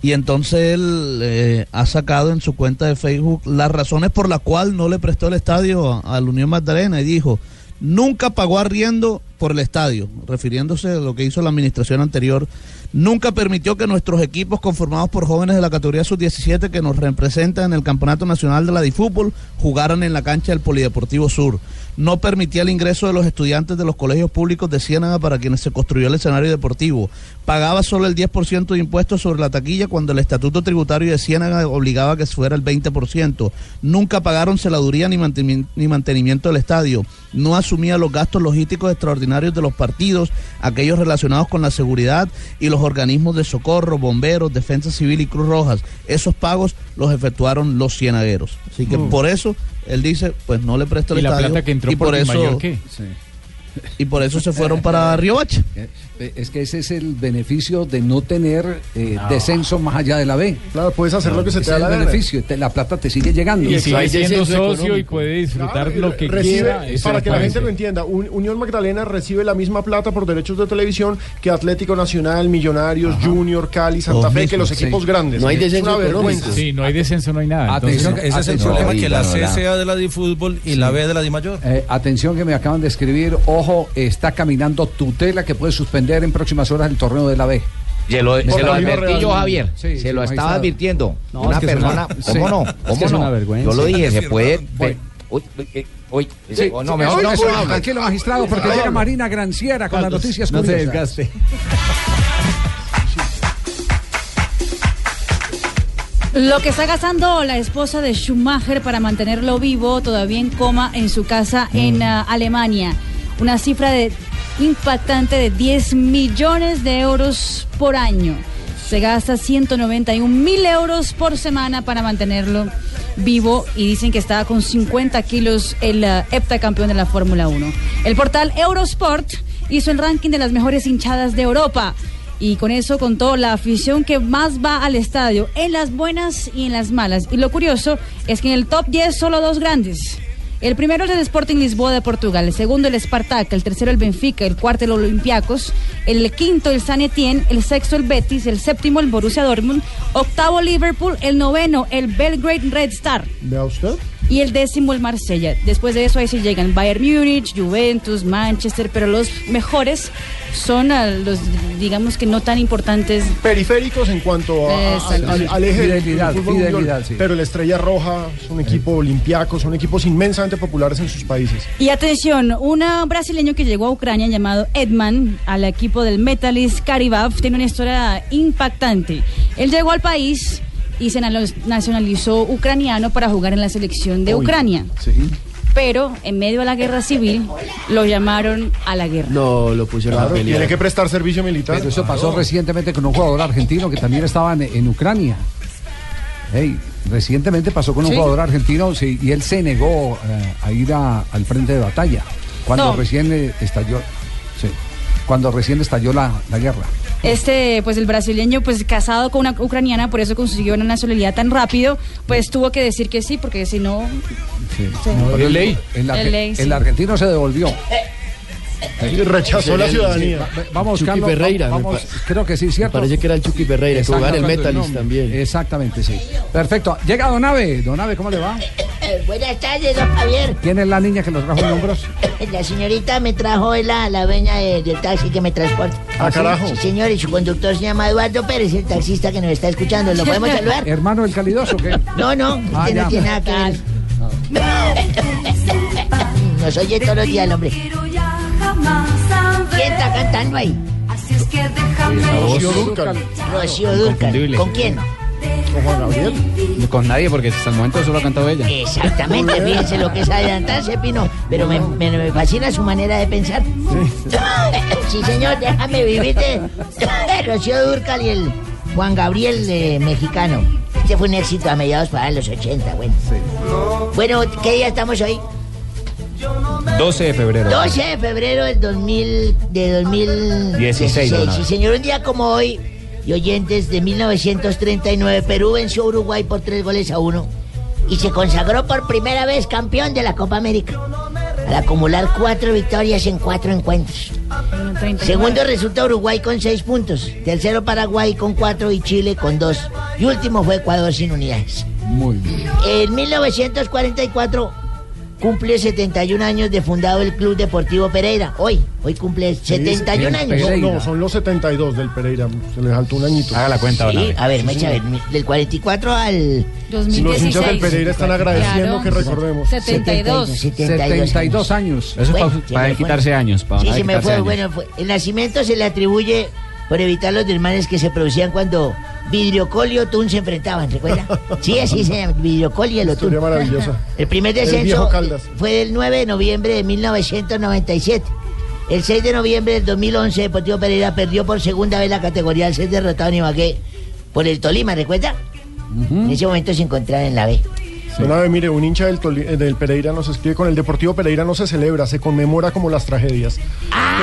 Speaker 9: Y entonces él eh, ha sacado en su cuenta de Facebook las razones por las cuales no le prestó el estadio a, a la Unión Magdalena y dijo, nunca pagó arriendo por el estadio, refiriéndose a lo que hizo la administración anterior, nunca permitió que nuestros equipos conformados por jóvenes de la categoría sub-17 que nos representan en el Campeonato Nacional de la Difútbol jugaran en la cancha del Polideportivo Sur. no permitía el ingreso de los estudiantes de los colegios públicos de Ciénaga para quienes se construyó el escenario deportivo. Pagaba solo el 10% de impuestos sobre la taquilla cuando el estatuto tributario de Ciénaga obligaba a que fuera el 20%. Nunca pagaron celaduría ni, mantimi- ni mantenimiento del estadio. No asumía los gastos logísticos extraordinarios de los partidos, aquellos relacionados con la seguridad y los organismos de socorro, bomberos, defensa civil y Cruz Rojas. Esos pagos los efectuaron los cienagueros. Así que
Speaker 3: Mm.
Speaker 9: por eso él dice, pues no le presto el
Speaker 3: ¿Y la
Speaker 9: estadio,
Speaker 3: plata que entró
Speaker 9: y por,
Speaker 3: por
Speaker 9: eso
Speaker 3: Dimayor, qué?
Speaker 9: y por eso se fueron para Riohacha.
Speaker 1: Eh, Es que ese es el beneficio de no tener eh, descenso más allá de la B.
Speaker 2: Claro, puedes hacer lo que se te da
Speaker 1: es
Speaker 2: la
Speaker 1: el
Speaker 2: gana.
Speaker 1: beneficio, te- la plata te sigue llegando.
Speaker 3: Y sigue siendo socio y puede disfrutar lo que
Speaker 2: recibe,
Speaker 3: quiera. eso
Speaker 2: para
Speaker 3: me
Speaker 2: que la gente
Speaker 3: parece.
Speaker 2: lo entienda, Un- Unión Magdalena recibe la misma plata por derechos de televisión que Atlético Nacional, Millonarios, Junior, Cali, Santa
Speaker 3: Los
Speaker 2: Fe, que los
Speaker 3: mismos,
Speaker 2: equipos
Speaker 3: sí.
Speaker 2: grandes. Es una vergüenza.
Speaker 4: pues,
Speaker 3: Sí, no hay descenso, no hay nada.
Speaker 1: Atención,
Speaker 3: Entonces,
Speaker 1: que- atención,
Speaker 3: problema
Speaker 1: que-
Speaker 14: Que la
Speaker 1: No, la-
Speaker 14: C sea de la de fútbol y
Speaker 1: Sí.
Speaker 14: la B de la de mayor.
Speaker 1: Eh, atención que me acaban de escribir, ojo, está caminando tutela que puede suspender en próximas horas el torneo de la B.
Speaker 23: Se lo,
Speaker 1: Por
Speaker 23: se lo
Speaker 1: la misma
Speaker 23: advertí
Speaker 1: realidad.
Speaker 23: yo, Javier. se
Speaker 1: Sí, sí,
Speaker 23: lo estaba
Speaker 1: magistrado.
Speaker 23: advirtiendo.
Speaker 1: No,
Speaker 23: una
Speaker 1: es que es
Speaker 23: persona.
Speaker 1: una-
Speaker 23: ¿Cómo
Speaker 1: sí.
Speaker 23: no?
Speaker 1: Es que
Speaker 23: ¿Cómo
Speaker 1: es
Speaker 23: no?
Speaker 1: una vergüenza.
Speaker 23: Yo lo dije, se
Speaker 1: Sí,
Speaker 23: puede.
Speaker 1: sí,
Speaker 23: pe- uy, uy, uy, eh,
Speaker 1: Sí,
Speaker 23: o no,
Speaker 1: sí,
Speaker 23: mejor
Speaker 1: eso,
Speaker 23: no se
Speaker 1: eso,
Speaker 23: habla.
Speaker 1: Tranquilo, magistrado, porque
Speaker 23: No
Speaker 1: llega
Speaker 23: hablo.
Speaker 1: Marina Granciera con las
Speaker 23: Carlos,
Speaker 1: noticias
Speaker 23: no se
Speaker 1: curiosas.
Speaker 23: desgaste.
Speaker 10: Lo que está gastando la esposa de Schumacher para mantenerlo vivo, todavía en coma, en su casa en ah, Alemania. Una cifra de impactante de 10 millones de euros por año. Se gasta 191 mil euros por semana para mantenerlo vivo y dicen que estaba con 50 kilos el ah, heptacampeón de la Fórmula 1. El portal Eurosport hizo el ranking de las mejores hinchadas de Europa. Y con eso contó la afición que más va al estadio, en las buenas y en las malas. Y lo curioso es que en el top 10 solo dos grandes. El primero es el Sporting Lisboa de Portugal, el segundo el Spartak, el tercero el Benfica, el cuarto el Olympiacos, el quinto el San Etienne, el sexto el Betis, el séptimo el Borussia Dortmund, octavo Liverpool, el noveno el Belgrade Red Star
Speaker 2: Vea usted.
Speaker 10: y el décimo el Marsella. Después de eso ahí sí llegan Bayern Múnich, Juventus, Manchester, pero los mejores son ah, los digamos que no tan importantes.
Speaker 2: Periféricos en cuanto a- a-
Speaker 10: Exacto.
Speaker 2: al, al eje del
Speaker 1: Fidelidad,
Speaker 2: fútbol
Speaker 1: fidelidad,
Speaker 2: mundial.
Speaker 1: sí.
Speaker 2: Pero la Estrella Roja son equipo olimpiaco, son equipos inmensamente populares en sus países.
Speaker 10: Y atención, un ah, brasileño que llegó a Ucrania llamado Edman al equipo del Metalist Karibov tiene una historia impactante. Él llegó al país y se nalo- nacionalizó ucraniano para jugar en la selección de
Speaker 13: Uy.
Speaker 10: Ucrania.
Speaker 2: Sí.
Speaker 10: Pero en medio de la guerra civil lo llamaron a la guerra.
Speaker 13: No, lo pusieron a
Speaker 1: Claro,
Speaker 13: pelear.
Speaker 1: tiene que
Speaker 2: prestar servicio militar.
Speaker 1: Pero eso pasó recientemente con un jugador argentino que también estaba en, en Ucrania. Ey, recientemente pasó con un
Speaker 10: Sí.
Speaker 1: jugador argentino sí, y él se negó eh, a ir a- al frente de batalla cuando
Speaker 10: No.
Speaker 1: recién eh, estalló, sí, cuando recién estalló la, la guerra.
Speaker 10: Este, pues el brasileño, pues casado con una ucraniana, por eso consiguió una nacionalidad tan rápido, pues tuvo que decir que sí, porque si no,
Speaker 1: Sí.
Speaker 10: No,
Speaker 1: Pero
Speaker 10: de ley.
Speaker 1: El,
Speaker 10: De
Speaker 1: arge-
Speaker 10: ley,
Speaker 1: el
Speaker 10: sí.
Speaker 1: argentino se devolvió.
Speaker 13: Sí, rechazó la ciudadanía.
Speaker 1: Sí, va- va- Vamos,
Speaker 13: Chucky
Speaker 1: Carlos, va-
Speaker 13: Ferreira, me
Speaker 1: vamos,
Speaker 13: pa-
Speaker 1: creo que sí, cierto.
Speaker 13: parece que era el Chucky Ferreira, que jugaba en el
Speaker 1: Exacto,
Speaker 13: Metalist
Speaker 1: no,
Speaker 13: también.
Speaker 1: Exactamente, sí. Perfecto. Llega Don Ave. Don Ave, ¿cómo le va?
Speaker 4: Eh, Buenas tardes, don Javier.
Speaker 1: ¿Quién es la niña que nos trajo en hombros?
Speaker 4: La señorita me trajo hoy la, la dueña de- del taxi que me transporta.
Speaker 1: Ah, carajo.
Speaker 4: Sí, señor, y su conductor se llama Eduardo Pérez, el taxista que nos está escuchando. ¿Lo podemos saludar?
Speaker 1: ¿Hermano del calidoso o qué?
Speaker 4: No, no, usted
Speaker 1: Ah,
Speaker 4: no
Speaker 1: ya.
Speaker 4: tiene nada que ver. Nos oye todos los días el hombre. ¿Quién está cantando ahí? Así es que
Speaker 2: Rocío Dúrcal.
Speaker 4: Rocío Dúrcal.
Speaker 8: Inconfundible.
Speaker 4: ¿Con quién?
Speaker 2: Con Juan Gabriel.
Speaker 8: Con nadie, porque hasta el momento solo ha cantado ella.
Speaker 4: Exactamente, fíjense lo que es adelantarse, Pino. Pero me, me- me fascina su manera de pensar. Sí, señor, déjame vivirte. Rocío Durcal y el Juan Gabriel eh, mexicano. Este fue un éxito a mediados para los 80, bueno. Bueno, ¿qué día estamos hoy?
Speaker 8: 12 eh. de febrero.
Speaker 4: 12 de febrero del 2000, de 2016.
Speaker 8: 16, don Abel.
Speaker 4: Sí, señor, un día como hoy, y oyentes de 1939, Perú venció a Uruguay por tres goles a uno y se consagró por primera vez campeón de la Copa América al acumular cuatro victorias en cuatro encuentros. Segundo resulta Uruguay con seis puntos, tercero Paraguay con cuatro y Chile con dos. Y último fue Ecuador sin unidades.
Speaker 1: Muy bien.
Speaker 4: En 1944, Cumple 71 años de fundado el Club Deportivo Pereira. Hoy, hoy cumple 71 años.
Speaker 2: No, no, son los 72 del Pereira. Se les saltó un añito.
Speaker 4: Haga la cuenta, Sí, Donave. a ver, Mecha, a ver, mi- del 44 al...
Speaker 2: Los hinchas del Pereira están agradeciendo que recordemos.
Speaker 4: 72.
Speaker 1: 72 años.
Speaker 24: Eso es
Speaker 4: Bueno,
Speaker 24: para,
Speaker 4: se
Speaker 24: para
Speaker 4: me fue.
Speaker 24: quitarse años. Para
Speaker 4: Sí, se me
Speaker 24: quitarse
Speaker 4: fue.
Speaker 24: años.
Speaker 4: Bueno, fue- el nacimiento se le atribuye por evitar los desmanes que se producían cuando Vidriocol y Otún se enfrentaban, ¿recuerda? Sí, así se llama, Vidriocol y el Otún.
Speaker 2: Historia maravillosa.
Speaker 4: El primer
Speaker 2: El viejo
Speaker 4: descenso
Speaker 2: Caldas.
Speaker 4: fue del 9 de noviembre de 1997. El 6 de noviembre del 2011, Deportivo Pereira perdió por segunda vez la categoría al ser derrotado en Ibagué por el Tolima, ¿recuerda? En ese momento se encontraba en la B.
Speaker 2: Una vez, mire, un hincha del, Toli- eh, del Pereira nos escribe con el Deportivo Pereira no se celebra, se conmemora como las tragedias.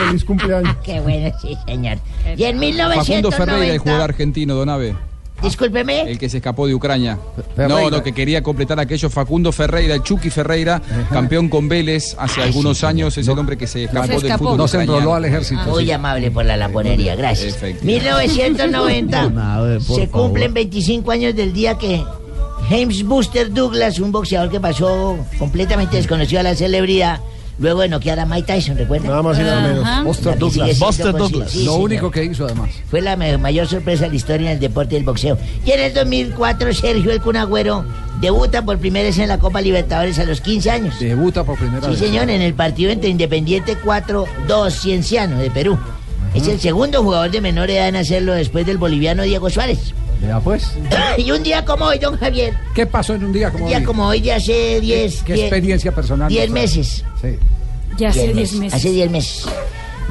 Speaker 2: Feliz cumpleaños.
Speaker 4: Qué bueno, sí, señor. Y en
Speaker 11: Facundo Ferreira,
Speaker 4: 1990...
Speaker 11: el jugador argentino, Donave.
Speaker 4: Discúlpeme.
Speaker 11: El que se escapó de Ucrania.
Speaker 4: Ferreira.
Speaker 11: No, no, que quería completar aquello. Facundo Ferreira, el Chucky Ferreira, campeón con Vélez hace algunos años. Es el hombre que se escapó, del fútbol.
Speaker 1: No se enroló
Speaker 11: ucraniano.
Speaker 1: al ejército.
Speaker 4: Muy amable por la laborería, gracias. 1990 se cumplen 25 años del día que James Buster Douglas, un boxeador que pasó completamente desconocido a la celebridad, luego de noquear a Mike Tyson, ¿recuerda?
Speaker 2: Nada más y nada menos. Ajá. Buster
Speaker 4: También sigue
Speaker 2: Douglas.
Speaker 4: siendo
Speaker 2: Buster
Speaker 4: consi-
Speaker 2: Douglas.
Speaker 4: sí,
Speaker 2: Lo
Speaker 4: señor.
Speaker 2: único
Speaker 1: que hizo además.
Speaker 4: Fue la me- mayor sorpresa de la historia en el deporte del boxeo. Y en el 2004 Sergio El Kun Agüero debuta por primera vez en la Copa Libertadores a los 15 años.
Speaker 1: Debuta por primera
Speaker 4: Sí,
Speaker 1: vez.
Speaker 4: señor, en el partido entre Independiente 4-2 Cienciano de Perú. Es el segundo jugador de menor edad en hacerlo después del boliviano Diego Suárez.
Speaker 1: Vea pues.
Speaker 4: y un día como hoy, don Javier.
Speaker 1: ¿Qué pasó en un día como
Speaker 4: un día
Speaker 1: hoy?
Speaker 4: como hoy de hace 10
Speaker 1: ¿Qué experiencia personal?
Speaker 4: 10
Speaker 1: nos trae?
Speaker 4: meses.
Speaker 1: Sí.
Speaker 10: Ya hace 10 meses.
Speaker 4: Hace 10 meses.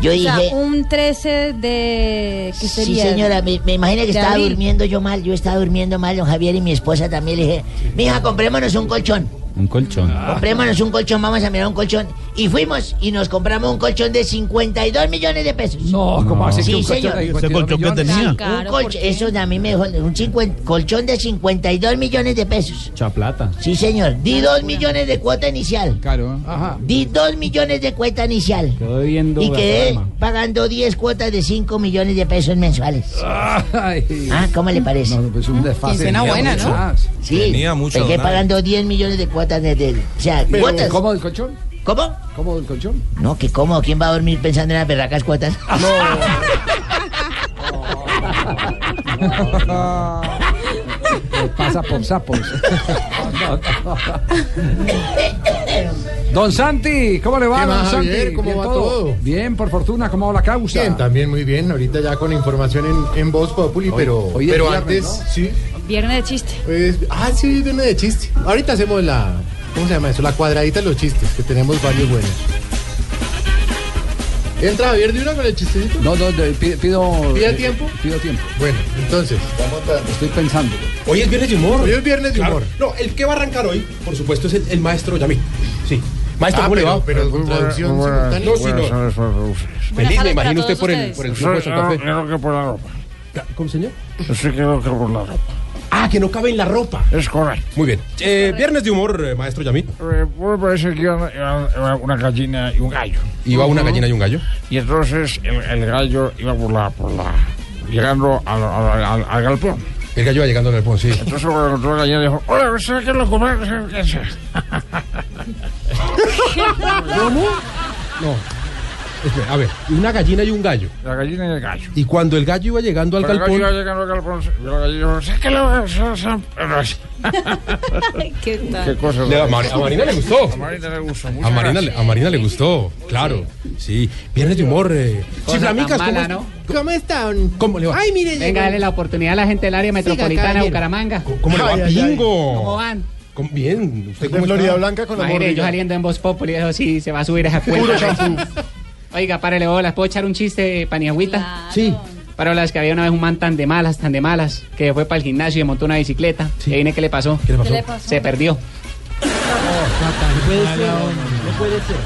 Speaker 4: Yo
Speaker 10: o
Speaker 4: dije,
Speaker 10: sea, un 13 de...
Speaker 4: sí
Speaker 10: ¿Qué sería?
Speaker 4: señora, me, me imagino que
Speaker 10: De
Speaker 4: estaba
Speaker 10: abril.
Speaker 4: durmiendo yo mal, yo estaba durmiendo mal, don Javier y mi esposa también le dije, mija, comprémonos un colchón.
Speaker 24: Un colchón.
Speaker 4: Comprémonos un colchón, vamos a mirar un colchón. Y fuimos y nos compramos un colchón de 52 millones de pesos. No,
Speaker 1: ¿cómo así que
Speaker 4: Sí,
Speaker 1: un colchón
Speaker 4: señor.
Speaker 1: de ¿Ese 52 colchón que millones? tenía?
Speaker 4: Un
Speaker 1: Claro,
Speaker 4: colch- eso a mí me dijo, un cincuen- colchón de 52 millones de pesos.
Speaker 24: Mucha plata.
Speaker 4: Sí, señor. Di 2 millones de cuota inicial.
Speaker 24: Claro.
Speaker 4: Di 2 millones de cuota inicial.
Speaker 24: Quedó viendo.
Speaker 4: Y quedé pagando 10 cuotas de 5 millones de pesos mensuales. Ah, ¿cómo le parece? ¿Eh?
Speaker 1: No, pues un desfase.
Speaker 4: Quincena
Speaker 1: Tenía
Speaker 4: buena,
Speaker 1: mucho
Speaker 4: ¿no?
Speaker 1: más.
Speaker 4: Sí, pegué pagando 10 millones de cuotas desde el- O sea,
Speaker 1: Pero,
Speaker 4: cuotas.
Speaker 1: ¿Cómo del colchón?
Speaker 4: ¿Cómo?
Speaker 1: ¿Cómo del colchón?
Speaker 4: No, que cómo, ¿quién va a dormir pensando en las berracas cuotas?
Speaker 1: Lo pasa por sapos. Don Santi, ¿cómo le va,
Speaker 19: ¿Qué
Speaker 1: don
Speaker 19: más,
Speaker 1: Santi?
Speaker 19: Javier? ¿Cómo
Speaker 1: ¿Bien
Speaker 19: va todo?
Speaker 1: Bien, por fortuna, ¿cómo va la causa?
Speaker 19: Bien, también muy bien. Ahorita ya con información en, en Voz Populi, pero,
Speaker 1: hoy es
Speaker 19: pero
Speaker 1: viernes,
Speaker 19: antes.
Speaker 1: ¿no?
Speaker 19: Sí.
Speaker 10: Viernes de chiste.
Speaker 19: Pues, ah, sí, viene de chiste. Ahorita hacemos la. ¿Cómo se llama eso? La cuadradita de los chistes, que tenemos varios buenos. ¿Entra Javier de una con el chistecito?
Speaker 1: No, no, de- pi- pido. eh,
Speaker 19: ¿Pide tiempo?
Speaker 1: Pido tiempo.
Speaker 19: Bueno, entonces.
Speaker 1: Estoy pensando.
Speaker 14: Hoy es viernes de humor.
Speaker 19: Hoy es viernes de
Speaker 14: Claro.
Speaker 19: humor.
Speaker 14: No, el que va a arrancar hoy, por supuesto, es el, el maestro Yamil. Sí. Maestro,
Speaker 19: Ah,
Speaker 14: ¿cómo le
Speaker 19: pero-
Speaker 14: va?
Speaker 19: pero con traducción simultánea.
Speaker 14: No, sí, no.
Speaker 19: Buenas tardes,
Speaker 14: Feliz, me
Speaker 19: tardes para
Speaker 14: imagino
Speaker 19: todos
Speaker 14: usted por el,
Speaker 19: ustedes.
Speaker 14: por el grupo de Santa Fe.
Speaker 27: que por la ropa.
Speaker 14: ¿Cómo, señor?
Speaker 27: Sí, creo que por la ropa.
Speaker 14: Ah, que no cabe en la ropa.
Speaker 27: Es correcto.
Speaker 14: Muy bien. Eh, viernes de humor, eh, maestro Yamil.
Speaker 27: Eh, pues parece que iban- iban- iba una gallina y un gallo.
Speaker 14: Iba una gallina y un gallo.
Speaker 27: Y entonces el, el gallo iba por la. Por la llegando al, al, al- al galpón.
Speaker 14: El gallo va llegando en el pon, sí.
Speaker 27: Entonces cuando encontró el gallina dijo: Hola, ¿sabes qué es lo comer?
Speaker 14: ¿Cómo? No. Espera, a ver, y una gallina y un gallo.
Speaker 27: La gallina y el gallo.
Speaker 14: Y cuando el gallo iba llegando al
Speaker 27: Cuando el gallo iba
Speaker 14: galpón.
Speaker 27: llegando al galpón, la gallina dijo: ¿Sabes qué lo
Speaker 10: ¿Qué tal?
Speaker 27: ¿Qué cosa?
Speaker 14: Le- a Mari- a Marina le gustó.
Speaker 27: A Marina le gustó mucho.
Speaker 14: A Marina, le- a Marina le gustó, claro. Sí, viernes de humor. Eh.
Speaker 27: Cosa
Speaker 14: Chiflamicas,
Speaker 27: tan
Speaker 14: ¿cómo,
Speaker 27: mala,
Speaker 14: es-
Speaker 27: ¿no?
Speaker 19: ¿Cómo están?
Speaker 14: ¿Cómo le va?
Speaker 19: Ay, mire,
Speaker 25: Venga, dale la oportunidad a la gente del área metropolitana
Speaker 19: caballero.
Speaker 25: de Bucaramanga.
Speaker 14: ¿Cómo le va,
Speaker 19: Ay, ay, ay.
Speaker 14: Pingo?
Speaker 25: ¿Cómo van?
Speaker 14: ¿Cómo- Bien, ¿usted
Speaker 19: De
Speaker 14: cómo está?
Speaker 19: Florida Blanca con la
Speaker 25: Imagínate, yo
Speaker 19: morrilla.
Speaker 25: saliendo en Voz Populi, eso sí, se va a subir esa
Speaker 19: Puro
Speaker 25: cuenta.
Speaker 19: champú.
Speaker 25: Oiga, párale bolas, ¿puedo echar un chiste, paniagüita?
Speaker 14: Sí.
Speaker 25: Para las que había una vez un man tan de malas, tan de malas, que fue para el gimnasio y montó una bicicleta. Y ahí viene, ¿qué le pasó?
Speaker 14: ¿Qué le
Speaker 25: pasó?
Speaker 14: ¿Qué le pasó?
Speaker 25: Se perdió.
Speaker 14: No puede ser.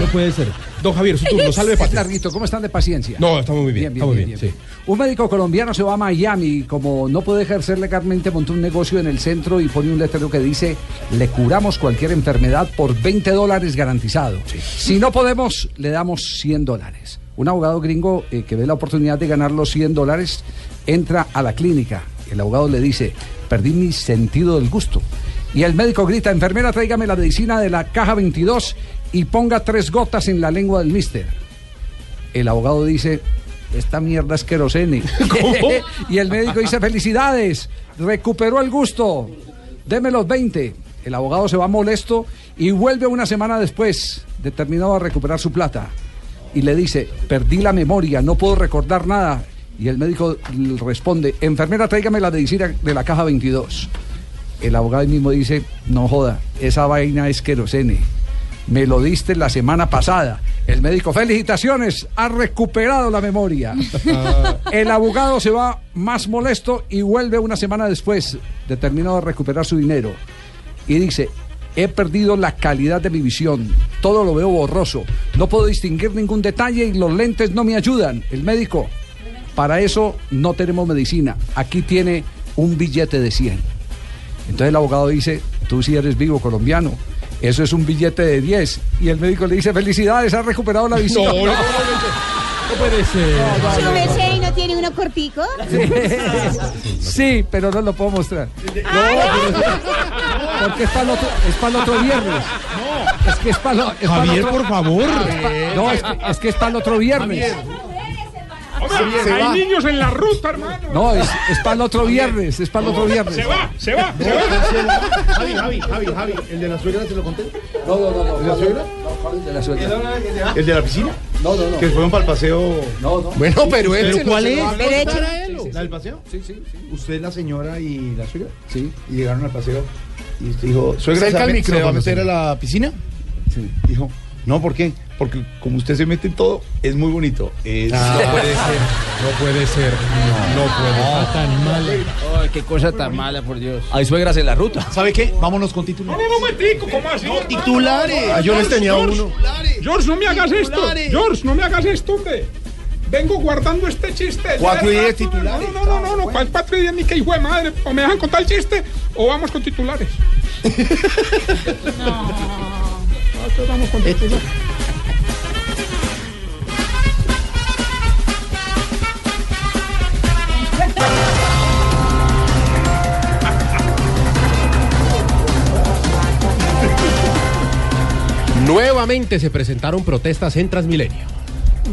Speaker 14: No puede ser. Don Javier, su turno, salve
Speaker 1: Es
Speaker 14: patria.
Speaker 1: larguito, ¿cómo están de paciencia?
Speaker 14: No, estamos muy bien,
Speaker 1: Bien, bien,
Speaker 14: estamos bien,
Speaker 1: bien, bien. Un médico colombiano se va a Miami y como no puede ejercer legalmente, montó un negocio en el centro y pone un letrero que dice, le curamos cualquier enfermedad por 20 dólares garantizado. Si no podemos, le damos 100 dólares. Un abogado gringo eh, que ve la oportunidad de ganar los 100 dólares entra a la clínica. El abogado le dice, perdí mi sentido del gusto. Y el médico grita, enfermera, tráigame la medicina de la caja 22 y ponga tres gotas en la lengua del mister. El abogado dice, esta mierda es querosene. y el médico dice, felicidades, recuperó el gusto, deme los 20. El abogado se va molesto y vuelve una semana después, determinado a recuperar su plata. Y le dice, perdí la memoria, no puedo recordar nada. Y el médico le responde, enfermera, tráigame la medicina de la caja 22. El abogado ahí mismo dice, no joda, esa vaina es querosene. Me lo diste la semana pasada. El médico, felicitaciones, ha recuperado la memoria. El abogado se va más molesto y vuelve una semana después, determinado a recuperar su dinero. Y dice, he perdido la calidad de mi visión, todo lo veo borroso, no puedo distinguir ningún detalle y los lentes no me ayudan. El médico, para eso no tenemos medicina, aquí tiene un billete de 100. Entonces el abogado dice, tú sí eres vivo colombiano. Eso es un billete de 10. Y el médico le dice, felicidades, has recuperado la visión.
Speaker 22: No, no, no,
Speaker 1: puede
Speaker 22: Si uno es gay, no tiene uno cortico.
Speaker 1: Sí, pero no lo puedo mostrar. Porque es para el otro, es para el otro viernes. Es que es para lo- es para el
Speaker 9: Javier,
Speaker 1: otro- Ah,
Speaker 9: por favor.
Speaker 1: Es pa- no, es que, es que es para el otro viernes. Se va.
Speaker 5: niños en la ruta, hermano.
Speaker 1: No, es, es para el otro viernes. Es para el otro viernes.
Speaker 5: Se va, se va, se va.
Speaker 28: Javi, Javi, Javi, Javi, el de la suegra te lo conté.
Speaker 1: No, no, no, no.
Speaker 28: ¿El de la suegra?
Speaker 1: de la suegra?
Speaker 28: ¿El de la piscina?
Speaker 1: No, no, no.
Speaker 28: Que fueron para el paseo.
Speaker 1: No, no.
Speaker 28: Bueno, pero él. se lo-
Speaker 9: ¿Cuál
Speaker 28: se lo
Speaker 9: es?
Speaker 28: va a
Speaker 9: Pero
Speaker 28: contar
Speaker 9: échale.
Speaker 28: a él, ¿o? ¿La del paseo?
Speaker 1: Sí, sí, sí.
Speaker 9: Usted, la señora y la suegra.
Speaker 1: Sí.
Speaker 9: Y llegaron al paseo. Y usted dijo, suegra,
Speaker 14: Cerca
Speaker 9: ¿se va
Speaker 14: al
Speaker 9: a met-
Speaker 14: micrófono,
Speaker 9: ¿se va a meter a
Speaker 14: señor.
Speaker 9: la piscina? Sí. Dijo, no, ¿por qué? Porque como usted se mete en todo, es muy bonito. Es-
Speaker 14: Ah.
Speaker 9: No puede ser. No puede ser. No, puede ser.
Speaker 14: Ah, tan mal.
Speaker 9: Ay, Oh, qué cosa tan mala, por Dios.
Speaker 29: Hay suegras en la ruta.
Speaker 9: ¿Sabe qué? Vámonos con títulos.
Speaker 5: No, no, momentico, ¿cómo así? No,
Speaker 9: titulares. Ah, yo les tenía uno.
Speaker 5: George, no me hagas esto.
Speaker 9: Titulares.
Speaker 5: George, no me hagas esto, hombre. Vengo guardando este chiste. desde
Speaker 9: Cuatro y
Speaker 5: hace
Speaker 9: diez
Speaker 5: rato, hombre. No, no, no, no, no, ¿cuál cuatro y diez ni qué hijo de madre? O me dejan contar el chiste o vamos con titulares. no. Nosotros vamos con
Speaker 9: Este.
Speaker 5: titulares.
Speaker 14: Nuevamente se presentaron protestas en Transmilenio.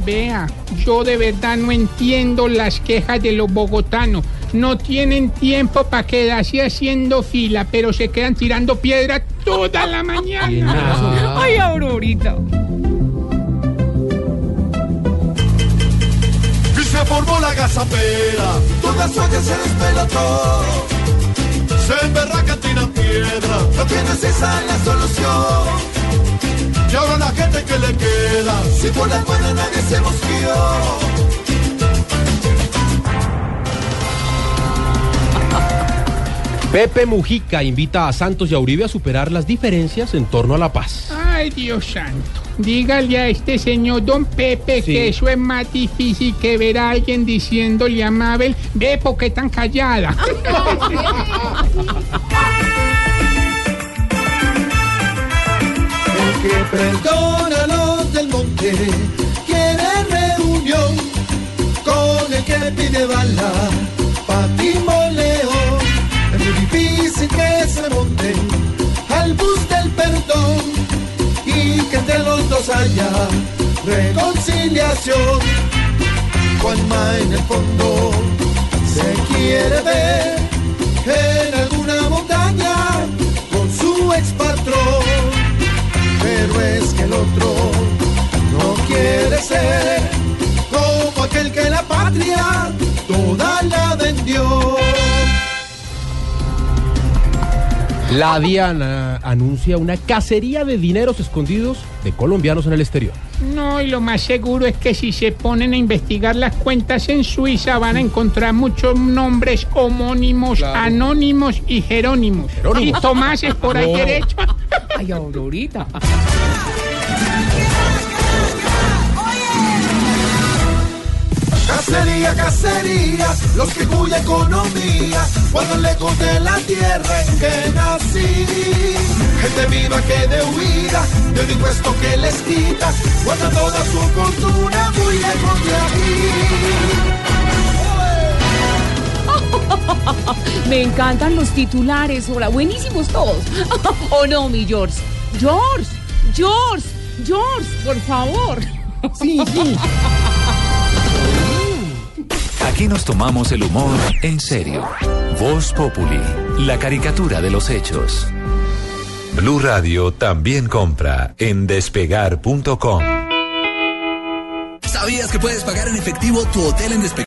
Speaker 5: Vea, yo de verdad no entiendo las quejas de los bogotanos. No tienen tiempo para quedarse haciendo fila, pero se quedan tirando piedra toda la mañana.
Speaker 25: Ay, Aurorita.
Speaker 19: Y se formó la gazapera, toda su olla se despelató. Se emberraca, tiran piedra, no tienes esa la solución. Y ahora la gente que le queda, si por la buena nadie se mosqueó.
Speaker 14: Pepe Mujica invita a Santos y a Uribe a superar las diferencias en torno a la paz.
Speaker 5: Ay, Dios santo. Dígale a este señor don Pepe que eso es más difícil que ver a alguien diciéndole a Mabel, ve por qué tan callada.
Speaker 19: El que perdona a los del monte quiere reunión con el que pide bala pa' timoleo. Es muy difícil que se monte al bus del perdón y que entre los dos haya reconciliación. Juanma en el fondo se quiere ver en alguna montaña con su expatrón pero es que el otro no quiere ser como aquel que la patria toda la vendió.
Speaker 14: La DIAN anuncia una cacería de dineros escondidos de colombianos en el exterior.
Speaker 5: No, y lo más seguro es que si se ponen a investigar las cuentas en Suiza van a encontrar muchos nombres homónimos, anónimos y jerónimos.
Speaker 25: Jerónimos.
Speaker 5: Y Tomás es por ahí
Speaker 25: No.
Speaker 5: derecho.
Speaker 25: Ay, Aurorita.
Speaker 19: Cacería, cacería, los que cuya economía, cuando lejos de la tierra en que nací. Gente viva que de huida, de un impuesto que les quita, cuando toda su fortuna muy lejos de aquí.
Speaker 22: Me encantan los titulares, hola, buenísimos todos. ¿O no, mi George? George, George, George, por favor. Sí, sí.
Speaker 18: Aquí nos tomamos el humor en serio. Voz Populi, la caricatura de los hechos.
Speaker 7: Blue Radio también compra en despegar.com.
Speaker 19: ¿Sabías que puedes pagar en efectivo tu hotel en Despegar?